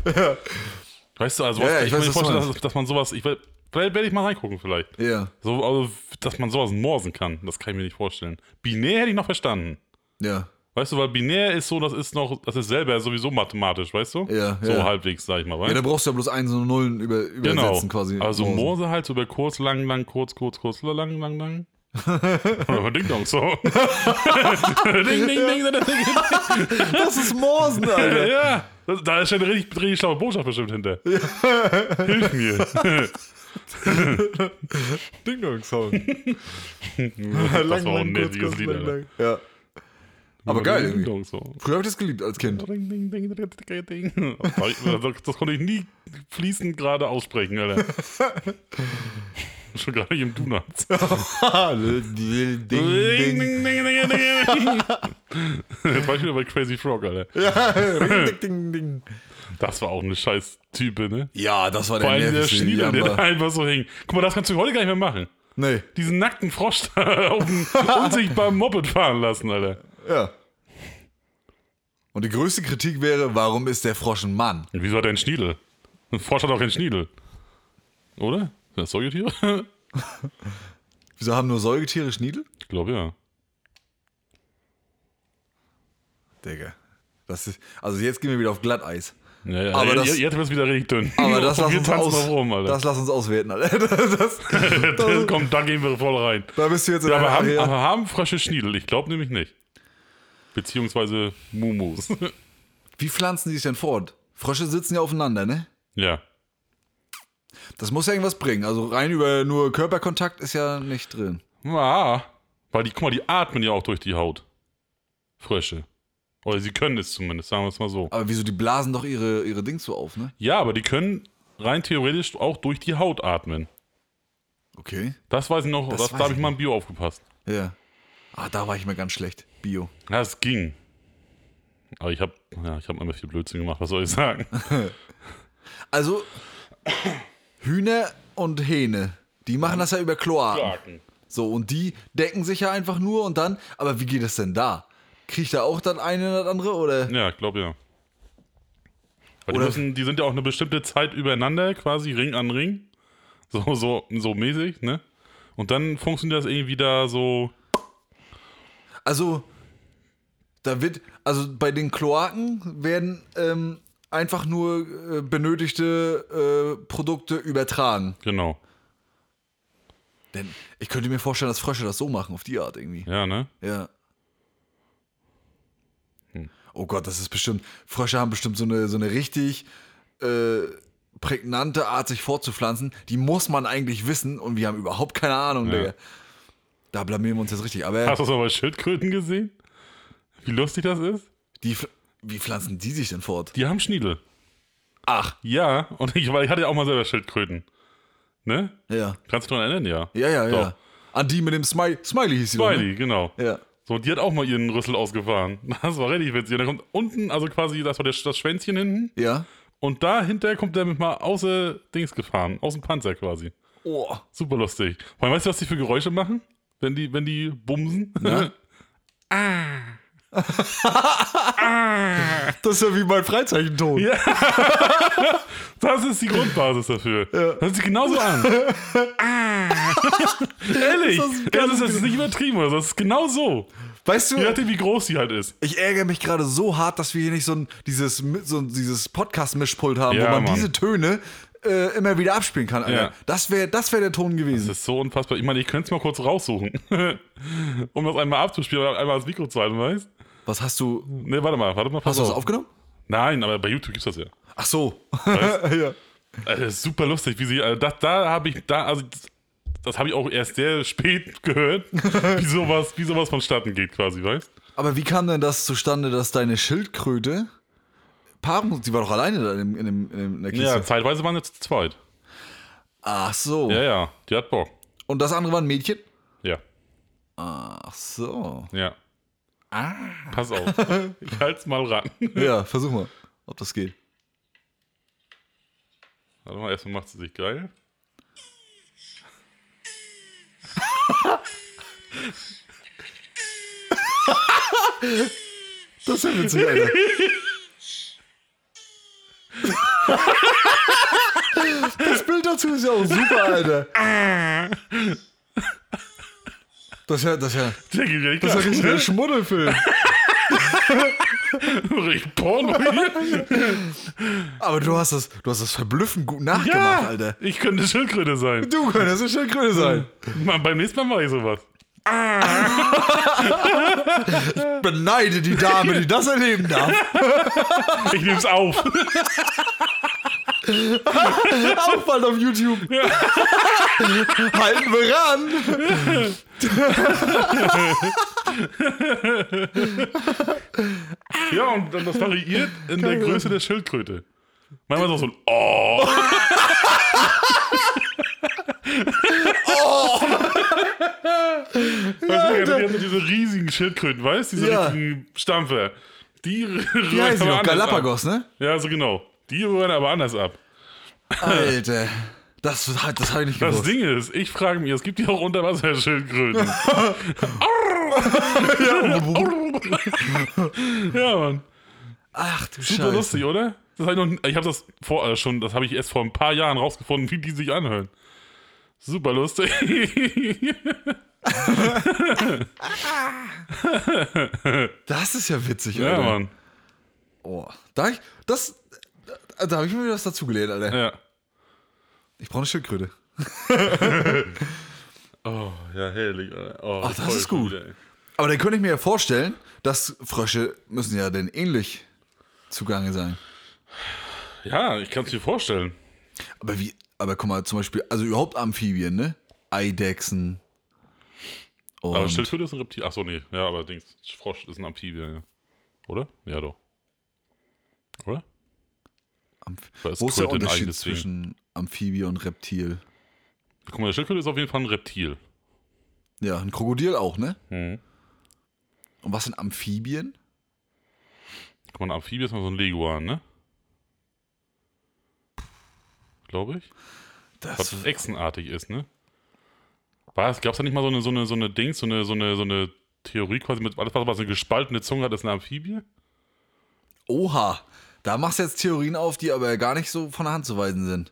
[SPEAKER 1] Weißt du, also
[SPEAKER 2] Ja, ja,
[SPEAKER 1] was,
[SPEAKER 2] ich
[SPEAKER 1] ich kann
[SPEAKER 2] weiß,
[SPEAKER 1] mir
[SPEAKER 2] was du
[SPEAKER 1] vorstellen,
[SPEAKER 2] meinst.
[SPEAKER 1] dass, dass man sowas, ich, werd- vielleicht werde ich mal reingucken vielleicht.
[SPEAKER 2] Ja,
[SPEAKER 1] So, also, dass man sowas morsen kann, das kann ich mir nicht vorstellen. Binär hätte ich noch verstanden.
[SPEAKER 2] ja,
[SPEAKER 1] Weißt du, weil binär ist so, das ist noch, das ist selber sowieso mathematisch, weißt du?
[SPEAKER 2] Ja,
[SPEAKER 1] So
[SPEAKER 2] ja.
[SPEAKER 1] halbwegs, sag ich mal,
[SPEAKER 2] ja.
[SPEAKER 1] weißt
[SPEAKER 2] Da brauchst du ja bloß Einsen und Nullen über,
[SPEAKER 1] Genau.
[SPEAKER 2] übersetzen quasi.
[SPEAKER 1] also
[SPEAKER 2] Morsen.
[SPEAKER 1] Morse halt so über kurz, lang, lang, kurz, kurz, kurz, lang, lang, lang. Oder Ding Dong so. ding, ding, ding, ding, ding.
[SPEAKER 2] Das ist Morsen,
[SPEAKER 1] Ja,
[SPEAKER 2] Alter.
[SPEAKER 1] ja. Das, da ist schon eine richtig, richtig schlaue Botschaft bestimmt hinter. Hilf mir.
[SPEAKER 2] Ding Dong Song.
[SPEAKER 1] das war auch ein nerviges Lied. Alter.
[SPEAKER 2] Ja. Aber geil
[SPEAKER 1] Ding
[SPEAKER 2] irgendwie.
[SPEAKER 1] Dong so.
[SPEAKER 2] Früher hab ich das geliebt als Kind.
[SPEAKER 1] Ding, ding, ding, ding, ding, ding. Das, das konnte ich nie fließend gerade aussprechen, Alter. Schon gerade nicht im Donuts.
[SPEAKER 2] ding,
[SPEAKER 1] Ding, ding, ding, ding, ding. Jetzt war ich wieder bei Crazy Frog, Alter.
[SPEAKER 2] Ja, ding, ding, ding.
[SPEAKER 1] Das war auch eine scheiß Type, ne?
[SPEAKER 2] ja, das
[SPEAKER 1] Vor
[SPEAKER 2] war der
[SPEAKER 1] allem der
[SPEAKER 2] nervigste
[SPEAKER 1] Schniedel, der da
[SPEAKER 2] Jammer.
[SPEAKER 1] einfach so hing. Guck mal, das kannst du heute gar nicht mehr machen.
[SPEAKER 2] Nee,
[SPEAKER 1] Diesen nackten Frosch da auf einen unsichtbaren Moped fahren lassen, Alter.
[SPEAKER 2] ja. Und die größte Kritik wäre, warum ist der Frosch ein Mann?
[SPEAKER 1] Und wieso hat er einen Schniedel? Ein Frosch hat auch keinen Schniedel. Oder? Sind das Säugetiere?
[SPEAKER 2] Wieso haben nur Säugetiere Schniedel?
[SPEAKER 1] ich glaube ja.
[SPEAKER 2] Digga. Das ist, also jetzt gehen wir wieder auf Glatteis.
[SPEAKER 1] Ja, ja.
[SPEAKER 2] Aber
[SPEAKER 1] Aber
[SPEAKER 2] das-
[SPEAKER 1] jetzt, jetzt wird's wieder richtig dünn.
[SPEAKER 2] Aber das
[SPEAKER 1] Und
[SPEAKER 2] lass,
[SPEAKER 1] wir
[SPEAKER 2] uns
[SPEAKER 1] tanzen
[SPEAKER 2] aus,
[SPEAKER 1] noch rum, Alter.
[SPEAKER 2] das lass uns auswerten, Alter. Das, das, das,
[SPEAKER 1] Komm, da gehen wir voll rein.
[SPEAKER 2] da bist du jetzt in
[SPEAKER 1] Ja,
[SPEAKER 2] einer
[SPEAKER 1] aber haben,
[SPEAKER 2] Area.
[SPEAKER 1] aber haben Frösche Schniedel? Ich glaube nämlich nicht. Beziehungsweise Mumus.
[SPEAKER 2] Wie pflanzen die sich denn fort? Frösche sitzen ja aufeinander, ne?
[SPEAKER 1] ja.
[SPEAKER 2] Das muss ja irgendwas bringen. Also rein über nur Körperkontakt ist ja nicht drin.
[SPEAKER 1] Ah. Weil die, guck mal, die atmen ja auch durch die Haut. Frösche. Oder sie können es zumindest, sagen wir es mal so.
[SPEAKER 2] Aber wieso, die blasen doch ihre, ihre Dings so auf, ne?
[SPEAKER 1] Ja, aber die können rein theoretisch auch durch die Haut atmen.
[SPEAKER 2] Okay.
[SPEAKER 1] Das weiß ich noch, das,
[SPEAKER 2] weiß
[SPEAKER 1] da habe
[SPEAKER 2] ich
[SPEAKER 1] ich mal im Bio aufgepasst.
[SPEAKER 2] Ja. Ah, da war ich mir ganz schlecht. Bio.
[SPEAKER 1] Ja, es ging. Aber ich habe ja, ich hab immer viel Blödsinn gemacht, was soll ich sagen?
[SPEAKER 2] Also, Hühner und Hähne, die machen das ja über Kloaken.
[SPEAKER 1] Kloaken.
[SPEAKER 2] So, und die decken sich ja einfach nur und dann, aber wie geht das denn da? Kriegt da auch dann eine das andere oder?
[SPEAKER 1] Ja, ich glaube ja. Weil die,
[SPEAKER 2] Oder-
[SPEAKER 1] müssen, die sind ja auch eine bestimmte Zeit übereinander, quasi Ring an Ring. So, so, so mäßig, ne? Und dann funktioniert das irgendwie da so.
[SPEAKER 2] Also, da wird, also bei den Kloaken werden ähm, einfach nur äh, benötigte äh, Produkte übertragen.
[SPEAKER 1] Genau.
[SPEAKER 2] Denn ich könnte mir vorstellen, dass Frösche das so machen, auf die Art irgendwie.
[SPEAKER 1] Ja, ne?
[SPEAKER 2] Ja.
[SPEAKER 1] Hm.
[SPEAKER 2] Oh Gott, das ist bestimmt. Frösche haben bestimmt so eine, so eine richtig äh, prägnante Art, sich vorzupflanzen. Die muss man eigentlich wissen und wir haben überhaupt keine Ahnung,
[SPEAKER 1] Ja.
[SPEAKER 2] Digga. Da blamieren wir uns jetzt richtig. Aber
[SPEAKER 1] Hast du das mal bei Schildkröten gesehen? Wie lustig das ist?
[SPEAKER 2] die, pfl- wie pflanzen die sich denn fort?
[SPEAKER 1] Die haben Schniedel.
[SPEAKER 2] Ach,
[SPEAKER 1] Ja, und ich, weil ich hatte ja auch mal selber Schildkröten. Ne?
[SPEAKER 2] ja.
[SPEAKER 1] Kannst du dich daran erinnern, ja.
[SPEAKER 2] Ja, ja,
[SPEAKER 1] Doch.
[SPEAKER 2] ja. An die mit dem Smiley. Smiley hieß sie doch, ne?
[SPEAKER 1] Smiley, genau.
[SPEAKER 2] Ja.
[SPEAKER 1] So, die hat auch mal ihren Rüssel ausgefahren. Das war richtig witzig. Und dann kommt unten, also quasi, das war der, das Schwänzchen hinten.
[SPEAKER 2] Ja.
[SPEAKER 1] Und dahinter kommt der mit mal außer Dings gefahren, aus dem Panzer quasi.
[SPEAKER 2] Oh.
[SPEAKER 1] Super lustig. Und weißt du, was die für Geräusche machen? Wenn die, wenn die bumsen?
[SPEAKER 2] Das ist ja wie mein Freizeichenton.
[SPEAKER 1] Ja. Das ist die Grundbasis dafür. Das hört sich genauso an. Ah. Ehrlich,
[SPEAKER 2] Das ist
[SPEAKER 1] das ist, das ist nicht übertrieben oder so. Das ist genau so.
[SPEAKER 2] Weißt du,
[SPEAKER 1] Je nachdem, wie groß die halt ist.
[SPEAKER 2] Ich ärgere mich gerade so hart, dass wir hier nicht so ein, dieses, Mi- so ein, dieses Podcast-Mischpult haben, wo
[SPEAKER 1] Ja,
[SPEAKER 2] man
[SPEAKER 1] Mann.
[SPEAKER 2] diese Töne äh, immer wieder abspielen kann. Alter.
[SPEAKER 1] Ja.
[SPEAKER 2] Das wäre das wär der Ton gewesen.
[SPEAKER 1] Das ist so unfassbar. Ich meine, ich könnte es mal kurz raussuchen, um das einmal abzuspielen und einmal ans Mikro zu halten, weißt du?
[SPEAKER 2] Was hast du.
[SPEAKER 1] Ne, warte mal, warte mal. pass
[SPEAKER 2] Hast du das
[SPEAKER 1] auf.
[SPEAKER 2] aufgenommen?
[SPEAKER 1] Nein, aber bei YouTube gibt's das ja.
[SPEAKER 2] Ach so. ja.
[SPEAKER 1] Also, das ist super lustig, wie sie. Also das, da habe ich, da, also das, das habe ich auch erst sehr spät gehört, wie sowas, wie sowas vonstatten geht, quasi, weißt?
[SPEAKER 2] Aber wie kam denn das zustande, dass deine Schildkröte. Paarung, die war doch alleine da in, dem- in, dem- in, dem- in der Kiste.
[SPEAKER 1] Ja, zeitweise waren jetzt zu zweit.
[SPEAKER 2] Ach so.
[SPEAKER 1] Ja, ja, die hat Bock.
[SPEAKER 2] Und das andere war ein Mädchen?
[SPEAKER 1] Ja,
[SPEAKER 2] Ach so.
[SPEAKER 1] ja. Ah. Pass auf, ich halt's mal ran.
[SPEAKER 2] Ja, versuch mal, ob das geht.
[SPEAKER 1] Warte mal, erstmal macht sie sich geil.
[SPEAKER 2] Das ist ja witzig, Alter. Das Bild dazu ist ja auch super, Alter. Das ist ja, das ist ja,
[SPEAKER 1] Der geht ja nicht
[SPEAKER 2] das ist ja
[SPEAKER 1] klar.
[SPEAKER 2] richtig der Schmuddelfilm.
[SPEAKER 1] Richtig Porno hier.
[SPEAKER 2] Aber du hast das, du hast das verblüffend gut nachgemacht,
[SPEAKER 1] Ja,
[SPEAKER 2] Alter.
[SPEAKER 1] ich könnte Schildkröte sein.
[SPEAKER 2] Du könntest eine Schildkröte sein.
[SPEAKER 1] Mann, beim nächsten Mal mache ich sowas.
[SPEAKER 2] Beneide die Dame, die das erleben darf.
[SPEAKER 1] Ich nehm's auf.
[SPEAKER 2] Auch bald auf YouTube. Halten wir ran.
[SPEAKER 1] Ja, und dann das variiert in der Größe der Schildkröte. Manchmal ist auch so ein Oh. oh. Weißt du, die haben so diese riesigen Schildkröten, weißt du? Diese
[SPEAKER 2] Ja.
[SPEAKER 1] richtigen Stampfer. Die
[SPEAKER 2] Wie
[SPEAKER 1] rühren
[SPEAKER 2] heißt
[SPEAKER 1] aber
[SPEAKER 2] die
[SPEAKER 1] anders
[SPEAKER 2] noch?
[SPEAKER 1] ab.
[SPEAKER 2] Galapagos, ne?
[SPEAKER 1] Ja, so genau. Die rühren aber anders ab.
[SPEAKER 2] Alter. Das, hat- das habe ich nicht
[SPEAKER 1] Das
[SPEAKER 2] gewusst.
[SPEAKER 1] Ding ist, ich frage mich, es gibt ja auch Unterwasserschildkröten. ja, Mann.
[SPEAKER 2] Ach du
[SPEAKER 1] Super
[SPEAKER 2] Scheiße.
[SPEAKER 1] lustig, oder? Das hab ich, noch, ich habe das vor, äh, schon, das habe ich erst vor ein paar Jahren rausgefunden, wie die sich anhören. Super lustig.
[SPEAKER 2] Das ist ja witzig,
[SPEAKER 1] Ja,
[SPEAKER 2] Alter.
[SPEAKER 1] Mann.
[SPEAKER 2] Oh, da hab ich, das, da, da habe ich mir wieder was dazugelernt, Alter.
[SPEAKER 1] Ja.
[SPEAKER 2] Ich brauche eine Schildkröte.
[SPEAKER 1] Oh, ja, herrlich. Alter. Oh,
[SPEAKER 2] Ach, das
[SPEAKER 1] voll
[SPEAKER 2] ist
[SPEAKER 1] schon
[SPEAKER 2] gut.
[SPEAKER 1] wieder, ey.
[SPEAKER 2] Aber dann könnte ich mir ja vorstellen, dass Frösche müssen ja dann ähnlich zugange sein.
[SPEAKER 1] Ja, ich kann es mir vorstellen.
[SPEAKER 2] Aber wie, aber guck mal, zum Beispiel, also überhaupt Amphibien, ne? Eidechsen. Und
[SPEAKER 1] Aber Schildkröte ist ein Reptil. Achso, nee. Ja, aber Dings, Frosch ist ein Amphibie, ja. Oder? Ja, doch. Oder?
[SPEAKER 2] Amph
[SPEAKER 1] Da ist
[SPEAKER 2] Wo ist der
[SPEAKER 1] Kröte ein
[SPEAKER 2] Unterschied
[SPEAKER 1] eigenes Ding.
[SPEAKER 2] zwischen Amphibie und Reptil?
[SPEAKER 1] Guck mal, der Schildkröte ist auf jeden Fall ein Reptil.
[SPEAKER 2] Ja, ein Krokodil auch, ne?
[SPEAKER 1] Mhm.
[SPEAKER 2] Und was sind Amphibien?
[SPEAKER 1] Guck mal, ein Amphibie ist mal so ein Leguan, ne? Glaube ich.
[SPEAKER 2] Das,
[SPEAKER 1] Was echsenartig ist, ne? War es, gab es da nicht mal so eine, so eine, so eine Dings, so eine, so eine, so eine Theorie quasi mit alles, was eine gespaltene Zunge hat, ist ein Amphibie?
[SPEAKER 2] oha, da machst du jetzt Theorien auf, die aber gar nicht so von der Hand zu weisen sind.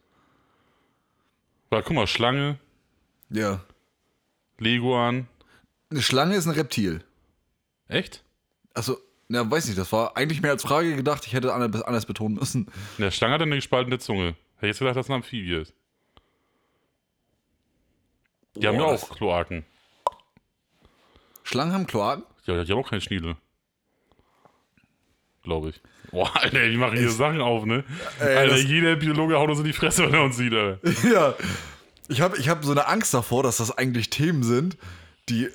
[SPEAKER 1] Weil, guck mal, Schlange,
[SPEAKER 2] Ja.
[SPEAKER 1] Leguan.
[SPEAKER 2] Eine Schlange ist ein Reptil.
[SPEAKER 1] Echt?
[SPEAKER 2] Also, na, weiß nicht, das war eigentlich mehr als Frage gedacht. Ich hätte anders anders betonen müssen.
[SPEAKER 1] Der Schlange hat eine gespaltene Zunge. Hätte ich jetzt gedacht, dass es ein Amphibie ist. Die haben ja
[SPEAKER 2] Boah,
[SPEAKER 1] auch Kloaken.
[SPEAKER 2] Schlangen haben Kloaken?
[SPEAKER 1] Ja, die haben auch keine Schniedel. Glaube ich. Boah, Alter, die machen hier Sachen auf, ne?
[SPEAKER 2] Ey,
[SPEAKER 1] Alter,
[SPEAKER 2] das- Oh.
[SPEAKER 1] jeder Biologe haut uns in die Fresse, wenn er uns sieht, Alter.
[SPEAKER 2] ja. Ich habe ich hab so eine Angst davor, dass das eigentlich Themen sind, die,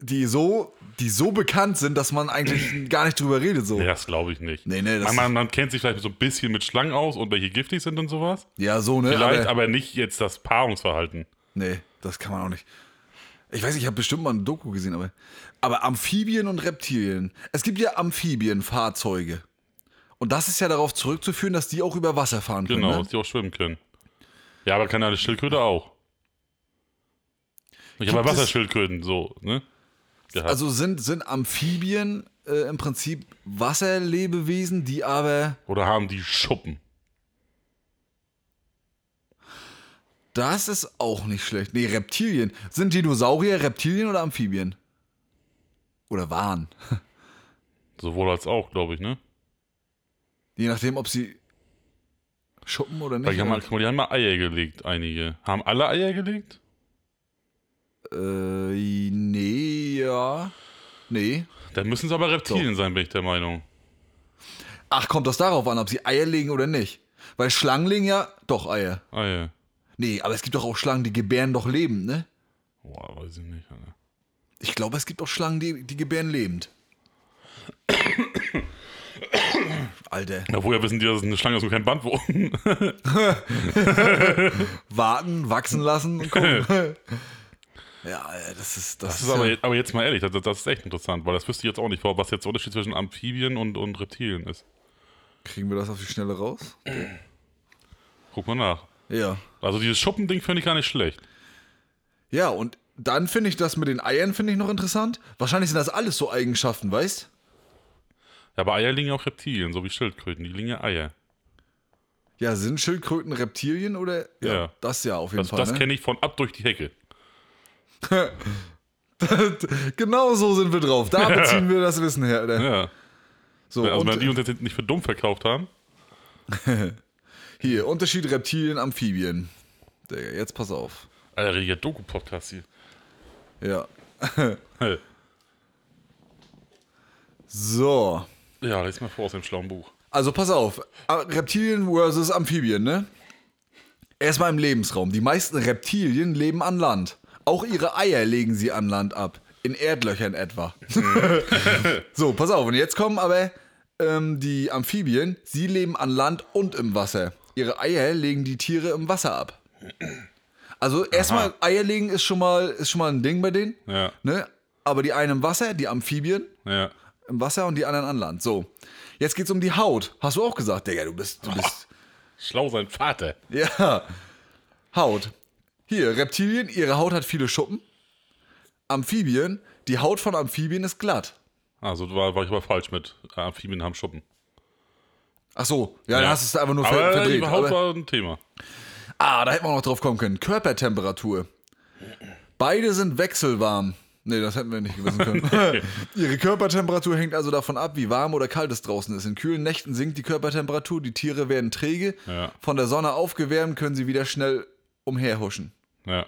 [SPEAKER 2] die, so, die so bekannt sind, dass man eigentlich gar nicht drüber redet. So.
[SPEAKER 1] Nee,
[SPEAKER 2] Ja.
[SPEAKER 1] das glaube ich nicht.
[SPEAKER 2] Nee, nee, das
[SPEAKER 1] man, man, man kennt sich vielleicht so ein bisschen mit Schlangen aus und welche giftig sind und sowas.
[SPEAKER 2] so, ne?
[SPEAKER 1] Vielleicht,
[SPEAKER 2] aber,
[SPEAKER 1] aber nicht jetzt das Paarungsverhalten.
[SPEAKER 2] nee, das kann man auch nicht. Ich weiß, ich habe bestimmt mal ein Doku gesehen, aber. Aber Amphibien und Reptilien. Es gibt ja Amphibienfahrzeuge. Und das ist ja darauf zurückzuführen, dass die auch über Wasser fahren können.
[SPEAKER 1] Genau,
[SPEAKER 2] Ne?
[SPEAKER 1] dass die auch schwimmen können. Ja, aber kann eine Schildkröte auch. Ich habe
[SPEAKER 2] Gibt es-
[SPEAKER 1] Wasserschildkröten, so, ne? Gehabt.
[SPEAKER 2] Also sind, sind Amphibien äh, im Prinzip Wasserlebewesen, die aber
[SPEAKER 1] Oder haben die Schuppen?
[SPEAKER 2] Das ist auch nicht schlecht. Nee, Reptilien. Sind Dinosaurier Reptilien oder Amphibien? Oder waren?
[SPEAKER 1] Sowohl als auch, glaube ich, ne?
[SPEAKER 2] Je nachdem, ob sie schuppen oder
[SPEAKER 1] Weil
[SPEAKER 2] nicht.
[SPEAKER 1] die haben, mal- guck mal, die haben mal Eier gelegt, einige. Haben alle Eier gelegt?
[SPEAKER 2] äh, nee, ja. Nee.
[SPEAKER 1] Dann müssen es aber Reptilien sein, bin ich der Meinung.
[SPEAKER 2] Ach, kommt das darauf an, ob sie Eier legen oder nicht? Weil Schlangen legen ja doch Eier.
[SPEAKER 1] Eier.
[SPEAKER 2] Nee, aber es gibt doch auch Schlangen, die gebären doch lebend, ne?
[SPEAKER 1] Boah, weiß ich nicht, Alter.
[SPEAKER 2] Ich glaube, es gibt auch Schlangen, die, die gebären lebend. Alter.
[SPEAKER 1] Na, woher wissen die, dass es eine Schlange ist und kein Bandwurm?
[SPEAKER 2] warten, wachsen lassen und gucken. ja, Alter, das ist das,
[SPEAKER 1] Das ist aber,
[SPEAKER 2] ja,
[SPEAKER 1] jetzt- aber jetzt mal ehrlich, das, das ist echt interessant, weil das wüsste ich jetzt auch nicht, was jetzt der Unterschied zwischen Amphibien und, und Reptilien ist.
[SPEAKER 2] kriegen wir das auf die Schnelle raus?
[SPEAKER 1] Guck mal nach.
[SPEAKER 2] Ja.
[SPEAKER 1] Also dieses Schuppending finde ich gar nicht schlecht.
[SPEAKER 2] Ja, und dann finde ich das mit den Eiern finde ich noch interessant. Wahrscheinlich sind das alles so Eigenschaften, weißt?
[SPEAKER 1] Ja, aber Eier liegen ja auch Reptilien, so wie Schildkröten, die liegen ja Eier.
[SPEAKER 2] Ja, sind Schildkröten Reptilien oder ja,
[SPEAKER 1] Ja.
[SPEAKER 2] das ja auf jeden
[SPEAKER 1] Das,
[SPEAKER 2] Fall.
[SPEAKER 1] das
[SPEAKER 2] ne?
[SPEAKER 1] kenne ich von ab durch die Hecke.
[SPEAKER 2] genau so sind wir drauf. Da beziehen wir das Wissen her, Alter.
[SPEAKER 1] Ja.
[SPEAKER 2] So,
[SPEAKER 1] Also wenn
[SPEAKER 2] und,
[SPEAKER 1] die uns jetzt nicht für dumm verkauft haben.
[SPEAKER 2] hier, Unterschied Reptilien, Amphibien. Digga, jetzt pass auf.
[SPEAKER 1] Alter, richtiger Doku-Podcast hier.
[SPEAKER 2] Ja.
[SPEAKER 1] Hey.
[SPEAKER 2] So.
[SPEAKER 1] Ja, lest mal vor aus dem schlauen Buch.
[SPEAKER 2] Also pass auf, A- Reptilien versus Amphibien, ne? Erstmal im Lebensraum. Die meisten Reptilien leben an Land. Auch ihre Eier legen sie an Land ab. In Erdlöchern etwa. so, pass auf. Und jetzt kommen aber ähm, die Amphibien. Sie leben an Land und im Wasser. Ihre Eier legen die Tiere im Wasser ab. Also erstmal Eier legen ist schon mal, ist schon mal ein Ding bei denen.
[SPEAKER 1] Ja,
[SPEAKER 2] Ne? Aber die einen im Wasser, die Amphibien,
[SPEAKER 1] ja.
[SPEAKER 2] im Wasser und die anderen an Land. So. Jetzt geht's um die Haut. Hast du auch gesagt, Digga, du bist. Du bist
[SPEAKER 1] Schlau sein Vater.
[SPEAKER 2] ja. Haut. Hier, Reptilien, ihre Haut hat viele Schuppen. Amphibien, die Haut von Amphibien ist glatt.
[SPEAKER 1] Also war, war ich aber falsch mit. Äh, Amphibien haben Schuppen.
[SPEAKER 2] Ach so, ja, dann hast du es einfach nur ver
[SPEAKER 1] aber äh,
[SPEAKER 2] verdreht.
[SPEAKER 1] Überhaupt
[SPEAKER 2] Aber,
[SPEAKER 1] war ein Thema.
[SPEAKER 2] ah, da hätte man noch drauf kommen können. Körpertemperatur. Beide sind wechselwarm. Nee, das hätten wir nicht wissen können. Ihre Körpertemperatur hängt also davon ab, wie warm oder kalt es draußen ist. In kühlen Nächten sinkt die Körpertemperatur, die Tiere werden träge.
[SPEAKER 1] Ja.
[SPEAKER 2] Von der Sonne aufgewärmt können sie wieder schnell umherhuschen.
[SPEAKER 1] Ja.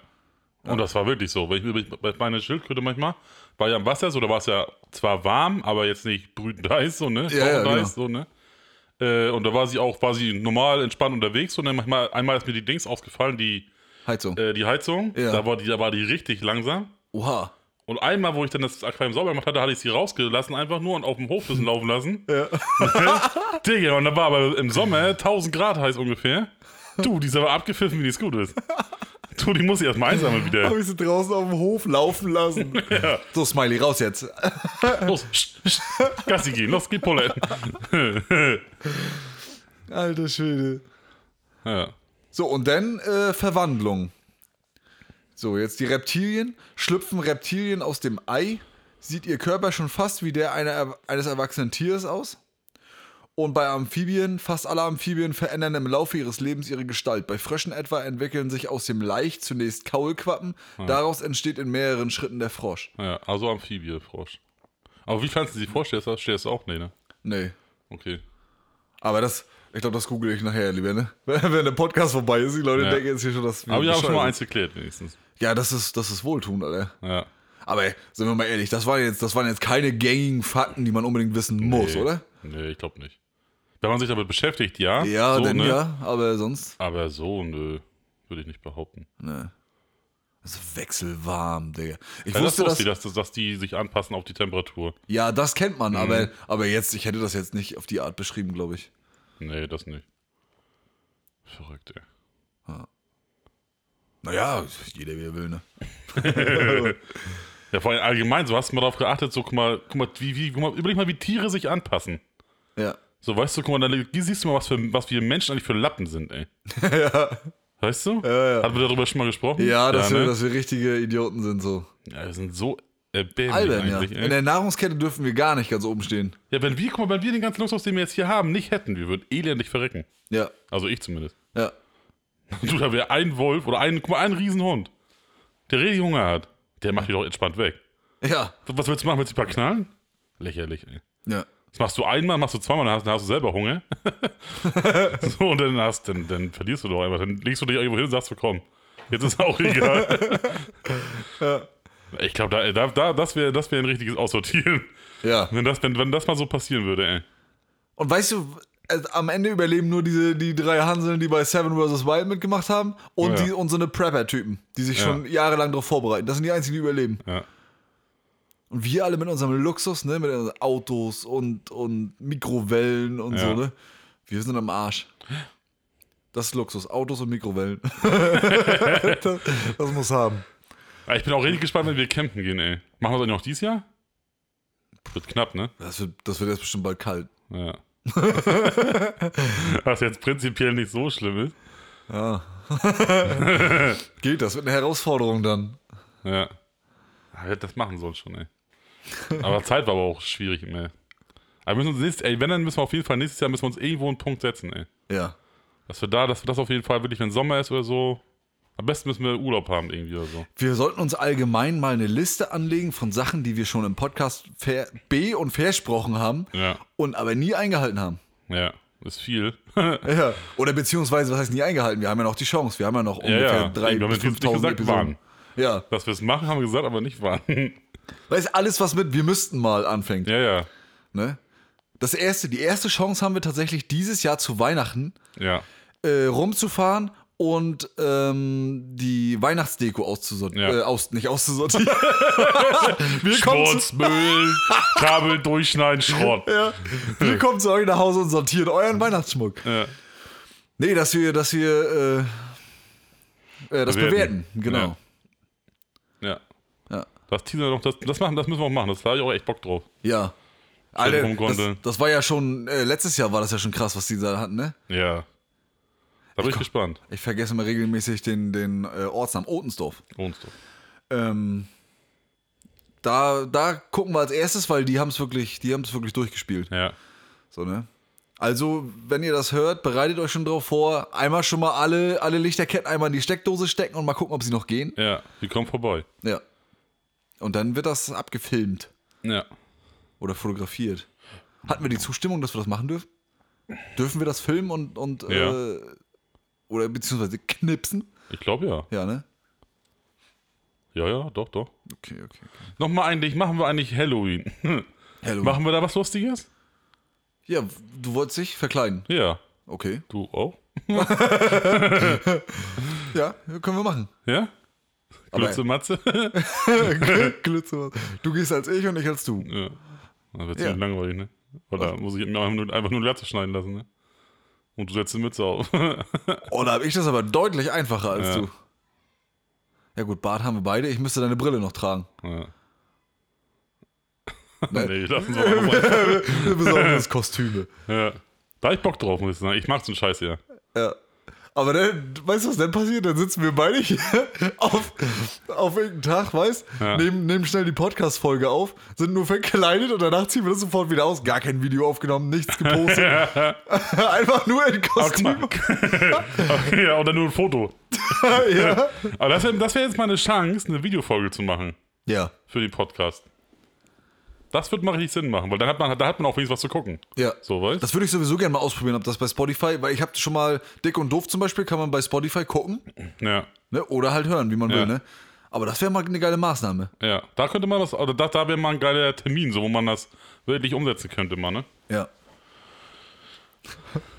[SPEAKER 1] Und das war wirklich so. Weil ich, mir- bei meiner Schildkröte manchmal war ja im Wasser so, da war es ja zwar warm, aber jetzt nicht brütend heiß, so, ne?
[SPEAKER 2] Ja, genau. ja,
[SPEAKER 1] Kochend heiß, so, ne? Äh, Und da war sie auch, war sie normal entspannt unterwegs und dann manchmal, einmal ist mir die Dings aufgefallen, die,
[SPEAKER 2] Heizung.
[SPEAKER 1] äh, die Heizung.
[SPEAKER 2] Ja.
[SPEAKER 1] Da, war die, da war die richtig langsam.
[SPEAKER 2] Oha.
[SPEAKER 1] Und einmal, wo ich dann das Aquarium sauber gemacht hatte, hatte ich sie rausgelassen, einfach nur und auf dem Hochflüssen laufen lassen.
[SPEAKER 2] Ja.
[SPEAKER 1] Digga, und da war aber im Sommer 1000 Grad heiß ungefähr. Du, die ist aber abgepfiffen, wie nichts gut ist. Du, die muss ich erstmal einsammeln wieder.
[SPEAKER 2] Habe ich sie draußen auf dem Hof laufen lassen. So, Smiley, raus jetzt.
[SPEAKER 1] Los, pst, pst, Gassi gehen, los, geht Pulle.
[SPEAKER 2] Alter Schwede.
[SPEAKER 1] ja.
[SPEAKER 2] So, und dann äh, Verwandlung. So, jetzt die Reptilien. Schlüpfen Reptilien aus dem Ei, sieht ihr Körper schon fast wie der einer, eines erwachsenen Tieres aus. Und bei Amphibien, fast alle Amphibien verändern im Laufe ihres Lebens ihre Gestalt. Bei Fröschen etwa entwickeln sich aus dem Laich zunächst Kaulquappen.
[SPEAKER 1] Hm.
[SPEAKER 2] Daraus entsteht in mehreren Schritten der Frosch.
[SPEAKER 1] ja, also Amphibie, Frosch. Aber wie kannst du sie vorstellen? Das stellst du auch, nee, ne?
[SPEAKER 2] Nee.
[SPEAKER 1] Okay.
[SPEAKER 2] Aber das, ich glaube, das google ich nachher lieber, ne? Wenn, wenn der Podcast vorbei ist, die Leute
[SPEAKER 1] Ja.
[SPEAKER 2] denken jetzt hier schon, dass wir.
[SPEAKER 1] Aber wir haben schon mal
[SPEAKER 2] bescheuert
[SPEAKER 1] eins geklärt, wenigstens.
[SPEAKER 2] sind. Ja, das ist, das ist Wohltun, Alter.
[SPEAKER 1] Ja.
[SPEAKER 2] Aber ey, sind wir mal ehrlich, das waren jetzt, das waren jetzt keine gängigen Fakten, die man unbedingt wissen muss,
[SPEAKER 1] Nee.
[SPEAKER 2] oder?
[SPEAKER 1] Nee, ich glaube nicht. Wenn man sich damit beschäftigt, ja.
[SPEAKER 2] Ja,
[SPEAKER 1] so,
[SPEAKER 2] denn
[SPEAKER 1] ne?
[SPEAKER 2] ja, aber sonst.
[SPEAKER 1] Aber so, nö. Würde ich nicht behaupten.
[SPEAKER 2] Ne. Das ist wechselwarm, Digga. Ich
[SPEAKER 1] Ja, das wusste
[SPEAKER 2] wusste das.
[SPEAKER 1] ich, dass, dass, dass die sich anpassen auf die Temperatur.
[SPEAKER 2] Ja, das kennt
[SPEAKER 1] Mhm.
[SPEAKER 2] man, aber, aber jetzt, ich hätte das jetzt nicht auf die Art beschrieben, glaube ich.
[SPEAKER 1] Nee, das nicht. Verrückt, ey.
[SPEAKER 2] Naja, jeder wie er will, ne?
[SPEAKER 1] Ja, vor allem allgemein, so hast du mal darauf geachtet, so guck mal, guck mal, wie, wie, guck mal, überleg mal, wie Tiere sich anpassen.
[SPEAKER 2] Ja.
[SPEAKER 1] So, weißt du, guck mal, dann siehst du mal, was, für, was wir Menschen eigentlich für Lappen sind, ey. ja. Weißt du?
[SPEAKER 2] Ja, ja.
[SPEAKER 1] Hatten wir darüber schon mal gesprochen?
[SPEAKER 2] Ja, dass, wir,
[SPEAKER 1] ne?
[SPEAKER 2] dass wir richtige Idioten sind, so.
[SPEAKER 1] ja wir sind so erbärmlich
[SPEAKER 2] Albern, ja.
[SPEAKER 1] eigentlich, ne?
[SPEAKER 2] In
[SPEAKER 1] ey.
[SPEAKER 2] der Nahrungskette dürfen wir gar nicht ganz oben stehen.
[SPEAKER 1] Ja, wenn wir, guck mal, wenn wir den ganzen Luxus, den wir jetzt hier haben, nicht hätten, wir würden elendig verrecken.
[SPEAKER 2] Ja,
[SPEAKER 1] Also ich zumindest.
[SPEAKER 2] ja.
[SPEAKER 1] Du, da wäre ein Wolf oder ein, guck mal, ein Riesenhund, der richtig Hunger hat, der macht dich doch entspannt weg.
[SPEAKER 2] Ja,
[SPEAKER 1] So, Was willst du machen? Willst du ein paar knallen? Lächerlich, ey.
[SPEAKER 2] ja.
[SPEAKER 1] Das machst du einmal, machst du zweimal, dann hast, dann hast du selber Hunger. so, und dann, hast, dann, dann verlierst du doch einfach. Dann legst du dich irgendwo hin und sagst, so, komm, jetzt ist auch egal. Ich glaube, da, da, da, das wäre das wär ein richtiges Aussortieren.
[SPEAKER 2] Ja.
[SPEAKER 1] Wenn das, wenn, wenn das mal so passieren würde, ey.
[SPEAKER 2] Und weißt du, also am Ende überleben nur diese die drei Hanseln, die bei Seven vs. Wild mitgemacht haben und,
[SPEAKER 1] Ja.
[SPEAKER 2] die, und so eine Prepper-Typen, die sich schon jahrelang darauf vorbereiten. Das sind die einzigen, die überleben.
[SPEAKER 1] Ja.
[SPEAKER 2] Und wir alle mit unserem Luxus, ne, mit unseren Autos und, und Mikrowellen und
[SPEAKER 1] Ja.
[SPEAKER 2] so, ne? Wir sind am Arsch. Das ist Luxus, Autos und Mikrowellen. das, das muss haben.
[SPEAKER 1] Aber Ich bin auch richtig gespannt, wenn wir campen gehen, ey. Machen wir das eigentlich noch dieses Jahr? Wird knapp, ne?
[SPEAKER 2] Das wird, das wird jetzt bestimmt bald kalt.
[SPEAKER 1] Ja. Was jetzt prinzipiell nicht so schlimm ist.
[SPEAKER 2] Ja. Geht, das wird eine Herausforderung dann.
[SPEAKER 1] Ja. Ah, hätte das machen sollen schon, ey. Aber Zeit war aber auch schwierig, ey. Aber wir müssen uns nächstes, ey, wenn, dann müssen wir auf jeden Fall nächstes Jahr müssen wir uns irgendwo einen Punkt setzen, ey.
[SPEAKER 2] Ja.
[SPEAKER 1] Dass wir da, dass wir das auf jeden Fall wirklich, wenn Sommer ist oder so. Am besten müssen wir Urlaub haben irgendwie oder so.
[SPEAKER 2] Wir sollten uns allgemein mal eine Liste anlegen von Sachen, die wir schon im Podcast ver B und versprochen haben
[SPEAKER 1] Ja.
[SPEAKER 2] und aber nie eingehalten haben.
[SPEAKER 1] Ja. Ist viel.
[SPEAKER 2] Ja. Oder beziehungsweise, was heißt nie eingehalten? Wir haben ja noch die Chance. Wir haben ja noch ungefähr
[SPEAKER 1] ja.
[SPEAKER 2] drei
[SPEAKER 1] Wir haben
[SPEAKER 2] bis
[SPEAKER 1] jetzt nicht
[SPEAKER 2] 5.000
[SPEAKER 1] gesagt,
[SPEAKER 2] Episoden.
[SPEAKER 1] wann.
[SPEAKER 2] Ja.
[SPEAKER 1] Dass wir es machen, haben wir gesagt, aber nicht wann.
[SPEAKER 2] Weißt alles, was mit wir müssten mal anfängt.
[SPEAKER 1] ja, ja.
[SPEAKER 2] Ne? Das erste, die erste Chance haben wir tatsächlich dieses Jahr zu Weihnachten
[SPEAKER 1] Ja.
[SPEAKER 2] äh, rumzufahren und ähm, die Weihnachtsdeko auszusortieren.
[SPEAKER 1] Ja.
[SPEAKER 2] Äh, aus, nicht auszusortieren. wir kommen zu,
[SPEAKER 1] Schmutz, Müll, Kabel durchschneiden, Schrott.
[SPEAKER 2] Ja. Wir kommen zu euch nach Hause und sortieren euren Weihnachtsschmuck.
[SPEAKER 1] Ja.
[SPEAKER 2] Nee, dass wir, dass wir äh, äh, das bewerten.
[SPEAKER 1] Bewerten.
[SPEAKER 2] Genau.
[SPEAKER 1] Ja.
[SPEAKER 2] Ja.
[SPEAKER 1] Das Teaser noch, das, das machen, das müssen wir auch machen. Das da habe ich auch echt Bock drauf.
[SPEAKER 2] Ja.
[SPEAKER 1] Schön
[SPEAKER 2] Alter, das,
[SPEAKER 1] rumgondeln.
[SPEAKER 2] das war ja schon, äh, letztes Jahr war das ja schon krass, was die da hatten, ne?
[SPEAKER 1] Ja. Da bin ich gespannt.
[SPEAKER 2] Ich vergesse mal regelmäßig den, den äh, Ortsnamen, Otensdorf.
[SPEAKER 1] Wohnst du.
[SPEAKER 2] Ähm, da, da gucken wir als erstes, weil die haben es wirklich, die haben's wirklich durchgespielt.
[SPEAKER 1] Ja.
[SPEAKER 2] So, ne? Also, wenn ihr das hört, bereitet euch schon drauf vor. Einmal schon mal alle, alle Lichterketten einmal in die Steckdose stecken und mal gucken, ob sie noch gehen.
[SPEAKER 1] Ja, die kommen vorbei.
[SPEAKER 2] Ja. Und dann wird das abgefilmt
[SPEAKER 1] Ja.
[SPEAKER 2] oder fotografiert. Hatten wir die Zustimmung, dass wir das machen dürfen? Dürfen wir das filmen und, und
[SPEAKER 1] Ja.
[SPEAKER 2] äh, oder beziehungsweise knipsen?
[SPEAKER 1] Ich glaube ja.
[SPEAKER 2] Ja, ne?
[SPEAKER 1] Ja, ja, doch, doch.
[SPEAKER 2] Okay, okay. okay.
[SPEAKER 1] Nochmal eigentlich, machen wir eigentlich Halloween.
[SPEAKER 2] Hallo.
[SPEAKER 1] machen wir da was Lustiges?
[SPEAKER 2] Ja, du wolltest dich verkleiden.
[SPEAKER 1] Ja.
[SPEAKER 2] Okay.
[SPEAKER 1] Du auch?
[SPEAKER 2] Ja, können wir machen.
[SPEAKER 1] Ja?
[SPEAKER 2] Aber-
[SPEAKER 1] Glötze Matze?
[SPEAKER 2] Glitzer. Du gehst als ich und ich als du.
[SPEAKER 1] ja. Dann wird
[SPEAKER 2] Ja.
[SPEAKER 1] ziemlich langweilig, ne? Oder muss ich mir einfach nur, einfach nur Latze schneiden lassen, ne? Und du setzt eine Mütze auf.
[SPEAKER 2] Oh, da habe ich das aber deutlich einfacher als
[SPEAKER 1] Ja.
[SPEAKER 2] du. Ja gut, Bart haben wir beide. Ich müsste deine Brille noch tragen.
[SPEAKER 1] ja.
[SPEAKER 2] Nein.
[SPEAKER 1] nee, lassen wir auch mal.
[SPEAKER 2] Besonders Kostüme.
[SPEAKER 1] Ja. Da hab ich Bock drauf, muss ich sagen. Ich mach so einen Scheiß hier.
[SPEAKER 2] Ja. Aber dann, weißt du, was dann passiert? Dann sitzen wir beide hier auf, auf irgendeinem Tag, weißt
[SPEAKER 1] Ja.
[SPEAKER 2] nehmen, nehmen schnell die Podcast-Folge auf, sind nur verkleidet und danach ziehen wir das sofort wieder aus. Gar kein Video aufgenommen, nichts gepostet. Einfach nur in Kostüm.
[SPEAKER 1] ja, oder nur ein Foto.
[SPEAKER 2] ja.
[SPEAKER 1] Aber das wäre das wär jetzt mal eine Chance, eine Videofolge zu machen
[SPEAKER 2] ja,
[SPEAKER 1] für den Podcast. Das wird mal richtig Sinn machen, weil dann hat man, da hat man auch wenigstens was zu gucken.
[SPEAKER 2] ja.
[SPEAKER 1] So, weißt
[SPEAKER 2] Das würde ich sowieso gerne mal ausprobieren, ob das bei Spotify, weil ich habe schon mal Dick und Doof zum Beispiel, kann man bei Spotify gucken
[SPEAKER 1] Ja,
[SPEAKER 2] ne? oder halt hören, wie man
[SPEAKER 1] Ja.
[SPEAKER 2] will. Ne? Aber das wäre mal eine geile Maßnahme.
[SPEAKER 1] ja. Da könnte man was, oder da, da wäre mal ein geiler Termin, so wo man das wirklich umsetzen könnte, man, ne?
[SPEAKER 2] Ja.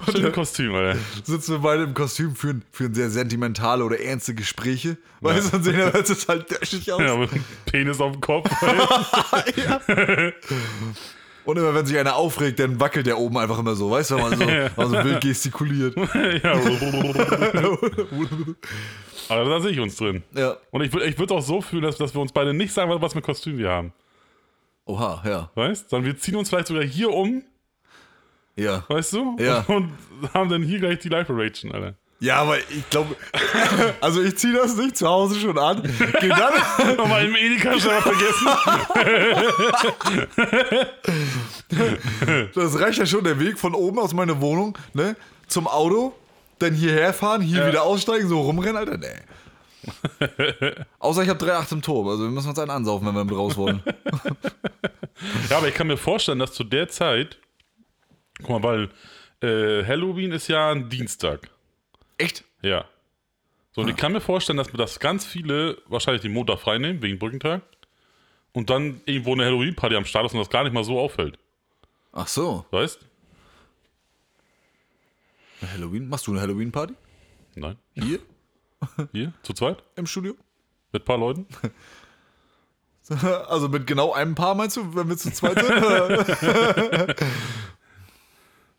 [SPEAKER 1] Schön Kostüm, Alter.
[SPEAKER 2] sitzen wir beide im Kostüm, führen, führen sehr sentimentale oder ernste Gespräche. Weißt du, und sehen dann total döschig aus.
[SPEAKER 1] Ja, mit Penis auf dem Kopf.
[SPEAKER 2] Und immer wenn sich einer aufregt, dann wackelt der oben einfach immer so, weißt du, wenn man so, wenn man so wild gestikuliert.
[SPEAKER 1] ja. Aber da sehe ich uns drin.
[SPEAKER 2] Ja.
[SPEAKER 1] Und ich würde ich würd auch so fühlen, dass, dass wir uns beide nicht sagen, was für ein Kostüm wir haben.
[SPEAKER 2] Oha, ja.
[SPEAKER 1] Weißt? Sondern wir ziehen uns vielleicht sogar hier um,
[SPEAKER 2] Ja.
[SPEAKER 1] weißt du?
[SPEAKER 2] Ja.
[SPEAKER 1] Und haben dann hier gleich die Live Erection, Alter.
[SPEAKER 2] Ja, aber ich glaube, also ich ziehe das nicht zu Hause schon an. Geh dann,
[SPEAKER 1] Nochmal im Edeka schon was vergessen.
[SPEAKER 2] das reicht ja schon der Weg von oben aus meiner Wohnung, ne? Zum Auto, dann hierher fahren, hier wieder aussteigen, so rumrennen, Alter, nee. Außer ich habe 3,8 im Turm, also wir müssen uns einen ansaufen, wenn wir mit raus wollen.
[SPEAKER 1] Ja, aber ich kann mir vorstellen, dass zu der Zeit, guck mal, weil äh, Halloween ist ja ein Dienstag.
[SPEAKER 2] Echt?
[SPEAKER 1] Ja. So, und ich kann mir vorstellen, dass, dass ganz viele wahrscheinlich den Montag frei nehmen, wegen Brückentag. Und dann irgendwo eine Halloween-Party am Start ist und das gar nicht mal so auffällt.
[SPEAKER 2] Ach so.
[SPEAKER 1] Weißt?
[SPEAKER 2] Halloween? Machst du eine Halloween-Party?
[SPEAKER 1] Nein.
[SPEAKER 2] Hier?
[SPEAKER 1] Hier? Zu zweit?
[SPEAKER 2] Im Studio?
[SPEAKER 1] Mit ein paar Leuten?
[SPEAKER 2] Also mit genau einem Paar meinst du, wenn wir zu zweit sind?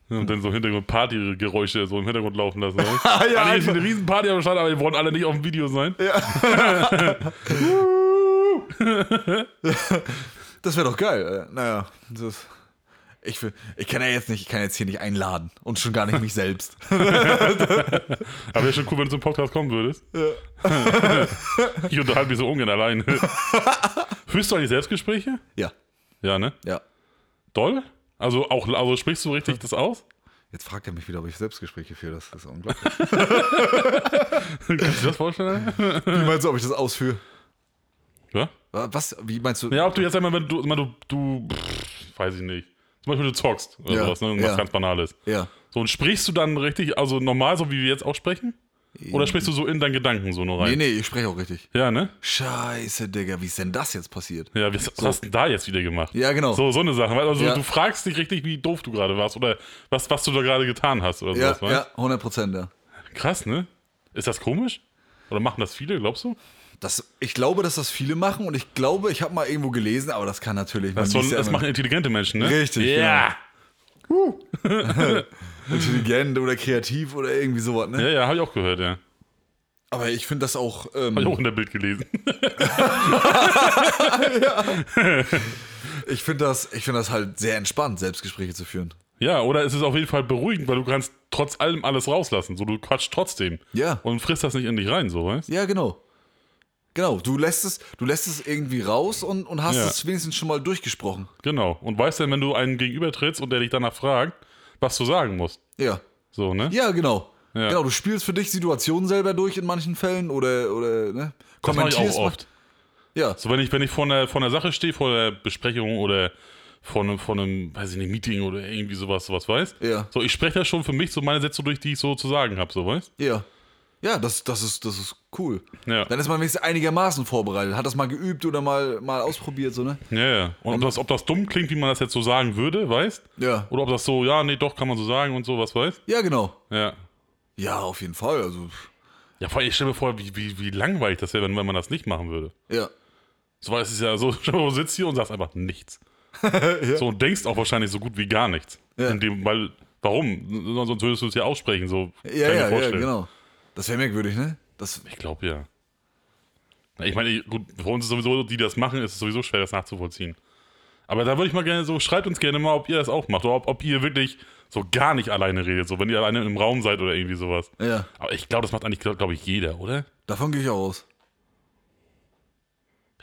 [SPEAKER 1] Und dann so im Hintergrund Partygeräusche so im Hintergrund laufen lassen.
[SPEAKER 2] Ah,
[SPEAKER 1] Weißt?
[SPEAKER 2] ja,
[SPEAKER 1] Alle ist
[SPEAKER 2] einfach.
[SPEAKER 1] eine Riesenparty am Start, aber die wollen alle nicht auf dem Video sein.
[SPEAKER 2] das wäre doch geil. Äh, Naja, das. Ich, will, ich kann ja jetzt nicht, ich kann jetzt hier nicht einladen und schon gar nicht mich selbst.
[SPEAKER 1] Aber wäre schon cool, wenn du zum Podcast kommen würdest. ich unterhalte mich so ungern allein. Führst du eigentlich Selbstgespräche?
[SPEAKER 2] Ja,
[SPEAKER 1] Ja, ne?
[SPEAKER 2] ja.
[SPEAKER 1] Doll? Also auch, also sprichst du richtig das aus?
[SPEAKER 2] Jetzt fragt er mich wieder, ob ich Selbstgespräche führe. Das ist unglaublich.
[SPEAKER 1] Kannst du dir das vorstellen?
[SPEAKER 2] Wie meinst du, ob ich das ausführe?
[SPEAKER 1] Ja?
[SPEAKER 2] Wa- Was? Wie meinst du?
[SPEAKER 1] Ja, ob du jetzt einmal, wenn du, immer du, du pff, weiß ich nicht. Zum Beispiel du zockst oder
[SPEAKER 2] Ja,
[SPEAKER 1] sowas, ne? Was
[SPEAKER 2] ja.
[SPEAKER 1] ganz Banales.
[SPEAKER 2] Ja.
[SPEAKER 1] So, und sprichst du dann richtig, also normal, so wie wir jetzt auch sprechen? Oder sprichst du so in deinen Gedanken so nur
[SPEAKER 2] Nee,
[SPEAKER 1] rein?
[SPEAKER 2] nee, ich spreche auch richtig.
[SPEAKER 1] Ja, ne?
[SPEAKER 2] Scheiße, Digga, wie ist denn das jetzt passiert?
[SPEAKER 1] Ja, was hast du denn da jetzt wieder gemacht?
[SPEAKER 2] Ja, genau.
[SPEAKER 1] So, so eine Sache. Weil Also
[SPEAKER 2] Ja.
[SPEAKER 1] du fragst dich richtig, wie doof du gerade warst oder was, was du da gerade getan hast oder
[SPEAKER 2] ja,
[SPEAKER 1] sowas. weißt?
[SPEAKER 2] ja, 100 Prozent, ja.
[SPEAKER 1] Krass, ne? Ist das komisch? Oder machen das viele, glaubst du?
[SPEAKER 2] Das, ich glaube, dass das viele machen und ich glaube, ich habe mal irgendwo gelesen, aber das kann natürlich.
[SPEAKER 1] Das,
[SPEAKER 2] man
[SPEAKER 1] sollen,
[SPEAKER 2] liest ja
[SPEAKER 1] das
[SPEAKER 2] immer-
[SPEAKER 1] machen intelligente Menschen, ne?
[SPEAKER 2] Richtig,
[SPEAKER 1] Ja,
[SPEAKER 2] intelligent oder kreativ oder irgendwie sowas, ne?
[SPEAKER 1] ja, ja habe ich auch gehört, ja.
[SPEAKER 2] Aber ich finde das auch,
[SPEAKER 1] Habe
[SPEAKER 2] ähm,
[SPEAKER 1] ich auch in der Bild gelesen.
[SPEAKER 2] ich finde das, ich finde das halt sehr entspannt, Selbstgespräche zu führen.
[SPEAKER 1] Ja, oder es ist auf jeden Fall beruhigend, weil du kannst trotz allem alles rauslassen. So, du quatschst trotzdem.
[SPEAKER 2] Ja.
[SPEAKER 1] Und frisst das nicht in dich rein, so, weißt
[SPEAKER 2] Ja, genau. Genau, du lässt es, du lässt es irgendwie raus und, und hast
[SPEAKER 1] Ja.
[SPEAKER 2] es wenigstens schon mal durchgesprochen.
[SPEAKER 1] Genau. Und weißt dann, wenn du einen gegenüber trittst und der dich danach fragt, was du sagen musst.
[SPEAKER 2] Ja.
[SPEAKER 1] So, ne?
[SPEAKER 2] Ja, genau.
[SPEAKER 1] Ja.
[SPEAKER 2] Genau, du spielst für dich Situationen selber durch in manchen Fällen oder, oder ne?
[SPEAKER 1] das mache ich auch
[SPEAKER 2] mal-
[SPEAKER 1] oft.
[SPEAKER 2] Ja.
[SPEAKER 1] So, wenn ich, wenn ich vor einer, vor einer Sache stehe, vor der Besprechung oder vor einem, vor einem, weiß ich nicht, Meeting oder irgendwie sowas, sowas weiß.
[SPEAKER 2] Ja.
[SPEAKER 1] So, ich spreche das schon für mich so meine Sätze durch, die ich so zu sagen habe, so weißt
[SPEAKER 2] Ja. Ja, das, das, ist, das ist cool.
[SPEAKER 1] Ja.
[SPEAKER 2] Dann ist man wenigstens einigermaßen vorbereitet. Hat das mal geübt oder mal, mal ausprobiert, so, ne?
[SPEAKER 1] Ja, ja. Und ob das, ob das dumm klingt, wie man das jetzt so sagen würde, weißt?
[SPEAKER 2] Ja.
[SPEAKER 1] Oder ob das so, ja, nee, doch, kann man so sagen und so, was weißt?
[SPEAKER 2] Ja, genau.
[SPEAKER 1] Ja.
[SPEAKER 2] Ja, auf jeden Fall. Also,
[SPEAKER 1] Ja, vor allem, ich stelle mir vor, wie, wie, wie langweilig das wäre, wenn, wenn man das nicht machen würde.
[SPEAKER 2] ja.
[SPEAKER 1] So, weil es ist ja so, du sitzt hier und sagst einfach nichts. So, und denkst auch wahrscheinlich so gut wie gar nichts.
[SPEAKER 2] Ja.
[SPEAKER 1] In dem, weil, warum? Sonst würdest du es ja aussprechen, so. kann ich
[SPEAKER 2] Ja,
[SPEAKER 1] mir
[SPEAKER 2] ja, ja,
[SPEAKER 1] vorstellen.
[SPEAKER 2] genau. Das wäre merkwürdig, ne? Das,
[SPEAKER 1] Ich glaube ja. Na, Ich meine, ich- gut, für uns ist sowieso, die das machen, ist es sowieso schwer, das nachzuvollziehen. Aber da würde ich mal gerne so, schreibt uns gerne mal, ob ihr das auch macht oder ob, ob ihr wirklich so gar nicht alleine redet, so wenn ihr alleine im Raum seid oder irgendwie sowas.
[SPEAKER 2] ja,
[SPEAKER 1] Aber ich glaube, das macht eigentlich, glaube glaub ich, jeder, oder?
[SPEAKER 2] davon gehe ich auch aus.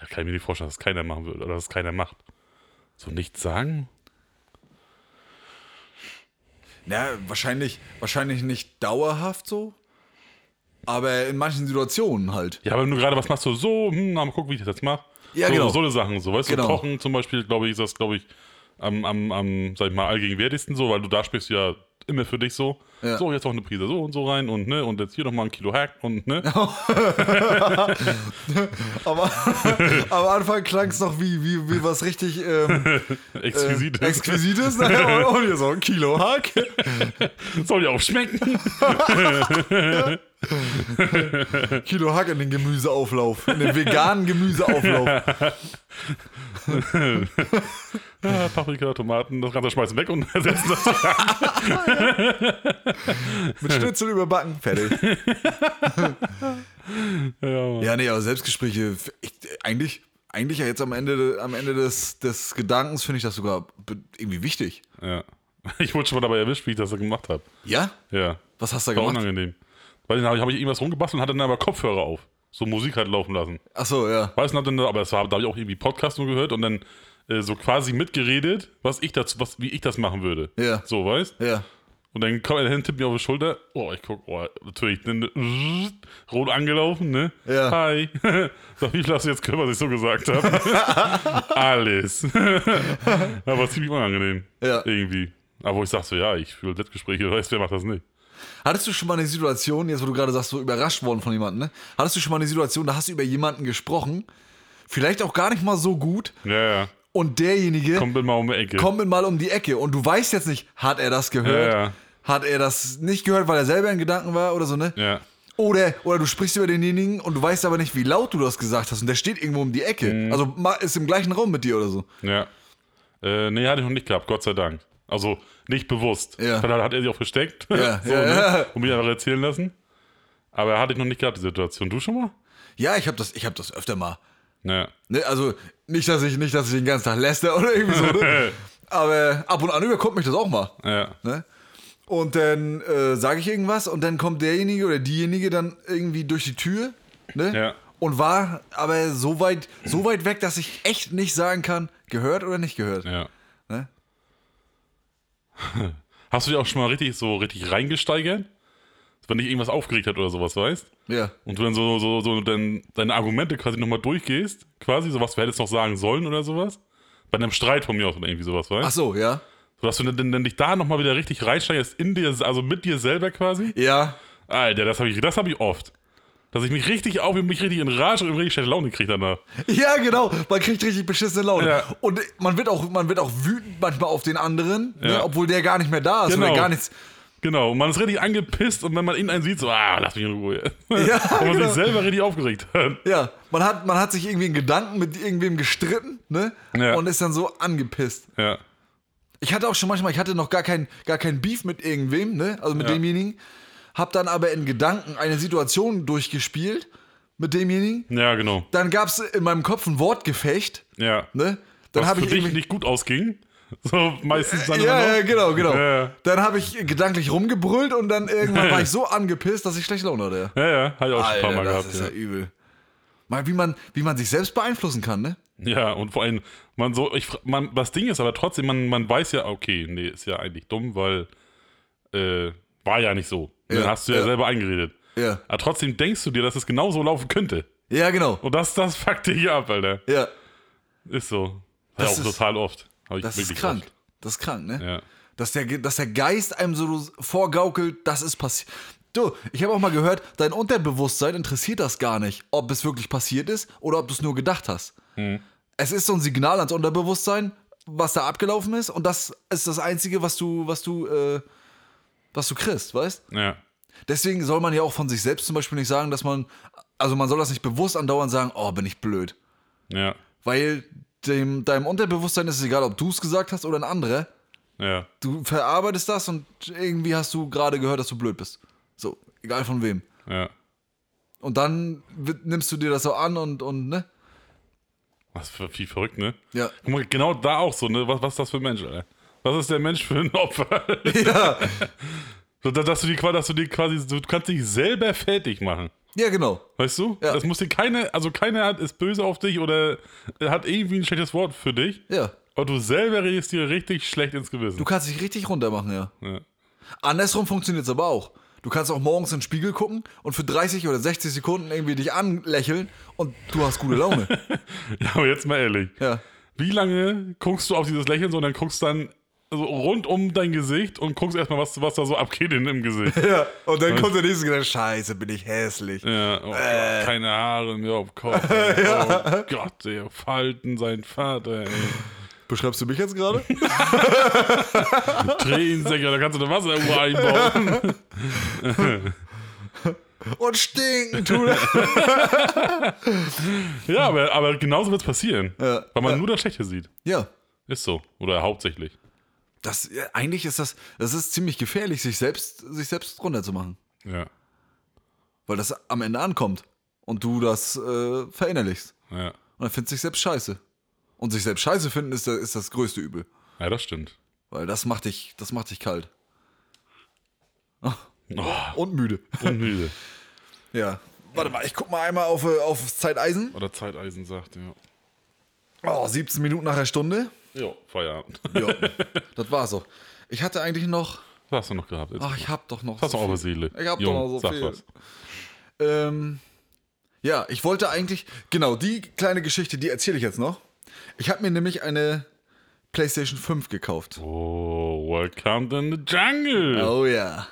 [SPEAKER 1] Ja, kann ich mir nicht vorstellen, dass das keiner machen würde oder dass es keiner macht. So nichts sagen?
[SPEAKER 2] Na, wahrscheinlich, wahrscheinlich nicht dauerhaft so, aber in manchen Situationen halt.
[SPEAKER 1] Ja, aber wenn du gerade was machst, so, so, hm, na, mal gucken, wie ich das jetzt mache.
[SPEAKER 2] Ja,
[SPEAKER 1] so,
[SPEAKER 2] genau.
[SPEAKER 1] So eine Sachen, so, weißt
[SPEAKER 2] Genau.
[SPEAKER 1] du, Kochen zum Beispiel, glaube ich, ist das, glaube ich, am, am, am, sag ich mal, allgegenwärtigsten so, weil du da sprichst du ja immer für dich so.
[SPEAKER 2] Ja.
[SPEAKER 1] So, jetzt noch eine Prise so und so rein und ne, und jetzt hier nochmal ein Kilo Hack und ne.
[SPEAKER 2] Aber am Anfang klang es noch wie, wie, wie was richtig ähm,
[SPEAKER 1] Exquisit.
[SPEAKER 2] äh, Exquisites. Ne? Und hier so ein Kilo Hack.
[SPEAKER 1] Soll ja auch schmecken.
[SPEAKER 2] Kilo Hack in den Gemüseauflauf. In den veganen Gemüseauflauf.
[SPEAKER 1] ja, Ah, Paprika, Tomaten, das Ganze schmeißen weg und ersetzen das.
[SPEAKER 2] Mit Schnitzel überbacken. Fertig.
[SPEAKER 1] ja.
[SPEAKER 2] Ja, nee, aber Selbstgespräche, ich, eigentlich, eigentlich ja jetzt am Ende, am Ende des, des Gedankens finde ich das sogar be- irgendwie wichtig.
[SPEAKER 1] ja. Ich wurde schon mal dabei erwischt, wie ich das gemacht habe.
[SPEAKER 2] Ja?
[SPEAKER 1] Ja.
[SPEAKER 2] Was hast du da
[SPEAKER 1] War
[SPEAKER 2] gemacht?
[SPEAKER 1] unangenehm. Weil dann habe ich, hab ich irgendwas rumgebastelt und hatte dann aber Kopfhörer auf. So Musik halt laufen lassen.
[SPEAKER 2] Achso, ja.
[SPEAKER 1] Weiß nicht, ob denn da- aber das war, da habe ich auch irgendwie Podcast nur gehört und dann äh, so quasi mitgeredet, was ich dazu, was, wie ich das machen würde.
[SPEAKER 2] Ja.
[SPEAKER 1] So, weißt?
[SPEAKER 2] Ja.
[SPEAKER 1] Und dann kommt er hin, tippt mir auf die Schulter. Oh, ich guck, oh, natürlich, ne, ne, rot angelaufen, ne?
[SPEAKER 2] Ja.
[SPEAKER 1] Hi. Sag, wie viel hast du jetzt gehört, was ich so gesagt habe? Alles. aber ziemlich unangenehm.
[SPEAKER 2] Ja.
[SPEAKER 1] Irgendwie. Aber wo ich sag so, ja, ich fühle Selbstgespräche, weißt wer macht das nicht?
[SPEAKER 2] Hattest du schon mal eine Situation, jetzt wo du gerade sagst, so überrascht worden von jemandem, ne? Hattest du schon mal eine Situation, da hast du über jemanden gesprochen, vielleicht auch gar nicht mal so gut,
[SPEAKER 1] Ja, ja.
[SPEAKER 2] und derjenige kommt,
[SPEAKER 1] Kommt immer um die Ecke.
[SPEAKER 2] mal um die Ecke und du weißt jetzt nicht, hat er das gehört?
[SPEAKER 1] Ja, ja.
[SPEAKER 2] Hat er das nicht gehört, weil er selber in Gedanken war oder so, ne?
[SPEAKER 1] Ja.
[SPEAKER 2] Oder, oder du sprichst über denjenigen und du weißt aber nicht, wie laut du das gesagt hast und der steht irgendwo um die Ecke.
[SPEAKER 1] Mhm.
[SPEAKER 2] Also ma- ist im gleichen Raum mit dir oder so.
[SPEAKER 1] Ja. Äh, nee, hatte ich noch nicht gehabt, Gott sei Dank. Also nicht bewusst.
[SPEAKER 2] Ja.
[SPEAKER 1] Dann hat er sich auch versteckt.
[SPEAKER 2] Ja,
[SPEAKER 1] so,
[SPEAKER 2] ja, ja.
[SPEAKER 1] Ne? Und mich einfach erzählen lassen. Aber hatte ich noch nicht gehabt, die Situation. Du schon mal?
[SPEAKER 2] Ja, ich habe das, ich hab das öfter mal.
[SPEAKER 1] Ja.
[SPEAKER 2] Ne, also nicht, dass ich nicht, dass ich den ganzen Tag läster oder irgendwie so. Ne? aber ab und an überkommt mich das auch mal.
[SPEAKER 1] Ja.
[SPEAKER 2] Ne? Und dann äh, sage ich irgendwas und dann kommt derjenige oder diejenige dann irgendwie durch die Tür ne?
[SPEAKER 1] Ja.
[SPEAKER 2] und war aber so weit, so weit weg, dass ich echt nicht sagen kann, gehört oder nicht gehört.
[SPEAKER 1] ja.
[SPEAKER 2] Ne?
[SPEAKER 1] Hast du dich auch schon mal richtig so richtig reingesteigert? Wenn dich irgendwas aufgeregt hat oder sowas, weißt?
[SPEAKER 2] Ja.
[SPEAKER 1] Und du dann so, so, so dein, deine Argumente quasi nochmal durchgehst, quasi, so was du hättest noch sagen sollen oder sowas. Bei einem Streit von mir aus oder irgendwie sowas,
[SPEAKER 2] Ach
[SPEAKER 1] weißt
[SPEAKER 2] so, ja.
[SPEAKER 1] du? Dass du dann- dann, dann dich da nochmal wieder richtig reinsteigerst, in dir, also mit dir selber quasi.
[SPEAKER 2] Ja.
[SPEAKER 1] Alter, das habe ich, das hab ich oft. Dass ich mich richtig auf, mich richtig in Rage und richtig schlechte Laune kriege danach.
[SPEAKER 2] Ja, genau. Man kriegt richtig beschissene Laune.
[SPEAKER 1] Ja.
[SPEAKER 2] Und man wird, auch, man wird auch wütend manchmal auf den anderen, ne,
[SPEAKER 1] Ja.
[SPEAKER 2] obwohl der gar nicht mehr da ist
[SPEAKER 1] Genau.
[SPEAKER 2] oder gar nichts.
[SPEAKER 1] Genau, und man ist richtig angepisst und wenn man ihn einen sieht, so, ah, lass mich in Ruhe.
[SPEAKER 2] Ja,
[SPEAKER 1] und man
[SPEAKER 2] genau.
[SPEAKER 1] sich selber richtig aufgeregt hat.
[SPEAKER 2] Ja, man hat, man hat sich irgendwie in Gedanken mit irgendwem gestritten ne?
[SPEAKER 1] Ja.
[SPEAKER 2] und ist dann so angepisst.
[SPEAKER 1] Ja,
[SPEAKER 2] Ich hatte auch schon manchmal, ich hatte noch gar kein, gar kein Beef mit irgendwem, ne? also mit
[SPEAKER 1] Ja.
[SPEAKER 2] demjenigen, hab dann aber in Gedanken eine Situation durchgespielt mit demjenigen.
[SPEAKER 1] ja genau.
[SPEAKER 2] Dann gab's in meinem Kopf ein Wortgefecht.
[SPEAKER 1] Ja.
[SPEAKER 2] Ne? Dann
[SPEAKER 1] Was
[SPEAKER 2] habe
[SPEAKER 1] für
[SPEAKER 2] ich
[SPEAKER 1] dich
[SPEAKER 2] irgendwie-
[SPEAKER 1] nicht gut ausging. So meistens dann immer
[SPEAKER 2] Ja,
[SPEAKER 1] noch.
[SPEAKER 2] ja, genau, genau.
[SPEAKER 1] Ja.
[SPEAKER 2] Dann habe ich gedanklich rumgebrüllt und dann irgendwann war ich so angepisst, dass ich schlechte Laune hatte.
[SPEAKER 1] Ja, ja, hab ich auch schon ein paar Mal
[SPEAKER 2] das
[SPEAKER 1] gehabt.
[SPEAKER 2] ist
[SPEAKER 1] Ja.
[SPEAKER 2] ja übel. Mal, wie man, wie man sich selbst beeinflussen kann, ne?
[SPEAKER 1] ja, und vor allem, man so, ich, fra- man, das Ding ist aber trotzdem, man, man weiß ja, okay, nee, ist ja eigentlich dumm, weil äh, war ja nicht so.
[SPEAKER 2] Ja,
[SPEAKER 1] Dann hast du ja,
[SPEAKER 2] ja.
[SPEAKER 1] selber eingeredet.
[SPEAKER 2] Ja.
[SPEAKER 1] Aber trotzdem denkst du dir, dass es genauso laufen könnte.
[SPEAKER 2] Ja, genau.
[SPEAKER 1] Und das, das fuckt dich hier ab, Alter.
[SPEAKER 2] Ja.
[SPEAKER 1] Ist so.
[SPEAKER 2] Das
[SPEAKER 1] ja, auch
[SPEAKER 2] ist-
[SPEAKER 1] total oft. Hab ich
[SPEAKER 2] Das ist
[SPEAKER 1] wirklich
[SPEAKER 2] krank.
[SPEAKER 1] Oft.
[SPEAKER 2] Das ist krank, ne?
[SPEAKER 1] Ja.
[SPEAKER 2] Dass, der, Ge- dass der Geist einem so vorgaukelt, das ist passiert. Du, ich habe auch mal gehört, dein Unterbewusstsein interessiert das gar nicht, ob es wirklich passiert ist oder ob du es nur gedacht hast.
[SPEAKER 1] Mhm.
[SPEAKER 2] Es ist so ein Signal ans Unterbewusstsein, was da abgelaufen ist, und das ist das Einzige, was du, was du, äh, was du kriegst, weißt?
[SPEAKER 1] ja.
[SPEAKER 2] Deswegen soll man ja auch von sich selbst zum Beispiel nicht sagen, dass man, also man soll das nicht bewusst andauernd sagen, oh, bin ich blöd.
[SPEAKER 1] Ja.
[SPEAKER 2] Weil dem, deinem Unterbewusstsein ist es egal, ob du es gesagt hast oder ein anderer.
[SPEAKER 1] Ja.
[SPEAKER 2] Du verarbeitest das und irgendwie hast du gerade gehört, dass du blöd bist. So, egal von wem.
[SPEAKER 1] Ja.
[SPEAKER 2] Und dann wird, nimmst du dir das so an und, und ne?
[SPEAKER 1] Was für viel verrückt, ne?
[SPEAKER 2] Ja.
[SPEAKER 1] Guck mal, genau da auch so, ne? Was, was ist das für ein Mensch, Alter? Was ist der Mensch für ein Opfer?
[SPEAKER 2] ja.
[SPEAKER 1] So, da- dass du die, qua- dass du die quasi, du kannst dich selber fertig machen.
[SPEAKER 2] Ja, genau.
[SPEAKER 1] Weißt du?
[SPEAKER 2] Ja.
[SPEAKER 1] Das muss dir keine, also keiner hat, ist böse auf dich oder äh, hat irgendwie ein schlechtes Wort für dich.
[SPEAKER 2] Ja.
[SPEAKER 1] Aber du selber redest dir richtig schlecht ins
[SPEAKER 2] Du
[SPEAKER 1] Gewissen.
[SPEAKER 2] kannst dich richtig runter machen, ja.
[SPEAKER 1] Ja.
[SPEAKER 2] Andersrum funktioniert es aber auch. Du kannst auch morgens in den Spiegel gucken und für 30 oder 60 Sekunden irgendwie dich anlächeln und du hast gute Laune.
[SPEAKER 1] ja, aber jetzt mal ehrlich.
[SPEAKER 2] ja.
[SPEAKER 1] Wie lange guckst du auf dieses Lächeln so und dann guckst dann so rund um dein Gesicht und guckst erstmal, was, was da so abgeht in dem Gesicht.
[SPEAKER 2] Ja. Und dann kommt der nächste Gedanke, scheiße, bin ich hässlich.
[SPEAKER 1] Ja, oh,
[SPEAKER 2] Äh.
[SPEAKER 1] Gott, keine Haare mehr auf dem Kopf. Oh Gott, der Falten, sein Vater, ey.
[SPEAKER 2] Beschreibst du mich jetzt gerade?
[SPEAKER 1] Tränensäcker, da kannst du eine Wasseruhr einbauen.
[SPEAKER 2] und stinken, du.
[SPEAKER 1] ja, aber, aber genauso wird es passieren.
[SPEAKER 2] Ja.
[SPEAKER 1] Weil man nur das Schlechte sieht.
[SPEAKER 2] ja.
[SPEAKER 1] Ist so. Oder hauptsächlich.
[SPEAKER 2] Das, ja, eigentlich ist das, das ist ziemlich gefährlich, sich selbst, sich selbst runterzumachen.
[SPEAKER 1] Ja.
[SPEAKER 2] Weil das am Ende ankommt. Und du das äh, verinnerlichst.
[SPEAKER 1] Ja,
[SPEAKER 2] Und dann findest du dich selbst scheiße. Und sich selbst scheiße finden ist, da- ist das größte Übel.
[SPEAKER 1] ja das stimmt.
[SPEAKER 2] Weil das macht dich, das macht dich kalt.
[SPEAKER 1] Oh,
[SPEAKER 2] Und müde.
[SPEAKER 1] unmüde.
[SPEAKER 2] Ja. Warte mal, ich guck mal einmal auf, äh, aufs Zeiteisen.
[SPEAKER 1] Oder Zeiteisen sagt, ja.
[SPEAKER 2] Oh, 17 Minuten nach der Stunde.
[SPEAKER 1] Ja, Feierabend.
[SPEAKER 2] Ja, das war's auch. Ich hatte eigentlich noch.
[SPEAKER 1] Was hast du noch gehabt? Jetzt
[SPEAKER 2] Ach, ich hab doch noch.
[SPEAKER 1] hast du auch
[SPEAKER 2] viel.
[SPEAKER 1] was Seele.
[SPEAKER 2] Ich hab doch
[SPEAKER 1] Jung,
[SPEAKER 2] noch so
[SPEAKER 1] sag
[SPEAKER 2] viel.
[SPEAKER 1] Was.
[SPEAKER 2] Ähm, ja, ich wollte eigentlich, genau, die kleine Geschichte, die erzähle ich jetzt noch. Ich habe mir nämlich eine PlayStation 5 gekauft.
[SPEAKER 1] Oh, welcome in the jungle.
[SPEAKER 2] Oh ja.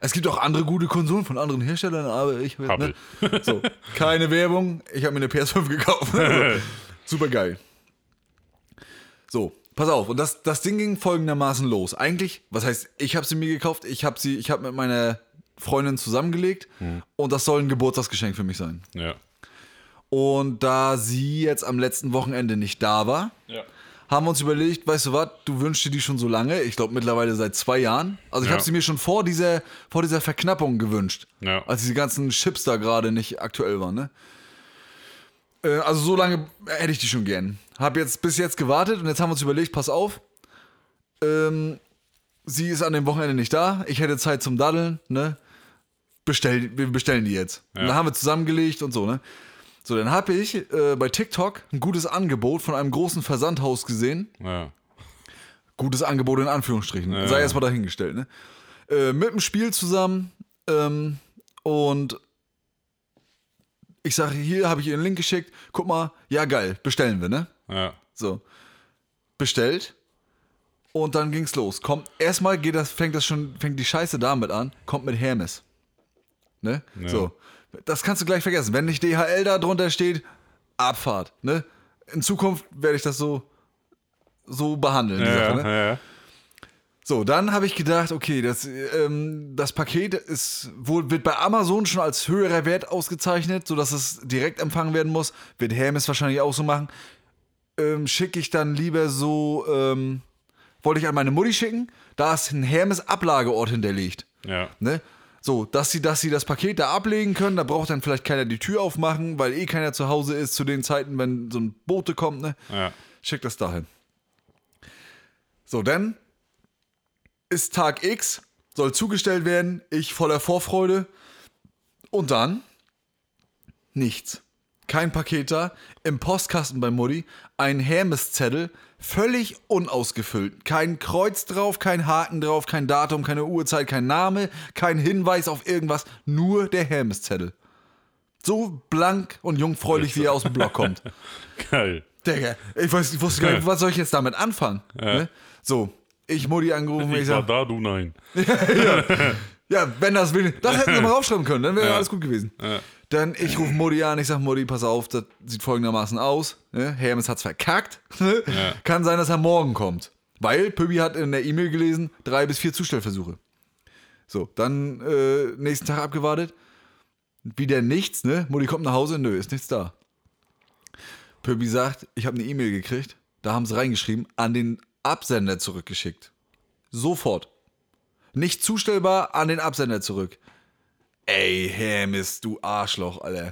[SPEAKER 2] Es gibt auch andere gute Konsolen von anderen Herstellern, aber ich ne?
[SPEAKER 1] Hubble.
[SPEAKER 2] so, keine Werbung, ich habe mir eine PS5 gekauft. Also, super geil. So, pass auf, und das, das Ding ging folgendermaßen los. Eigentlich, was heißt, ich habe sie mir gekauft, ich habe sie, ich habe mit meiner Freundin zusammengelegt und das soll ein Geburtstagsgeschenk für mich sein.
[SPEAKER 1] Ja.
[SPEAKER 2] Und da sie jetzt am letzten Wochenende nicht da war,
[SPEAKER 1] Ja.
[SPEAKER 2] haben wir uns überlegt, weißt du was, du wünschst dir die schon so lange, ich glaube mittlerweile seit zwei Jahren. Also ich
[SPEAKER 1] Ja.
[SPEAKER 2] habe sie mir schon vor dieser, vor dieser Verknappung gewünscht,
[SPEAKER 1] Ja.
[SPEAKER 2] als diese ganzen Chips da gerade nicht aktuell waren. Ne? Äh, Also so lange hätte ich die schon gern. Hab jetzt bis jetzt gewartet und jetzt haben wir uns überlegt, pass auf, ähm, sie ist an dem Wochenende nicht da, ich hätte Zeit zum Daddeln, ne? Bestell, wir bestellen die jetzt. Und dann haben wir zusammengelegt und so, ne? So, dann habe ich äh, bei TikTok ein gutes Angebot von einem großen Versandhaus gesehen.
[SPEAKER 1] Ja.
[SPEAKER 2] Gutes Angebot in Anführungsstrichen. Sei erstmal dahingestellt, ne? Äh, mit dem Spiel zusammen. Ähm, und ich sage, hier habe ich ihr einen Link geschickt. Guck mal, ja geil, bestellen wir, ne?
[SPEAKER 1] Ja.
[SPEAKER 2] So. Bestellt. Und dann ging's los. Kommt, erstmal geht das, fängt das schon, fängt die Scheiße damit an, kommt mit Hermes. Ne? So. Das kannst du gleich vergessen. Wenn nicht DHL da drunter steht, Abfahrt. Ne? In Zukunft werde ich das so, so behandeln, die Sache, ne?
[SPEAKER 1] Ja, ja,
[SPEAKER 2] So, dann habe ich gedacht, okay, das, ähm, das Paket ist wohl, wird bei Amazon schon als höherer Wert ausgezeichnet, sodass es direkt empfangen werden muss. Wird Hermes wahrscheinlich auch so machen. Ähm, Schicke ich dann lieber so, ähm, wollte ich an meine Mutti schicken, da ist ein Hermes-Ablageort hinterlegt.
[SPEAKER 1] ja.
[SPEAKER 2] Ne? So, dass sie, dass sie das Paket da ablegen können, da braucht dann vielleicht keiner die Tür aufmachen, weil eh keiner zu Hause ist zu den Zeiten, wenn so ein Bote kommt, ne?
[SPEAKER 1] Ja.
[SPEAKER 2] Schick das dahin. So, dann ist Tag X, soll zugestellt werden, ich voller Vorfreude. Und dann nichts. Kein Paket da, im Postkasten bei Mutti, ein Hermes-Zettel, völlig unausgefüllt. Kein Kreuz drauf, kein Haken drauf, kein Datum, keine Uhrzeit, kein Name, kein Hinweis auf irgendwas, nur der Hermeszettel. So blank und jungfräulich, wie er aus dem Block kommt.
[SPEAKER 1] Geil.
[SPEAKER 2] Digga, ich, weiß, ich wusste gar nicht, was soll ich jetzt damit anfangen? Ne? So, ich Mutti angerufen, ich,
[SPEAKER 1] Ich war
[SPEAKER 2] sag,
[SPEAKER 1] da, du nein.
[SPEAKER 2] ja, wenn das will, das hätten sie mal raufschreiben können, dann wäre alles gut gewesen. Dann ich rufe Mutti an, ich sag, Mutti, pass auf, das sieht folgendermaßen aus. Ne? Hermes hat's verkackt. Ne? Kann sein, dass er morgen kommt. Weil Pübi hat in der E-Mail gelesen, drei bis vier Zustellversuche. So, dann äh, nächsten Tag abgewartet. Wieder nichts, ne? Mutti kommt nach Hause, nö, ist nichts da. Pöbi sagt, ich habe eine E-Mail gekriegt, da haben sie reingeschrieben, an den Absender zurückgeschickt. Sofort. Nicht zustellbar, an den Absender zurück. Ey, Hermes, du Arschloch, Alter.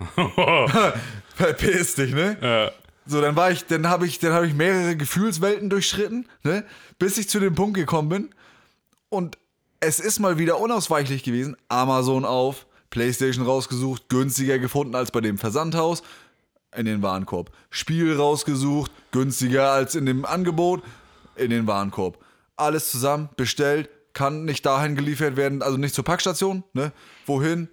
[SPEAKER 2] Verpiss dich, ne?
[SPEAKER 1] Ja.
[SPEAKER 2] So, dann war ich, dann habe ich, dann habe ich mehrere Gefühlswelten durchschritten, ne? Bis ich zu dem Punkt gekommen bin. Und es ist mal wieder unausweichlich gewesen. Amazon auf, Playstation rausgesucht, günstiger gefunden als bei dem Versandhaus in den Warenkorb. Spiel rausgesucht, günstiger als in dem Angebot in den Warenkorb. Alles zusammen bestellt, kann nicht dahin geliefert werden, also nicht zur Packstation, ne? Wohin?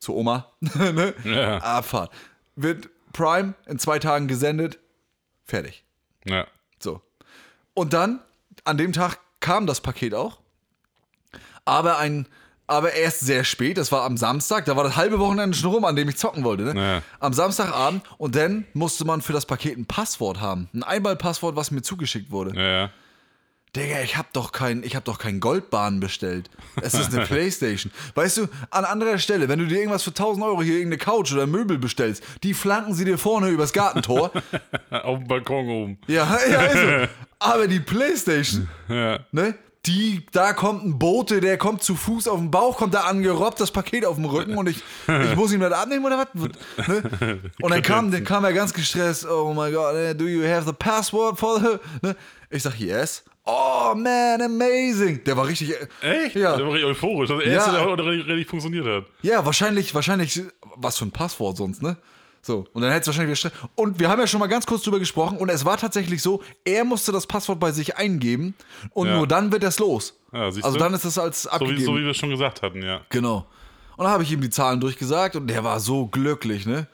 [SPEAKER 2] Zu Oma, ne?
[SPEAKER 1] Ja.
[SPEAKER 2] Abfahrt. Wird Prime in zwei Tagen gesendet, fertig.
[SPEAKER 1] ja.
[SPEAKER 2] So. Und dann, an dem Tag kam das Paket auch. Aber ein, aber erst sehr spät, das war am Samstag, da war das halbe Wochenende schon rum, an dem ich zocken wollte. Ne?
[SPEAKER 1] Ja.
[SPEAKER 2] Am Samstagabend und dann musste man für das Paket ein Passwort haben. Ein Einmalpasswort, was mir zugeschickt wurde.
[SPEAKER 1] Ja, ja.
[SPEAKER 2] Digga, ich hab doch kein, ich hab doch kein Goldbahn bestellt. Es ist eine Playstation. Weißt du, an anderer Stelle, wenn du dir irgendwas für 1000 Euro hier irgendeine Couch oder Möbel bestellst, die flanken sie dir vorne übers Gartentor.
[SPEAKER 1] Auf dem Balkon oben.
[SPEAKER 2] ja, ja, ist so. Aber die Playstation,
[SPEAKER 1] Ja.
[SPEAKER 2] ne? Die, da kommt ein Bote, der kommt zu Fuß auf den Bauch, kommt da angerobbt, das Paket auf dem Rücken und ich, ich muss ihm das abnehmen oder was? Ne? Und dann kam, dann kam er ganz gestresst, oh my god, eh, do you have the password for the... Ne? Ich sag, yes. Oh man, amazing. Der war richtig... äh,
[SPEAKER 1] Echt?
[SPEAKER 2] Ja.
[SPEAKER 1] Der war richtig euphorisch. Also, Das erste,
[SPEAKER 2] Ja.
[SPEAKER 1] der heute richtig, richtig funktioniert hat.
[SPEAKER 2] Ja, wahrscheinlich, wahrscheinlich, was für ein Passwort sonst, ne? So, und dann hätte es wahrscheinlich wieder Stress. Und wir haben ja schon mal ganz kurz drüber gesprochen und es war tatsächlich so, er musste das Passwort bei sich eingeben und
[SPEAKER 1] Ja.
[SPEAKER 2] nur dann wird das los.
[SPEAKER 1] Ja, siehst
[SPEAKER 2] also
[SPEAKER 1] du?
[SPEAKER 2] dann ist das als
[SPEAKER 1] So
[SPEAKER 2] abgegeben.
[SPEAKER 1] wie, so wie wir es schon gesagt hatten, ja.
[SPEAKER 2] Genau. Und dann habe ich ihm die Zahlen durchgesagt und der war so glücklich, ne?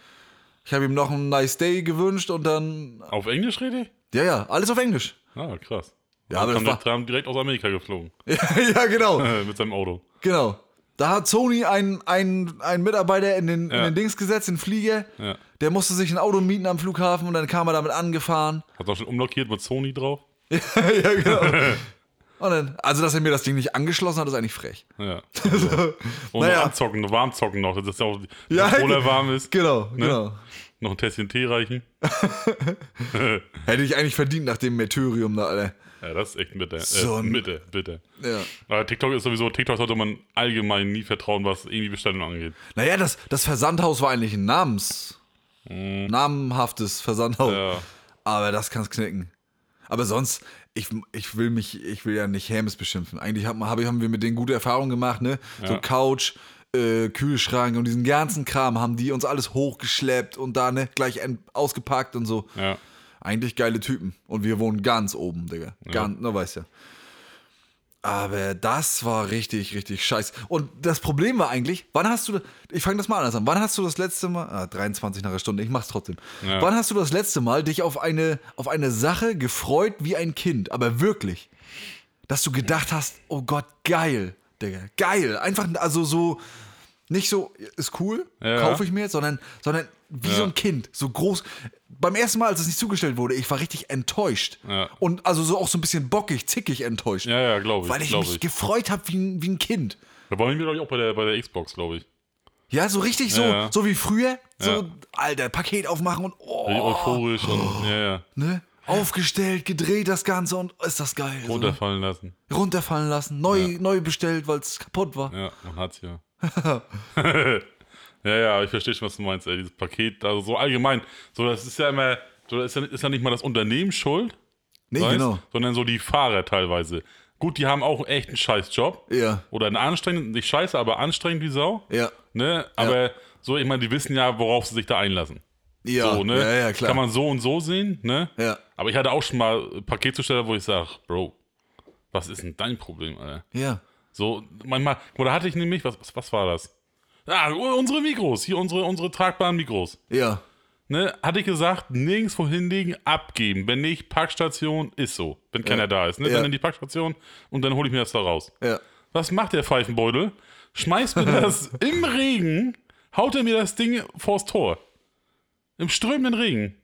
[SPEAKER 2] Ich habe ihm noch einen Nice Day gewünscht und dann,
[SPEAKER 1] Auf Englisch rede ich?
[SPEAKER 2] ja, ja, alles auf Englisch.
[SPEAKER 1] Ah, krass.
[SPEAKER 2] Ja, aber
[SPEAKER 1] kam
[SPEAKER 2] das war-
[SPEAKER 1] der Tram direkt aus Amerika geflogen.
[SPEAKER 2] Ja, ja genau,
[SPEAKER 1] Äh, mit seinem Auto.
[SPEAKER 2] genau. Da hat Sony einen, einen, einen Mitarbeiter in den, in
[SPEAKER 1] Ja.
[SPEAKER 2] den Dings gesetzt, den Flieger.
[SPEAKER 1] Ja.
[SPEAKER 2] Der musste sich ein Auto mieten am Flughafen und dann kam er damit angefahren.
[SPEAKER 1] Hat auch schon umlockiert mit Sony drauf.
[SPEAKER 2] ja, genau. Und dann, also, dass er mir das Ding nicht angeschlossen hat, ist eigentlich frech.
[SPEAKER 1] Ja. Also,
[SPEAKER 2] So.
[SPEAKER 1] Und
[SPEAKER 2] Naja.
[SPEAKER 1] noch anzocken, warm zocken noch, dass der auch
[SPEAKER 2] Ja.
[SPEAKER 1] ja, Cola warm ist.
[SPEAKER 2] Genau, genau.
[SPEAKER 1] Noch ein Tässchen Tee reichen.
[SPEAKER 2] Hätte ich eigentlich verdient nach dem Märtyrium da, Alter.
[SPEAKER 1] Ja, das ist echt bitter.
[SPEAKER 2] So
[SPEAKER 1] äh,
[SPEAKER 2] ein-
[SPEAKER 1] bitter, bitter.
[SPEAKER 2] Ja.
[SPEAKER 1] Aber TikTok ist sowieso, TikTok sollte man allgemein nie vertrauen, was irgendwie Bestellung angeht.
[SPEAKER 2] Naja, das, das Versandhaus war eigentlich ein Namens. Namenhaftes Versandhaus.
[SPEAKER 1] Mhm. Ja.
[SPEAKER 2] Aber das kann's knicken. Aber sonst, ich, ich will mich, ich will ja nicht Hermes beschimpfen. Eigentlich haben, hab, haben wir mit denen gute Erfahrungen gemacht, ne? So
[SPEAKER 1] Ja.
[SPEAKER 2] Couch, äh, Kühlschrank und diesen ganzen Kram haben die uns alles hochgeschleppt und da, ne, gleich ent- ausgepackt und so.
[SPEAKER 1] Ja.
[SPEAKER 2] Eigentlich geile Typen. Und wir wohnen ganz oben, Digga. Ganz, na, weißt ja. Aber das war richtig, richtig scheiße. Und das Problem war eigentlich, wann hast du, ich fange das mal anders an, wann hast du das letzte Mal, ah, 23 nach der Stunde, ich mach's trotzdem.
[SPEAKER 1] Ja.
[SPEAKER 2] Wann hast du das letzte Mal dich auf eine, auf eine Sache gefreut wie ein Kind, aber wirklich, dass du gedacht hast, oh Gott, geil, Digga, geil. Einfach, also so, nicht so, ist cool,
[SPEAKER 1] Ja.
[SPEAKER 2] kaufe ich mir jetzt, sondern, sondern wie so ein Kind, so groß. Beim ersten Mal, als es nicht zugestellt wurde, ich war richtig enttäuscht.
[SPEAKER 1] Ja.
[SPEAKER 2] Und also so auch so ein bisschen bockig, zickig enttäuscht.
[SPEAKER 1] Ja, ja, glaube ich.
[SPEAKER 2] Weil ich
[SPEAKER 1] glaub
[SPEAKER 2] mich gefreut habe wie, ein- wie ein Kind.
[SPEAKER 1] Da waren wir, glaube ich, auch bei der, bei der Xbox, glaube ich.
[SPEAKER 2] Ja, so richtig so,
[SPEAKER 1] Ja, ja.
[SPEAKER 2] so wie früher. So,
[SPEAKER 1] Ja.
[SPEAKER 2] Alter, Paket aufmachen und
[SPEAKER 1] Richtig
[SPEAKER 2] oh,
[SPEAKER 1] Euphorisch und ja, ja.
[SPEAKER 2] ne? Aufgestellt, gedreht das Ganze und ist das geil. so, ne?
[SPEAKER 1] runterfallen lassen.
[SPEAKER 2] runterfallen lassen, neu, neu bestellt, weil es kaputt war.
[SPEAKER 1] Ja, man hat's ja. ja, ja, aber ich verstehe schon, was du meinst, ey. Dieses Paket, also so allgemein. So, das ist ja immer, so, das ist ja, ist ja nicht mal das Unternehmen schuld,
[SPEAKER 2] nee,
[SPEAKER 1] weißt,
[SPEAKER 2] genau.
[SPEAKER 1] sondern so die Fahrer teilweise. Gut, die haben auch echt einen Scheißjob.
[SPEAKER 2] Ja.
[SPEAKER 1] Oder einen anstrengenden, nicht scheiße, aber anstrengend wie Sau.
[SPEAKER 2] Ja.
[SPEAKER 1] Ne? Aber so, ich meine, die wissen ja, worauf sie sich da einlassen.
[SPEAKER 2] Ja,
[SPEAKER 1] so, ne?
[SPEAKER 2] ja, ja, klar.
[SPEAKER 1] Kann man so und so sehen, ne?
[SPEAKER 2] Ja.
[SPEAKER 1] Aber ich hatte auch schon mal Paketzusteller, wo ich sage, Bro, was ist denn dein Problem, Alter?
[SPEAKER 2] Ja.
[SPEAKER 1] So, manchmal, oder hatte ich nämlich, was, was, was war das? Ah, u- unsere Mikros, hier unsere, unsere tragbaren Mikros.
[SPEAKER 2] Ja.
[SPEAKER 1] Ne, hatte ich gesagt, nirgendwo hinlegen, abgeben. Wenn nicht, Packstation, ist so. Wenn keiner da ist, ne?
[SPEAKER 2] Ja.
[SPEAKER 1] Dann in die Packstation und dann hole ich mir das da raus.
[SPEAKER 2] Ja.
[SPEAKER 1] Was macht der Pfeifenbeutel? Schmeißt mir das im Regen, haut er mir das Ding vors Tor. Im strömenden Regen.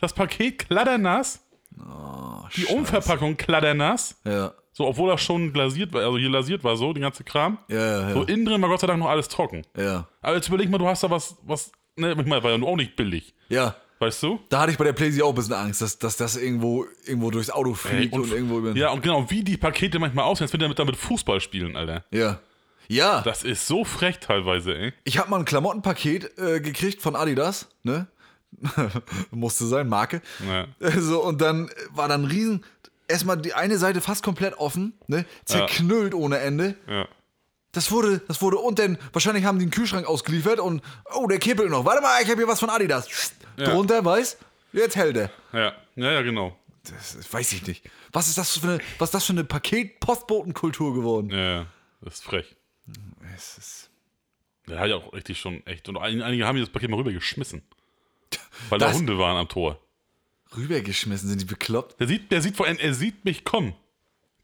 [SPEAKER 1] Das Paket kladdernass,
[SPEAKER 2] Oh,
[SPEAKER 1] die Umverpackung kladdernass.
[SPEAKER 2] ja.
[SPEAKER 1] So, obwohl das schon glasiert war, also hier lasiert war, so, die ganze Kram.
[SPEAKER 2] Ja, ja, ja.
[SPEAKER 1] So, innen drin war Gott sei Dank noch alles trocken.
[SPEAKER 2] ja.
[SPEAKER 1] Aber jetzt überleg mal, du hast da was, was, ne, ich meine, war ja nun auch nicht billig.
[SPEAKER 2] Ja.
[SPEAKER 1] Weißt du?
[SPEAKER 2] Da hatte ich bei der Playsee auch ein bisschen Angst, dass, dass das irgendwo, irgendwo durchs Auto fliegt und, irgendwo über.
[SPEAKER 1] Ja, und genau, wie die Pakete manchmal aussehen, als wenn die damit, damit Fußball spielen, Alter.
[SPEAKER 2] Ja. Ja.
[SPEAKER 1] Das ist so frech teilweise, ey.
[SPEAKER 2] Ich habe mal ein Klamottenpaket äh, gekriegt von Adidas, ne? Musste sein, Marke.
[SPEAKER 1] Ja.
[SPEAKER 2] Äh, So, und dann war dann riesen. Erstmal die eine Seite fast komplett offen, ne? Zerknüllt ohne Ende.
[SPEAKER 1] Ja.
[SPEAKER 2] Das wurde, das wurde, und dann, wahrscheinlich haben die einen Kühlschrank ausgeliefert und, oh, der kippelt noch. Warte mal, ich habe hier was von Adidas. Drunter, weiß, jetzt hält er.
[SPEAKER 1] Ja, ja, ja genau.
[SPEAKER 2] Das ist- weiß ich nicht. Was ist das für eine, was ist das für eine Paket-Postbotenkultur geworden?
[SPEAKER 1] Ja, ja. das ist frech.
[SPEAKER 2] Es ist,
[SPEAKER 1] Da hat ja auch richtig schon echt. Und ein- einige haben mir das Paket mal rübergeschmissen. Weil da
[SPEAKER 2] Das-
[SPEAKER 1] Hunde waren am Tor.
[SPEAKER 2] rübergeschmissen, sind die bekloppt?
[SPEAKER 1] Der sieht, der sieht vor allem, er sieht mich kommen.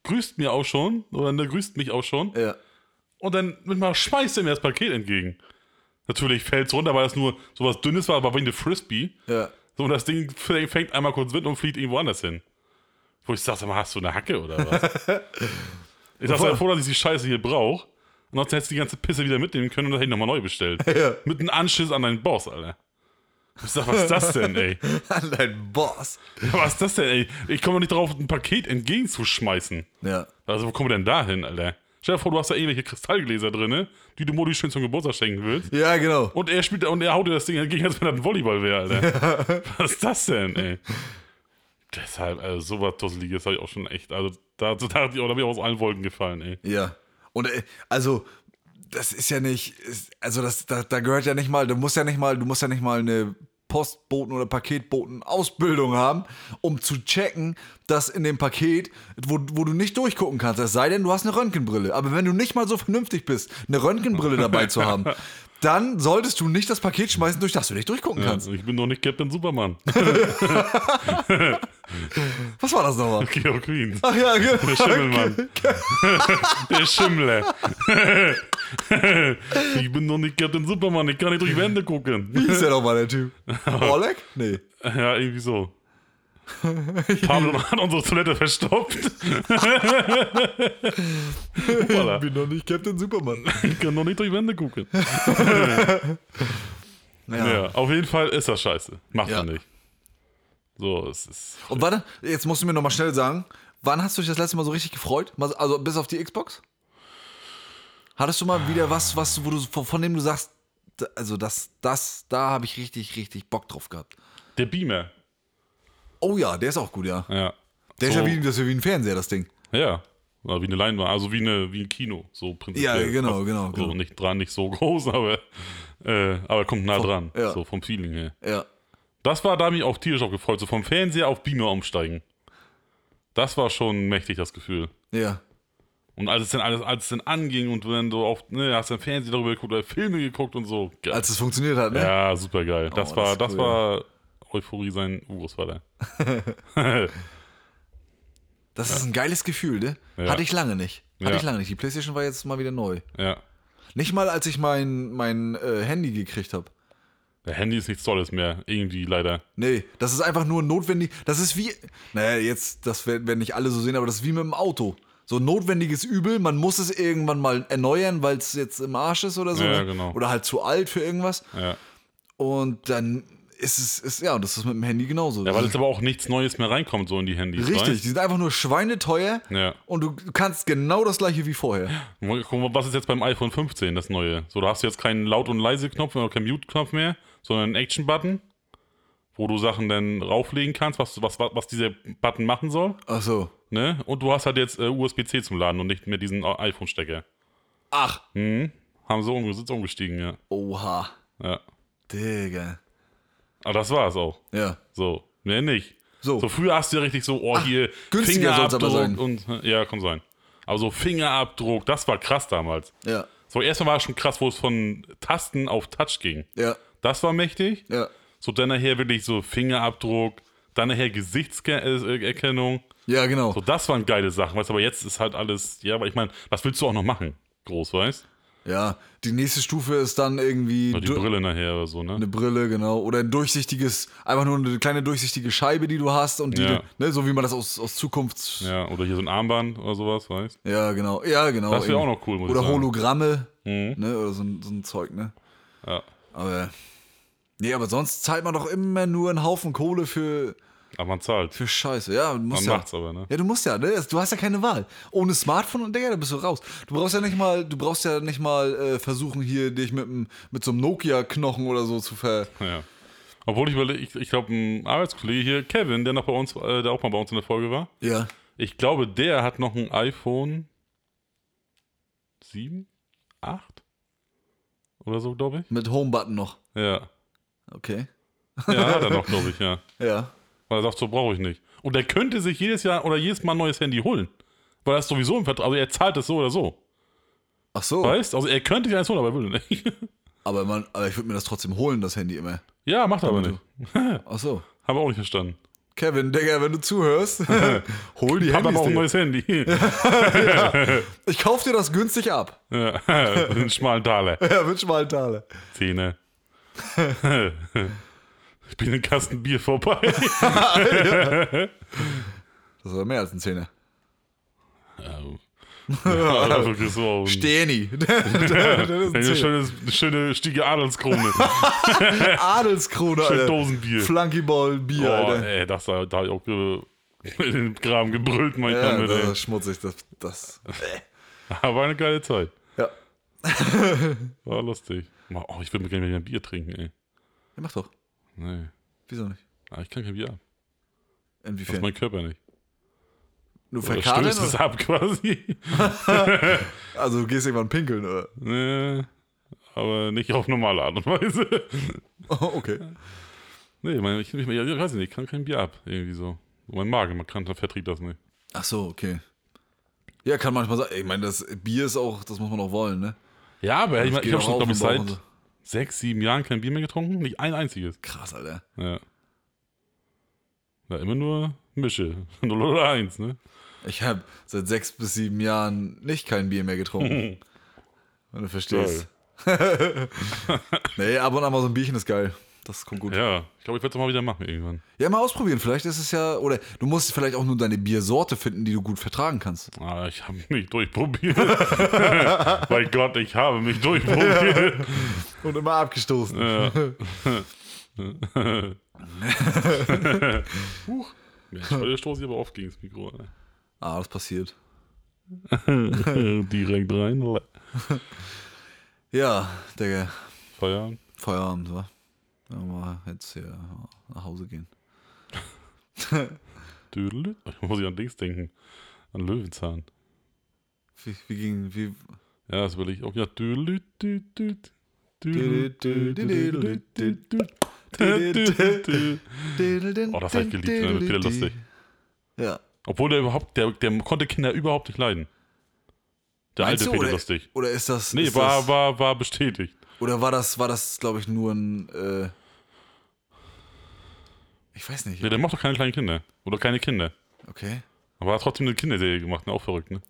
[SPEAKER 1] Grüßt mir auch schon. Oder ne, grüßt mich auch schon.
[SPEAKER 2] Ja.
[SPEAKER 1] Und dann mit mal schmeißt er mir das Paket entgegen. Natürlich fällt's runter, weil es nur sowas Dünnes war, aber wie eine Frisbee.
[SPEAKER 2] Ja.
[SPEAKER 1] So, und das Ding f- fängt einmal kurz Wind und fliegt irgendwo anders hin. Wo ich sag, sag mal, hast du eine Hacke oder was? ich sag, sei froh, dass ich die Scheiße hier brauch. Ansonsten hättest du die ganze Pisse wieder mitnehmen können und dann hätte ich nochmal neu bestellt.
[SPEAKER 2] Ja.
[SPEAKER 1] Mit einem Anschiss an deinen Boss, Alter. Ich sag, was ist das denn, ey?
[SPEAKER 2] An dein Boss.
[SPEAKER 1] Was ist das denn, ey? Ich komme doch nicht drauf, ein Paket entgegenzuschmeißen.
[SPEAKER 2] Ja.
[SPEAKER 1] Also, wo kommen wir denn da hin, Alter? Stell dir vor, du hast da irgendwelche Kristallgläser drin, die du Modi schön zum Geburtstag schenken willst.
[SPEAKER 2] Ja, genau.
[SPEAKER 1] Und er spielt und er haut dir das Ding entgegen, als wenn das ein Volleyball wäre, Alter. Was ist das denn, ey? Deshalb, also sowas Dusseliges habe ich auch schon echt, also da, da dachte ich auch, da bin ich aus allen Wolken gefallen, ey.
[SPEAKER 2] Ja. Und äh, also, das ist ja nicht, ist- also das, da, da gehört ja nicht mal, du musst ja nicht mal, du musst ja nicht mal eine Postboten- oder Paketboten-Ausbildung haben, um zu checken, dass in dem Paket, wo, wo du nicht durchgucken kannst, es sei denn, du hast eine Röntgenbrille. Aber wenn du nicht mal so vernünftig bist, eine Röntgenbrille dabei zu haben, dann solltest du nicht das Paket schmeißen, durch das du nicht durchgucken kannst.
[SPEAKER 1] Also ich bin doch nicht Captain Superman.
[SPEAKER 2] Was war das nochmal?
[SPEAKER 1] Georg oh, Queen.
[SPEAKER 2] Ach ja,
[SPEAKER 1] Der
[SPEAKER 2] genau.
[SPEAKER 1] Schimmelmann. Der Schimmler. ich bin doch nicht Captain Superman, ich kann nicht durch Wände gucken.
[SPEAKER 2] Wie hieß der nochmal, der Typ? Orlek? Nee.
[SPEAKER 1] Ja, irgendwie so. Pablo hat unsere Toilette verstopft. Hoppala.
[SPEAKER 2] Ich bin noch nicht Captain Superman.
[SPEAKER 1] Ich kann noch nicht durch Wände gucken. Ja, auf jeden Fall ist das scheiße. Macht
[SPEAKER 2] Ja.
[SPEAKER 1] man nicht. So, es ist.
[SPEAKER 2] Und warte, jetzt musst du mir nochmal schnell sagen, wann hast du dich das letzte Mal so richtig gefreut? Mal- Also bis auf die Xbox? Hattest du mal wieder was, was wo du, von von dem du sagst, d- also das, das, da habe ich richtig, richtig Bock drauf gehabt.
[SPEAKER 1] Der Beamer.
[SPEAKER 2] Oh ja, der ist auch gut, ja.
[SPEAKER 1] Ja. so,
[SPEAKER 2] Der ist ja wie, das ist ja wie ein Fernseher, das Ding.
[SPEAKER 1] Ja. War wie eine Leinwand, also wie, eine, wie ein Kino, so prinzipiell.
[SPEAKER 2] Ja, genau, genau,
[SPEAKER 1] So,
[SPEAKER 2] genau.
[SPEAKER 1] nicht dran, nicht so groß, aber, äh, aber kommt nah dran.
[SPEAKER 2] ja.
[SPEAKER 1] So vom Feeling her.
[SPEAKER 2] Ja.
[SPEAKER 1] Das war, da hab ich mich auch tierisch auch gefreut. So vom Fernseher auf Beamer umsteigen. Das war schon mächtig, das Gefühl.
[SPEAKER 2] Ja.
[SPEAKER 1] Und als es dann alles, als es dann anging und du dann so auf, ne, hast dann Fernsehen darüber geguckt oder Filme geguckt und so. Geil.
[SPEAKER 2] Als es funktioniert hat, ne?
[SPEAKER 1] Ja, super geil. Das
[SPEAKER 2] das
[SPEAKER 1] war,
[SPEAKER 2] ist
[SPEAKER 1] das
[SPEAKER 2] cool.
[SPEAKER 1] war Euphorie sein Urgroßvater.
[SPEAKER 2] Das ist ein geiles Gefühl, ne?
[SPEAKER 1] Ja.
[SPEAKER 2] Hatte ich lange nicht. Hatte
[SPEAKER 1] Ja.
[SPEAKER 2] ich lange nicht. Die Playstation war jetzt mal wieder neu.
[SPEAKER 1] Ja.
[SPEAKER 2] Nicht mal, als ich mein, mein äh, Handy gekriegt habe.
[SPEAKER 1] Der Handy ist nichts Tolles mehr, irgendwie leider.
[SPEAKER 2] Nee, das ist einfach nur notwendig. Das ist wie, naja, jetzt, das werden werden nicht alle so sehen, aber das ist wie mit dem Auto. So ein notwendiges Übel, man muss es irgendwann mal erneuern, weil es jetzt im Arsch ist oder so.
[SPEAKER 1] Ja,
[SPEAKER 2] ne?
[SPEAKER 1] genau.
[SPEAKER 2] Oder halt zu alt für irgendwas.
[SPEAKER 1] Ja.
[SPEAKER 2] Und dann ist es, ist, ja, und das ist mit dem Handy genauso.
[SPEAKER 1] Ja, weil jetzt aber auch nichts Neues mehr reinkommt, so in die Handys.
[SPEAKER 2] Richtig, die sind einfach nur schweineteuer
[SPEAKER 1] Ja.
[SPEAKER 2] und du kannst genau das gleiche wie vorher.
[SPEAKER 1] Weißt? Mal gucken, was ist jetzt beim iPhone 15, das neue? So, da hast du jetzt keinen Laut- und Leise-Knopf oder keinen Mute-Knopf mehr, sondern einen Action-Button, wo du Sachen dann rauflegen kannst, was, was, was dieser Button machen soll.
[SPEAKER 2] Ach so.
[SPEAKER 1] Ne? Und du hast halt jetzt äh, USB-C zum Laden und nicht mehr diesen äh, iPhone-Stecker. um,
[SPEAKER 2] Ach,
[SPEAKER 1] Mhm. Haben so umges- sind umgestiegen, ja.
[SPEAKER 2] oha.
[SPEAKER 1] ja.
[SPEAKER 2] Digga.
[SPEAKER 1] Aber das war's auch.
[SPEAKER 2] Ja.
[SPEAKER 1] So, mehr nicht.
[SPEAKER 2] So.
[SPEAKER 1] So früher hast du ja richtig so, oh hier,
[SPEAKER 2] günstiger soll's aber
[SPEAKER 1] Fingerabdruck
[SPEAKER 2] sein.
[SPEAKER 1] und ne, ja, kann sein. Aber so Fingerabdruck, das war krass damals.
[SPEAKER 2] Ja.
[SPEAKER 1] So, erstmal war es schon krass, wo es von Tasten auf Touch ging.
[SPEAKER 2] Ja.
[SPEAKER 1] Das war mächtig.
[SPEAKER 2] Ja.
[SPEAKER 1] So, dann nachher wirklich so Fingerabdruck, dann nachher Gesichtserkennung.
[SPEAKER 2] Ja, genau.
[SPEAKER 1] So, das waren geile Sachen, weißt du, aber jetzt ist halt alles, ja, aber ich meine, was willst du auch noch machen? Groß, weißt
[SPEAKER 2] Ja. Die nächste Stufe ist dann irgendwie
[SPEAKER 1] du? Die
[SPEAKER 2] du-
[SPEAKER 1] Brille nachher oder so, ne?
[SPEAKER 2] eine Brille, genau. Oder ein durchsichtiges, einfach nur eine kleine durchsichtige Scheibe, die du hast und die,
[SPEAKER 1] Ja.
[SPEAKER 2] du- ne, so wie man das aus, aus Zukunfts. Ja.
[SPEAKER 1] Ja, oder hier so ein Armband oder sowas, weißt
[SPEAKER 2] genau. Ja, genau.
[SPEAKER 1] Das wäre auch
[SPEAKER 2] irgendwie.
[SPEAKER 1] noch cool, muss
[SPEAKER 2] Oder
[SPEAKER 1] ich sagen. Mhm.
[SPEAKER 2] Hologramme, ne, oder so, ein- so ein Zeug, ne.
[SPEAKER 1] Ja.
[SPEAKER 2] Aber. Nee, aber sonst zahlt man doch immer nur einen Haufen Kohle für,
[SPEAKER 1] Aber man zahlt.
[SPEAKER 2] für Scheiße. Ja, du musst
[SPEAKER 1] Man
[SPEAKER 2] ja.
[SPEAKER 1] macht's aber, ne?
[SPEAKER 2] Ja, du musst ja, ne? Das- Du hast ja keine Wahl. Ohne Smartphone und Digga, da bist du raus. Du brauchst ja nicht mal, du brauchst ja nicht mal äh, versuchen, hier dich mit, dem- mit so einem Nokia-Knochen oder so zu ver.
[SPEAKER 1] Ja. Obwohl ich überlege, ich, ich glaube, ein Arbeitskollege hier, Kevin, der noch bei uns, äh, der auch mal bei uns in der Folge war,
[SPEAKER 2] Ja.
[SPEAKER 1] ich glaube, der hat noch ein iPhone 7, 8 oder so, glaube ich.
[SPEAKER 2] Mit Home-Button noch.
[SPEAKER 1] Ja.
[SPEAKER 2] Okay.
[SPEAKER 1] Ja, hat er noch, glaube ich, ja.
[SPEAKER 2] Ja.
[SPEAKER 1] Weil er sagt, so brauche ich nicht. Und er könnte sich jedes Jahr oder jedes Mal ein neues Handy holen. Weil er ist sowieso im Vertrag, also er zahlt es so oder so.
[SPEAKER 2] Ach so.
[SPEAKER 1] Weißt? Also er könnte sich eins holen, aber er will nicht.
[SPEAKER 2] Aber, man, aber ich würde mir das trotzdem holen, das Handy immer.
[SPEAKER 1] Ja, macht er aber nicht.
[SPEAKER 2] Ach so.
[SPEAKER 1] Haben wir auch nicht verstanden.
[SPEAKER 2] Kevin, Digga, wenn du zuhörst, hol die
[SPEAKER 1] Hat aber
[SPEAKER 2] Handys.
[SPEAKER 1] auch ein
[SPEAKER 2] Digga.
[SPEAKER 1] neues Handy.
[SPEAKER 2] Ich kauf dir das günstig ab.
[SPEAKER 1] ja, einen schmalen Taler.
[SPEAKER 2] Ja, wünsch mal einen Taler.
[SPEAKER 1] Zähne. ich bin den Kasten Bier vorbei.
[SPEAKER 2] Das war mehr als ein Zehner.
[SPEAKER 1] Ähm, also kriegst du auch ein-
[SPEAKER 2] Steni. Das ist ein
[SPEAKER 1] eine
[SPEAKER 2] Zehner.
[SPEAKER 1] schöne, schöne Stiege Adelskrone.
[SPEAKER 2] Adelskrone,
[SPEAKER 1] Schön
[SPEAKER 2] Alter.
[SPEAKER 1] Dosenbier.
[SPEAKER 2] Flunkyball Bier,
[SPEAKER 1] Boah,
[SPEAKER 2] Alter.
[SPEAKER 1] ey, das, da da hab ich auch ge in den Graben gebrüllt manchmal
[SPEAKER 2] Ja,
[SPEAKER 1] mit.
[SPEAKER 2] das
[SPEAKER 1] Ey.
[SPEAKER 2] ist schmutzig. Das, das.
[SPEAKER 1] Aber eine geile Zeit.
[SPEAKER 2] Ja.
[SPEAKER 1] War lustig. Ma- Oh, ich würde mir gerne wieder ein Bier trinken, ey.
[SPEAKER 2] ja, mach doch.
[SPEAKER 1] Nee.
[SPEAKER 2] Wieso nicht?
[SPEAKER 1] Ah, Ich kann kein Bier ab. Das ist
[SPEAKER 2] Inwiefern?
[SPEAKER 1] mein Körper nicht.
[SPEAKER 2] Nur
[SPEAKER 1] Oder
[SPEAKER 2] verkabeln?
[SPEAKER 1] stößt es
[SPEAKER 2] oder?
[SPEAKER 1] ab quasi.
[SPEAKER 2] Also du gehst irgendwann pinkeln, oder?
[SPEAKER 1] nee. Aber nicht auf normale Art und Weise.
[SPEAKER 2] Oh, okay.
[SPEAKER 1] Nee, ich meine, ich, ich, ich weiß nicht, ich kann kein Bier ab, irgendwie so. Mein Magen, man kann, verträgt das nicht.
[SPEAKER 2] Ach so, okay. Ja, kann manchmal sein. Ich meine, das Bier ist auch, das muss man auch wollen, ne?
[SPEAKER 1] Ja, aber ich,
[SPEAKER 2] Das
[SPEAKER 1] mein, ich
[SPEAKER 2] geht
[SPEAKER 1] habe
[SPEAKER 2] auch
[SPEAKER 1] schon,
[SPEAKER 2] auf
[SPEAKER 1] glaube
[SPEAKER 2] den
[SPEAKER 1] ich,
[SPEAKER 2] Bauch
[SPEAKER 1] seit
[SPEAKER 2] und so.
[SPEAKER 1] sechs, sieben Jahren kein Bier mehr getrunken. Nicht ein einziges.
[SPEAKER 2] Krass, Alter.
[SPEAKER 1] Ja. Ja, immer nur Mische. Null oder eins, ne?
[SPEAKER 2] Ich habe seit sechs bis sieben Jahren nicht kein Bier mehr getrunken. Wenn du verstehst. nee, ab und an mal so ein Bierchen ist geil. Das kommt gut. Ja,
[SPEAKER 1] Ja, ich glaube, ich werde es mal wieder machen irgendwann.
[SPEAKER 2] mal ausprobieren. Vielleicht ist es ja, oder du musst vielleicht auch nur deine Biersorte finden, die du gut vertragen kannst.
[SPEAKER 1] Ah, ich habe mich durchprobiert. Bei Gott, ich habe mich durchprobiert.
[SPEAKER 2] Und immer abgestoßen.
[SPEAKER 1] Ja. Huch. Mensch, heute stoße ich aber oft gegen das Mikro. ne? Alter.
[SPEAKER 2] Ah, das passiert.
[SPEAKER 1] Direkt rein.
[SPEAKER 2] Ja, Digga.
[SPEAKER 1] Feierabend.
[SPEAKER 2] Feierabend, wa? Ja, mal jetzt hier nach Hause gehen.
[SPEAKER 1] Dödel? Ich muss ich an Dings denken. An Löwenzahn.
[SPEAKER 2] Wie, wie ging, wie.
[SPEAKER 1] Ja, das will ich auch. Ja, Dödel, dü, dü, dü, dü, dü, dü, dü, dü, dü, dü, dü, dü. Oh, das hab ich geliebt, ne? Mit Peter Lustig.
[SPEAKER 2] Ja.
[SPEAKER 1] Obwohl der überhaupt, der, der konnte Kinder überhaupt nicht leiden. Der
[SPEAKER 2] Meinst
[SPEAKER 1] alte
[SPEAKER 2] du,
[SPEAKER 1] Peter
[SPEAKER 2] oder,
[SPEAKER 1] Lustig.
[SPEAKER 2] Oder ist das.
[SPEAKER 1] Nee,
[SPEAKER 2] ist
[SPEAKER 1] war,
[SPEAKER 2] das,
[SPEAKER 1] war, war bestätigt.
[SPEAKER 2] Oder war das, war das, glaube ich, nur ein. Äh, ich weiß nicht.
[SPEAKER 1] Nee, der mochte keine kleinen Kinder. Oder keine Kinder.
[SPEAKER 2] Okay.
[SPEAKER 1] Aber hat trotzdem eine Kinderserie gemacht, ne? Auch verrückt, ne?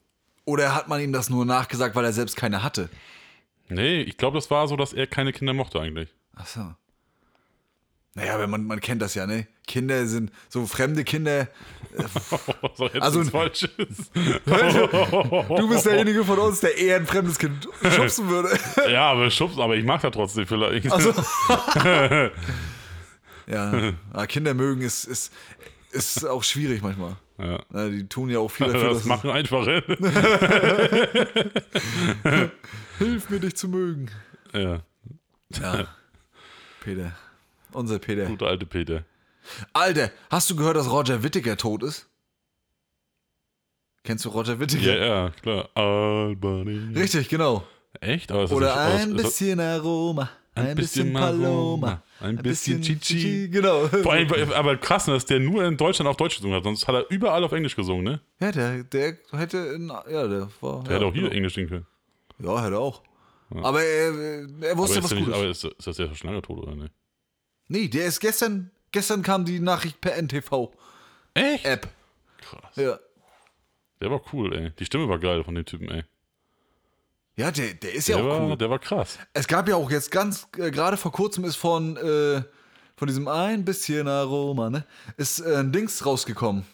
[SPEAKER 2] Oder hat man ihm das nur nachgesagt, weil er selbst keine hatte?
[SPEAKER 1] Nee, ich glaube, das war so, dass er keine Kinder mochte eigentlich.
[SPEAKER 2] Ach so. Naja, aber man, man kennt das ja, ne? Kinder sind so fremde Kinder.
[SPEAKER 1] Was auch jetzt
[SPEAKER 2] Also-
[SPEAKER 1] also, Falsches.
[SPEAKER 2] Du bist derjenige von uns, der eher ein fremdes Kind schubsen würde.
[SPEAKER 1] Ja, aber schubst, aber ich mag da trotzdem vielleicht.
[SPEAKER 2] Also, ja, aber Kinder mögen ist, ist, ist auch schwierig manchmal.
[SPEAKER 1] ja.
[SPEAKER 2] Na, Die tun ja auch viel dafür,
[SPEAKER 1] Das
[SPEAKER 2] dass
[SPEAKER 1] machen einfache.
[SPEAKER 2] hilf mir, dich zu mögen.
[SPEAKER 1] Ja,
[SPEAKER 2] Ja, Peter. Unser Peter.
[SPEAKER 1] guter alte Peter.
[SPEAKER 2] Alter, hast du gehört, dass Roger Whittaker tot ist? Kennst du Roger
[SPEAKER 1] Ja,
[SPEAKER 2] Whittaker?
[SPEAKER 1] ja, klar. Albany.
[SPEAKER 2] Richtig, genau.
[SPEAKER 1] Echt? Aber ist das
[SPEAKER 2] Oder
[SPEAKER 1] nicht, aber ist-
[SPEAKER 2] ein
[SPEAKER 1] ist das,
[SPEAKER 2] bisschen Aroma.
[SPEAKER 1] also Ein, bisschen, Paloma. Ein bisschen, Chichi.
[SPEAKER 2] Genau.
[SPEAKER 1] Vor allem, weil- aber krass, ne, dass der nur in Deutschland auf Deutsch gesungen hat. Sonst hat er überall auf Englisch gesungen, ne?
[SPEAKER 2] Ja, der, der hätte. In, ja, der war.
[SPEAKER 1] Der
[SPEAKER 2] ja,
[SPEAKER 1] hätte auch hier
[SPEAKER 2] genau.
[SPEAKER 1] Englisch singen können.
[SPEAKER 2] Ja, hätte auch. Aber er, er
[SPEAKER 1] Aber,
[SPEAKER 2] wusste
[SPEAKER 1] ist,
[SPEAKER 2] was
[SPEAKER 1] der nicht, aber
[SPEAKER 2] Gutes.
[SPEAKER 1] ist, ist das ja schon lange tot, oder ne?
[SPEAKER 2] Nee, der ist gestern. Gestern kam die Nachricht per NTV-App.
[SPEAKER 1] Echt? Krass.
[SPEAKER 2] Ja.
[SPEAKER 1] Der war cool, ey. Die Stimme war geil von dem Typen, ey.
[SPEAKER 2] Ja, der, der ist ja
[SPEAKER 1] Der,
[SPEAKER 2] auch
[SPEAKER 1] war,
[SPEAKER 2] cool.
[SPEAKER 1] der war krass.
[SPEAKER 2] Es gab ja auch jetzt ganz, äh, gerade vor kurzem ist von, äh, von diesem ein bisschen Aroma, ne? Ist äh, ein Dings rausgekommen.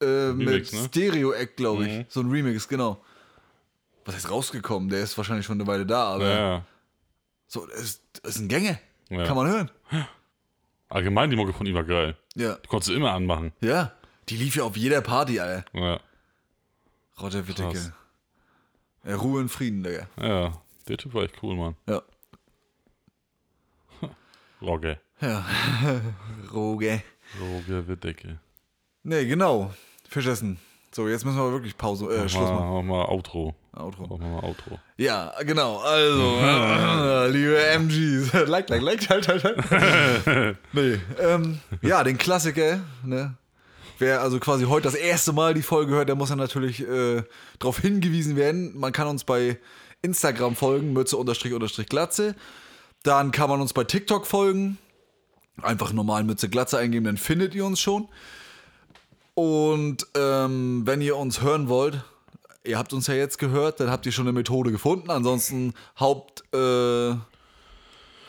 [SPEAKER 2] Äh,
[SPEAKER 1] Remix,
[SPEAKER 2] mit
[SPEAKER 1] ne? Mhm.
[SPEAKER 2] Stereo-Act, glaube ich. So ein Remix, genau. Was heißt rausgekommen? Der ist wahrscheinlich schon eine Weile da, aber
[SPEAKER 1] Ja.
[SPEAKER 2] so, das ist, das ist ein Gänge.
[SPEAKER 1] Ja.
[SPEAKER 2] Kann man hören.
[SPEAKER 1] Allgemein die Mucke von ihm war geil.
[SPEAKER 2] Ja.
[SPEAKER 1] Die konntest du immer anmachen.
[SPEAKER 2] Ja. Die lief ja auf jeder Party, Alter.
[SPEAKER 1] Ja.
[SPEAKER 2] Roger
[SPEAKER 1] Krass.
[SPEAKER 2] Witticke. Ja, Ruhe in Frieden, Digga.
[SPEAKER 1] Ja. Der Typ war echt cool, Mann.
[SPEAKER 2] Ja.
[SPEAKER 1] Rogge.
[SPEAKER 2] Roge.
[SPEAKER 1] Rogge Wittdecke.
[SPEAKER 2] Nee, genau. Fischessen. So, jetzt müssen wir aber wirklich Pause, äh, Schluss machen.
[SPEAKER 1] Mach mal Outro.
[SPEAKER 2] Outro.
[SPEAKER 1] Mach mal Outro.
[SPEAKER 2] Ja, genau. Also, äh, liebe MGs. like, like, like, halt, halt, halt. Nee. Ähm, ja, den Klassiker, ne? Wer also quasi heute das erste Mal die Folge hört, der muss ja natürlich äh, darauf hingewiesen werden. Man kann uns bei Instagram folgen, Mütze unterstrich unterstrich Glatze. Dann kann man uns bei TikTok folgen. Einfach normal Mütze Glatze eingeben, dann findet ihr uns schon. Und ähm, wenn ihr uns hören wollt, ihr habt uns ja jetzt gehört, dann habt ihr schon eine Methode gefunden. Ansonsten Haupt äh,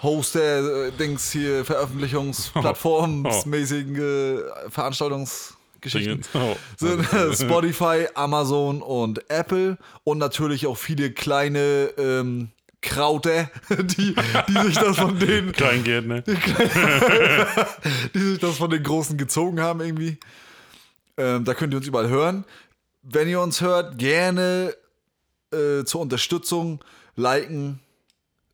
[SPEAKER 2] Host der äh, Dings hier Veröffentlichungsplattformsmäßigen äh, Veranstaltungsgeschichten
[SPEAKER 1] Dingens. Oh.
[SPEAKER 2] sind Spotify, Amazon und Apple und natürlich auch viele kleine ähm, Kraute, die, die sich das von den
[SPEAKER 1] Kleingeld, ne?
[SPEAKER 2] die sich das von den Großen gezogen haben irgendwie. Ähm, da könnt ihr uns überall hören. Wenn ihr uns hört, gerne äh, zur Unterstützung liken,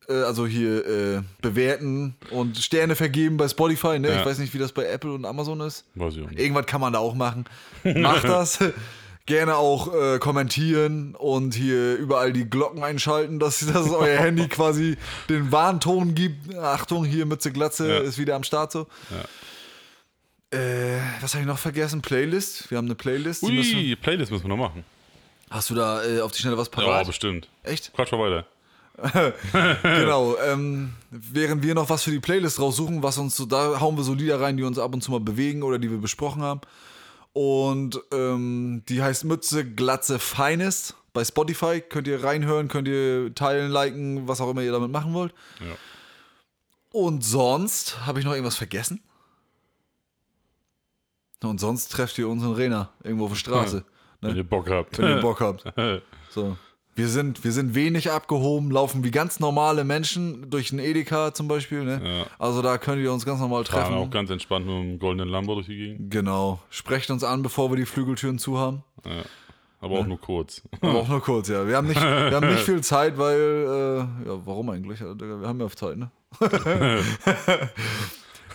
[SPEAKER 2] äh, also hier äh, bewerten und Sterne vergeben bei Spotify. Ne?
[SPEAKER 1] Ja.
[SPEAKER 2] Ich weiß nicht, wie das bei Apple und Amazon ist.
[SPEAKER 1] Weiß ich auch nicht.
[SPEAKER 2] Irgendwas kann man da auch machen. Macht das. Gerne auch äh, kommentieren und hier überall die Glocken einschalten, dass, dass euer Handy quasi den Warnton gibt. Achtung, hier Mütze Glatze
[SPEAKER 1] Ja.
[SPEAKER 2] ist wieder am Start so. Äh, was habe ich noch vergessen? Playlist? Wir haben eine Playlist. Die müssen,
[SPEAKER 1] Ui, Playlist müssen wir noch machen.
[SPEAKER 2] hast du da äh, auf die Schnelle was
[SPEAKER 1] Ja,
[SPEAKER 2] parat?
[SPEAKER 1] bestimmt.
[SPEAKER 2] Echt?
[SPEAKER 1] Quatsch mal weiter.
[SPEAKER 2] Genau. Ähm, während wir noch was für die Playlist raussuchen, was uns so, da hauen wir so Lieder rein, die uns ab und zu mal bewegen oder die wir besprochen haben. Und ähm, die heißt Mütze Glatze Finest bei Spotify. Könnt ihr reinhören, könnt ihr teilen, liken, was auch immer ihr damit machen wollt.
[SPEAKER 1] Ja.
[SPEAKER 2] Und sonst habe ich noch irgendwas vergessen? Und sonst trefft ihr unseren Rena irgendwo auf der Straße,
[SPEAKER 1] Wenn ihr Bock habt.
[SPEAKER 2] Ne? wenn ihr Bock habt. So. Wir sind, wir sind wenig abgehoben, laufen wie ganz normale Menschen durch den Edeka zum Beispiel. Ne? Also da könnt ihr uns ganz normal
[SPEAKER 1] Fahren auch
[SPEAKER 2] treffen.
[SPEAKER 1] ganz entspannt mit dem goldenen Lambo durch die Gegend.
[SPEAKER 2] Genau. Sprecht uns an, bevor wir die Flügeltüren zu haben.
[SPEAKER 1] Aber
[SPEAKER 2] Ne?
[SPEAKER 1] auch nur kurz.
[SPEAKER 2] Aber auch nur kurz, ja. Wir haben nicht, wir haben nicht viel Zeit, weil, äh, ja, warum eigentlich? Alter, Digga, Wir haben ja auf Zeit, ne?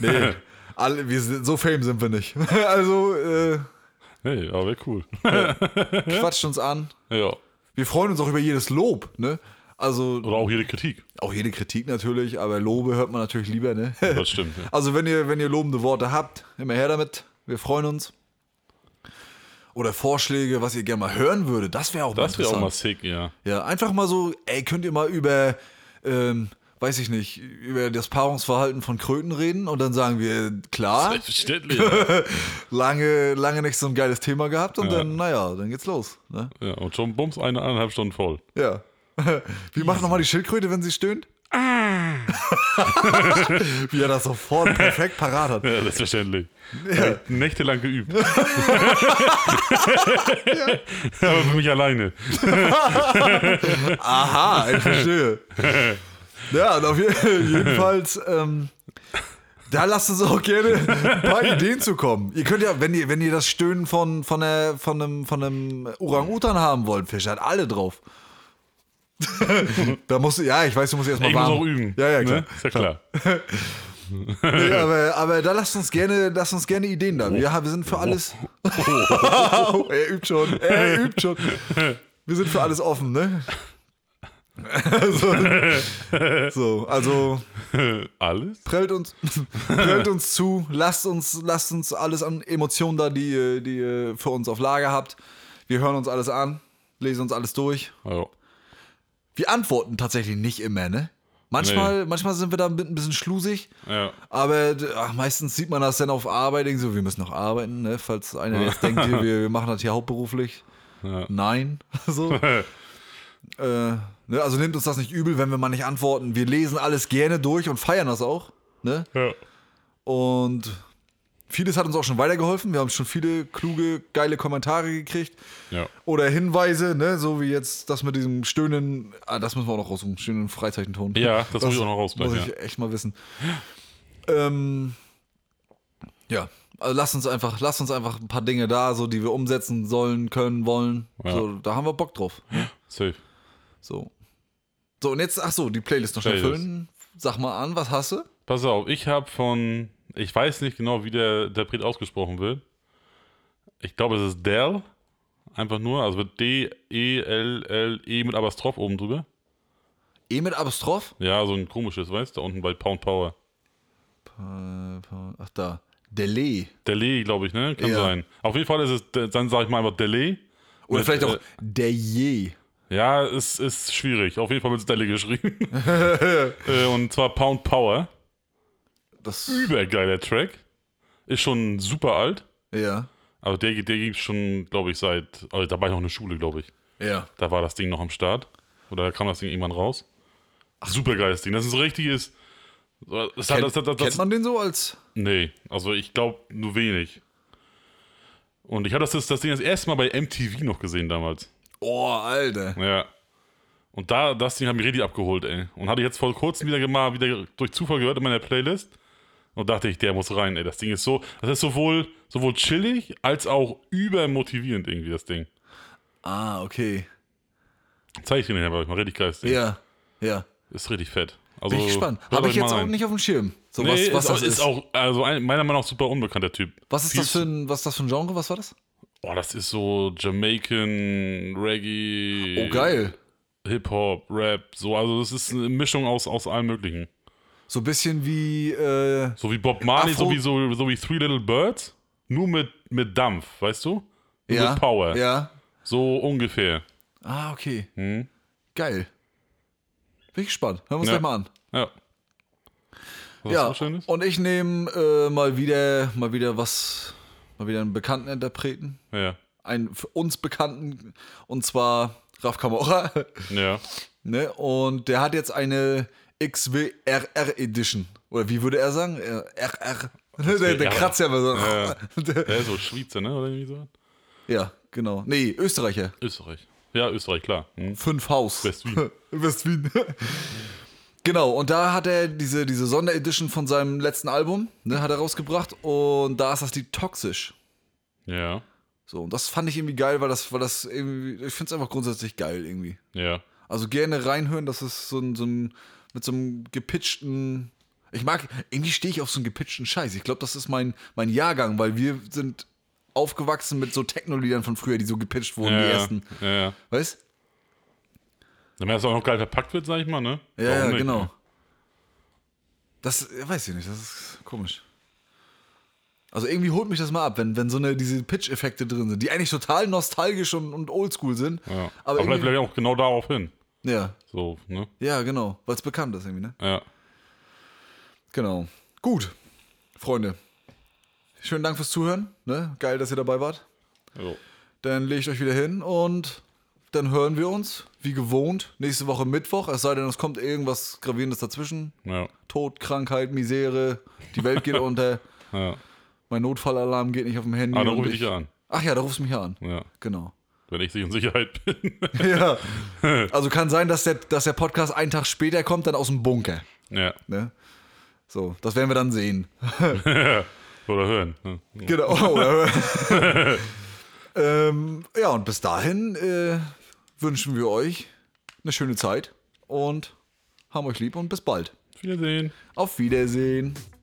[SPEAKER 2] nee. Alle, wir sind, so fame sind wir nicht. also, äh,
[SPEAKER 1] Hey, aber wär cool.
[SPEAKER 2] quatscht uns an.
[SPEAKER 1] ja.
[SPEAKER 2] Wir freuen uns auch über jedes Lob, ne? Also,
[SPEAKER 1] Oder auch jede Kritik.
[SPEAKER 2] auch jede Kritik natürlich, aber Lobe hört man natürlich lieber, ne?
[SPEAKER 1] Das stimmt. ja.
[SPEAKER 2] Also wenn ihr, wenn ihr lobende Worte habt, immer her damit. Wir freuen uns. Oder Vorschläge, was ihr gerne mal hören würdet, das wäre auch mal
[SPEAKER 1] Das wäre auch mal
[SPEAKER 2] interessant.
[SPEAKER 1] sick, ja.
[SPEAKER 2] ja, einfach mal so, ey, könnt ihr mal über, ähm, weiß ich nicht, über das Paarungsverhalten von Kröten reden und dann sagen wir, klar,
[SPEAKER 1] Selbstverständlich.
[SPEAKER 2] lange, lange nicht so ein geiles Thema gehabt und dann, naja, dann geht's los. Ne?
[SPEAKER 1] ja, und schon bums eine eineinhalb Stunden voll.
[SPEAKER 2] Ja. Wie macht nochmal die Schildkröte, wenn sie stöhnt? Wie er das sofort perfekt parat hat.
[SPEAKER 1] Ja, selbstverständlich.
[SPEAKER 2] Ja.
[SPEAKER 1] Nächtelang geübt. aber für mich alleine.
[SPEAKER 2] Aha, ich verstehe. ja, und auf jeden, jedenfalls, ähm, da lasst uns auch gerne ein paar Ideen zu kommen. Ihr könnt ja, wenn ihr, wenn ihr das Stöhnen von, von, der, von einem, von einem Orang-Utan haben wollt, Fisch hat alle drauf. da musst du, ja, ich weiß, du musst erstmal
[SPEAKER 1] Ich muss
[SPEAKER 2] warm.
[SPEAKER 1] auch üben.
[SPEAKER 2] Ja, ja, klar.
[SPEAKER 1] Ne? Ist ja klar.
[SPEAKER 2] Nee, aber, aber da lasst uns gerne, lasst uns gerne Ideen da. Wir, haben- wir sind für alles. er übt schon. Er übt schon. Wir sind für alles offen, ne? so, so, also
[SPEAKER 1] Oh, Alles?
[SPEAKER 2] Prellt uns, prellt uns zu, lasst uns, lasst uns alles an Emotionen da, die, ihr- die ihr für uns auf Lager habt. Wir hören uns alles an, lesen uns alles durch.
[SPEAKER 1] Ja.
[SPEAKER 2] Wir antworten tatsächlich nicht immer, ne? Manchmal, manchmal sind wir da ein bi- ein bisschen schlusig,
[SPEAKER 1] ja.
[SPEAKER 2] aber d- ach, meistens sieht man das dann auf Arbeit, denkt so, wir müssen noch arbeiten, ne? Falls einer jetzt denkt, hier, wir, wir machen das hier hauptberuflich.
[SPEAKER 1] Ja.
[SPEAKER 2] Nein. So. Äh, ne? Also nehmt uns das nicht übel, wenn wir mal nicht antworten. Wir lesen alles gerne durch und feiern das auch. Ne?
[SPEAKER 1] ja.
[SPEAKER 2] Und vieles hat uns auch schon weitergeholfen. Wir haben schon viele kluge, geile Kommentare gekriegt.
[SPEAKER 1] Ja.
[SPEAKER 2] Oder Hinweise, ne? so wie jetzt das mit diesem stöhnen, ah, das müssen wir auch noch raussuchen, stöhnen Freizeichenton.
[SPEAKER 1] Ja, das muss ich auch noch rausbleiben,
[SPEAKER 2] Muss ich echt mal wissen. Ähm, ja, also lasst uns einfach, lasst uns einfach ein paar Dinge da, so die wir umsetzen sollen, können, wollen.
[SPEAKER 1] Ja.
[SPEAKER 2] So, da haben wir Bock drauf.
[SPEAKER 1] Safe.
[SPEAKER 2] So. So, und jetzt, ach so, die Playlist noch schnell
[SPEAKER 1] Playlist.
[SPEAKER 2] füllen. Sag mal an, was hast du?
[SPEAKER 1] Pass auf, ich habe von, ich weiß nicht genau, wie der, der Brit ausgesprochen wird. Ich glaube, es ist Dell. Einfach nur, also mit D-E-L-L-E E mit Apostroph oben drüber.
[SPEAKER 2] E mit Apostroph?
[SPEAKER 1] Ja, so ein komisches, weißt du, da unten bei Pound Power.
[SPEAKER 2] Äh, Ach, da. Delay.
[SPEAKER 1] Delay, glaube ich, ne? Kann
[SPEAKER 2] Ja.
[SPEAKER 1] sein. Auf jeden Fall ist es, de- dann sage ich mal einfach Delay.
[SPEAKER 2] Oder
[SPEAKER 1] Mit,
[SPEAKER 2] vielleicht auch
[SPEAKER 1] äh,
[SPEAKER 2] Deye.
[SPEAKER 1] Ja, es ist schwierig. Auf jeden Fall wird es Delay geschrieben. äh, und zwar Pound Power.
[SPEAKER 2] Das,
[SPEAKER 1] Übergeiler Track. Ist schon super alt.
[SPEAKER 2] ja.
[SPEAKER 1] Also der, der gibt schon, glaube ich, seit, also da war ich noch in der Schule, glaube ich.
[SPEAKER 2] Ja.
[SPEAKER 1] Da war das Ding noch am Start. Oder da kam das Ding irgendwann raus. Super geiles Ding. Das ist ein richtiges. Das hat,
[SPEAKER 2] Kennt,
[SPEAKER 1] das, das, das,
[SPEAKER 2] kennt man den so als?
[SPEAKER 1] Nee, also ich glaube nur wenig. Und ich habe das, das, das Ding das erste Mal bei MTV noch gesehen damals.
[SPEAKER 2] Oh, Alter.
[SPEAKER 1] Ja. Und da, das Ding hat mich richtig abgeholt, ey. Und hatte jetzt vor kurzem wieder mal wieder durch Zufall gehört in meiner Playlist. Und dachte ich, der muss rein, ey. Das Ding ist so, das ist sowohl, sowohl chillig als auch übermotivierend irgendwie, das Ding.
[SPEAKER 2] Ah, okay.
[SPEAKER 1] Zeig ich dir den aber mal richtig geiles Ding.
[SPEAKER 2] Ja. Ja.
[SPEAKER 1] Ist richtig fett. Also,
[SPEAKER 2] Bin ich gespannt.
[SPEAKER 1] hört
[SPEAKER 2] Habe
[SPEAKER 1] euch
[SPEAKER 2] ich
[SPEAKER 1] mal
[SPEAKER 2] jetzt auch
[SPEAKER 1] rein.
[SPEAKER 2] nicht auf dem Schirm. So,
[SPEAKER 1] Nee,
[SPEAKER 2] was,
[SPEAKER 1] ist,
[SPEAKER 2] was das
[SPEAKER 1] ist
[SPEAKER 2] ist.
[SPEAKER 1] auch, also ein, meiner Meinung nach super unbekannter Typ.
[SPEAKER 2] was ist das für ein, was ist das für ein Genre? Was war das?
[SPEAKER 1] Boah, das ist so Jamaican, Reggae,
[SPEAKER 2] Oh, geil.
[SPEAKER 1] Hip-Hop, Rap, so. Also, das ist eine Mischung aus, aus allem Möglichen.
[SPEAKER 2] So ein bisschen wie, äh,
[SPEAKER 1] So wie Bob Marley,
[SPEAKER 2] Afro-
[SPEAKER 1] so wie, so, so wie Three Little Birds, nur mit, mit Dampf, weißt du? Nur
[SPEAKER 2] ja.
[SPEAKER 1] Mit Power.
[SPEAKER 2] Ja.
[SPEAKER 1] So ungefähr.
[SPEAKER 2] Ah, okay.
[SPEAKER 1] Hm?
[SPEAKER 2] Geil. Bin ich gespannt. Hören wir uns
[SPEAKER 1] Ja.
[SPEAKER 2] gleich mal an.
[SPEAKER 1] Ja. Was
[SPEAKER 2] ja.
[SPEAKER 1] so schön ist?
[SPEAKER 2] Und ich nehme äh, mal wieder, mal wieder was, mal wieder einen bekannten Interpreten.
[SPEAKER 1] Ja.
[SPEAKER 2] einen für uns bekannten, und zwar Raf Kamora.
[SPEAKER 1] Ja.
[SPEAKER 2] ne? Und der hat jetzt eine XWRR Edition. Oder wie würde er sagen? Äh, RR. Der, der
[SPEAKER 1] XWRR.
[SPEAKER 2] kratzt ja immer so.
[SPEAKER 1] Ja.
[SPEAKER 2] Der-
[SPEAKER 1] Der ist so Schweizer, ne? Oder irgendwie so?
[SPEAKER 2] ja, genau. Nee, Österreicher.
[SPEAKER 1] Österreich. Ja, Österreich, klar. Hm?
[SPEAKER 2] Fünf Haus.
[SPEAKER 1] West-Wien.
[SPEAKER 2] West-Wien. genau, und da hat er diese, diese Sonderedition von seinem letzten Album, ne, hat er rausgebracht. Und da ist das Lied Toxisch.
[SPEAKER 1] Ja.
[SPEAKER 2] So, und das fand ich irgendwie geil, weil das, weil das irgendwie, ich finde es einfach grundsätzlich geil irgendwie.
[SPEAKER 1] Ja.
[SPEAKER 2] Also gerne reinhören, das ist so ein, so ein mit so einem gepitchten. Ich mag, irgendwie stehe ich auf so einen gepitchten Scheiß. Ich glaube, das ist mein, mein Jahrgang, weil wir sind aufgewachsen mit so Techno-Liedern von früher, die so gepitcht wurden,
[SPEAKER 1] ja.
[SPEAKER 2] die ersten.
[SPEAKER 1] Ja. ja.
[SPEAKER 2] Weißt
[SPEAKER 1] Wenn das auch noch geil verpackt wird, sag ich mal, ne?
[SPEAKER 2] Ja,
[SPEAKER 1] Warum
[SPEAKER 2] ja,
[SPEAKER 1] nicht?
[SPEAKER 2] genau. Das ja, weiß ich nicht, das ist komisch. Also irgendwie holt mich das mal ab, wenn, wenn so eine, diese Pitch-Effekte drin sind, die eigentlich total nostalgisch und, und oldschool sind.
[SPEAKER 1] Ja.
[SPEAKER 2] Aber
[SPEAKER 1] Aber, vielleicht,
[SPEAKER 2] irgendwie-
[SPEAKER 1] vielleicht auch genau darauf hin.
[SPEAKER 2] Ja,
[SPEAKER 1] So, ne?
[SPEAKER 2] ja, genau, weil es bekannt ist irgendwie, ne?
[SPEAKER 1] Ja.
[SPEAKER 2] Genau. Gut, Freunde. Schönen Dank fürs Zuhören. Ne? Geil, dass ihr dabei wart.
[SPEAKER 1] Jo.
[SPEAKER 2] Dann lege ich euch wieder hin und dann hören wir uns, wie gewohnt, nächste Woche Mittwoch. Es sei denn, es kommt irgendwas Gravierendes dazwischen.
[SPEAKER 1] Ja. Ah,
[SPEAKER 2] Tod, Krankheit, Misere, die Welt geht unter.
[SPEAKER 1] ja.
[SPEAKER 2] Mein Notfallalarm geht nicht auf dem Handy.
[SPEAKER 1] Ah, dann
[SPEAKER 2] und
[SPEAKER 1] ruf ich dich an.
[SPEAKER 2] Ach ja, da rufst du mich ja an.
[SPEAKER 1] Ja.
[SPEAKER 2] Genau.
[SPEAKER 1] Wenn ich in Sicherheit bin.
[SPEAKER 2] ja. Also kann sein, dass der, dass der Podcast einen Tag später kommt, dann aus dem Bunker.
[SPEAKER 1] ja.
[SPEAKER 2] Ne? So, das werden wir dann sehen.
[SPEAKER 1] Oder hören. ne?
[SPEAKER 2] Genau. Oder, ähm, ja, und bis dahin äh, wünschen wir euch eine schöne Zeit und haben euch lieb und bis bald.
[SPEAKER 1] Auf Wiedersehen.
[SPEAKER 2] Auf Wiedersehen.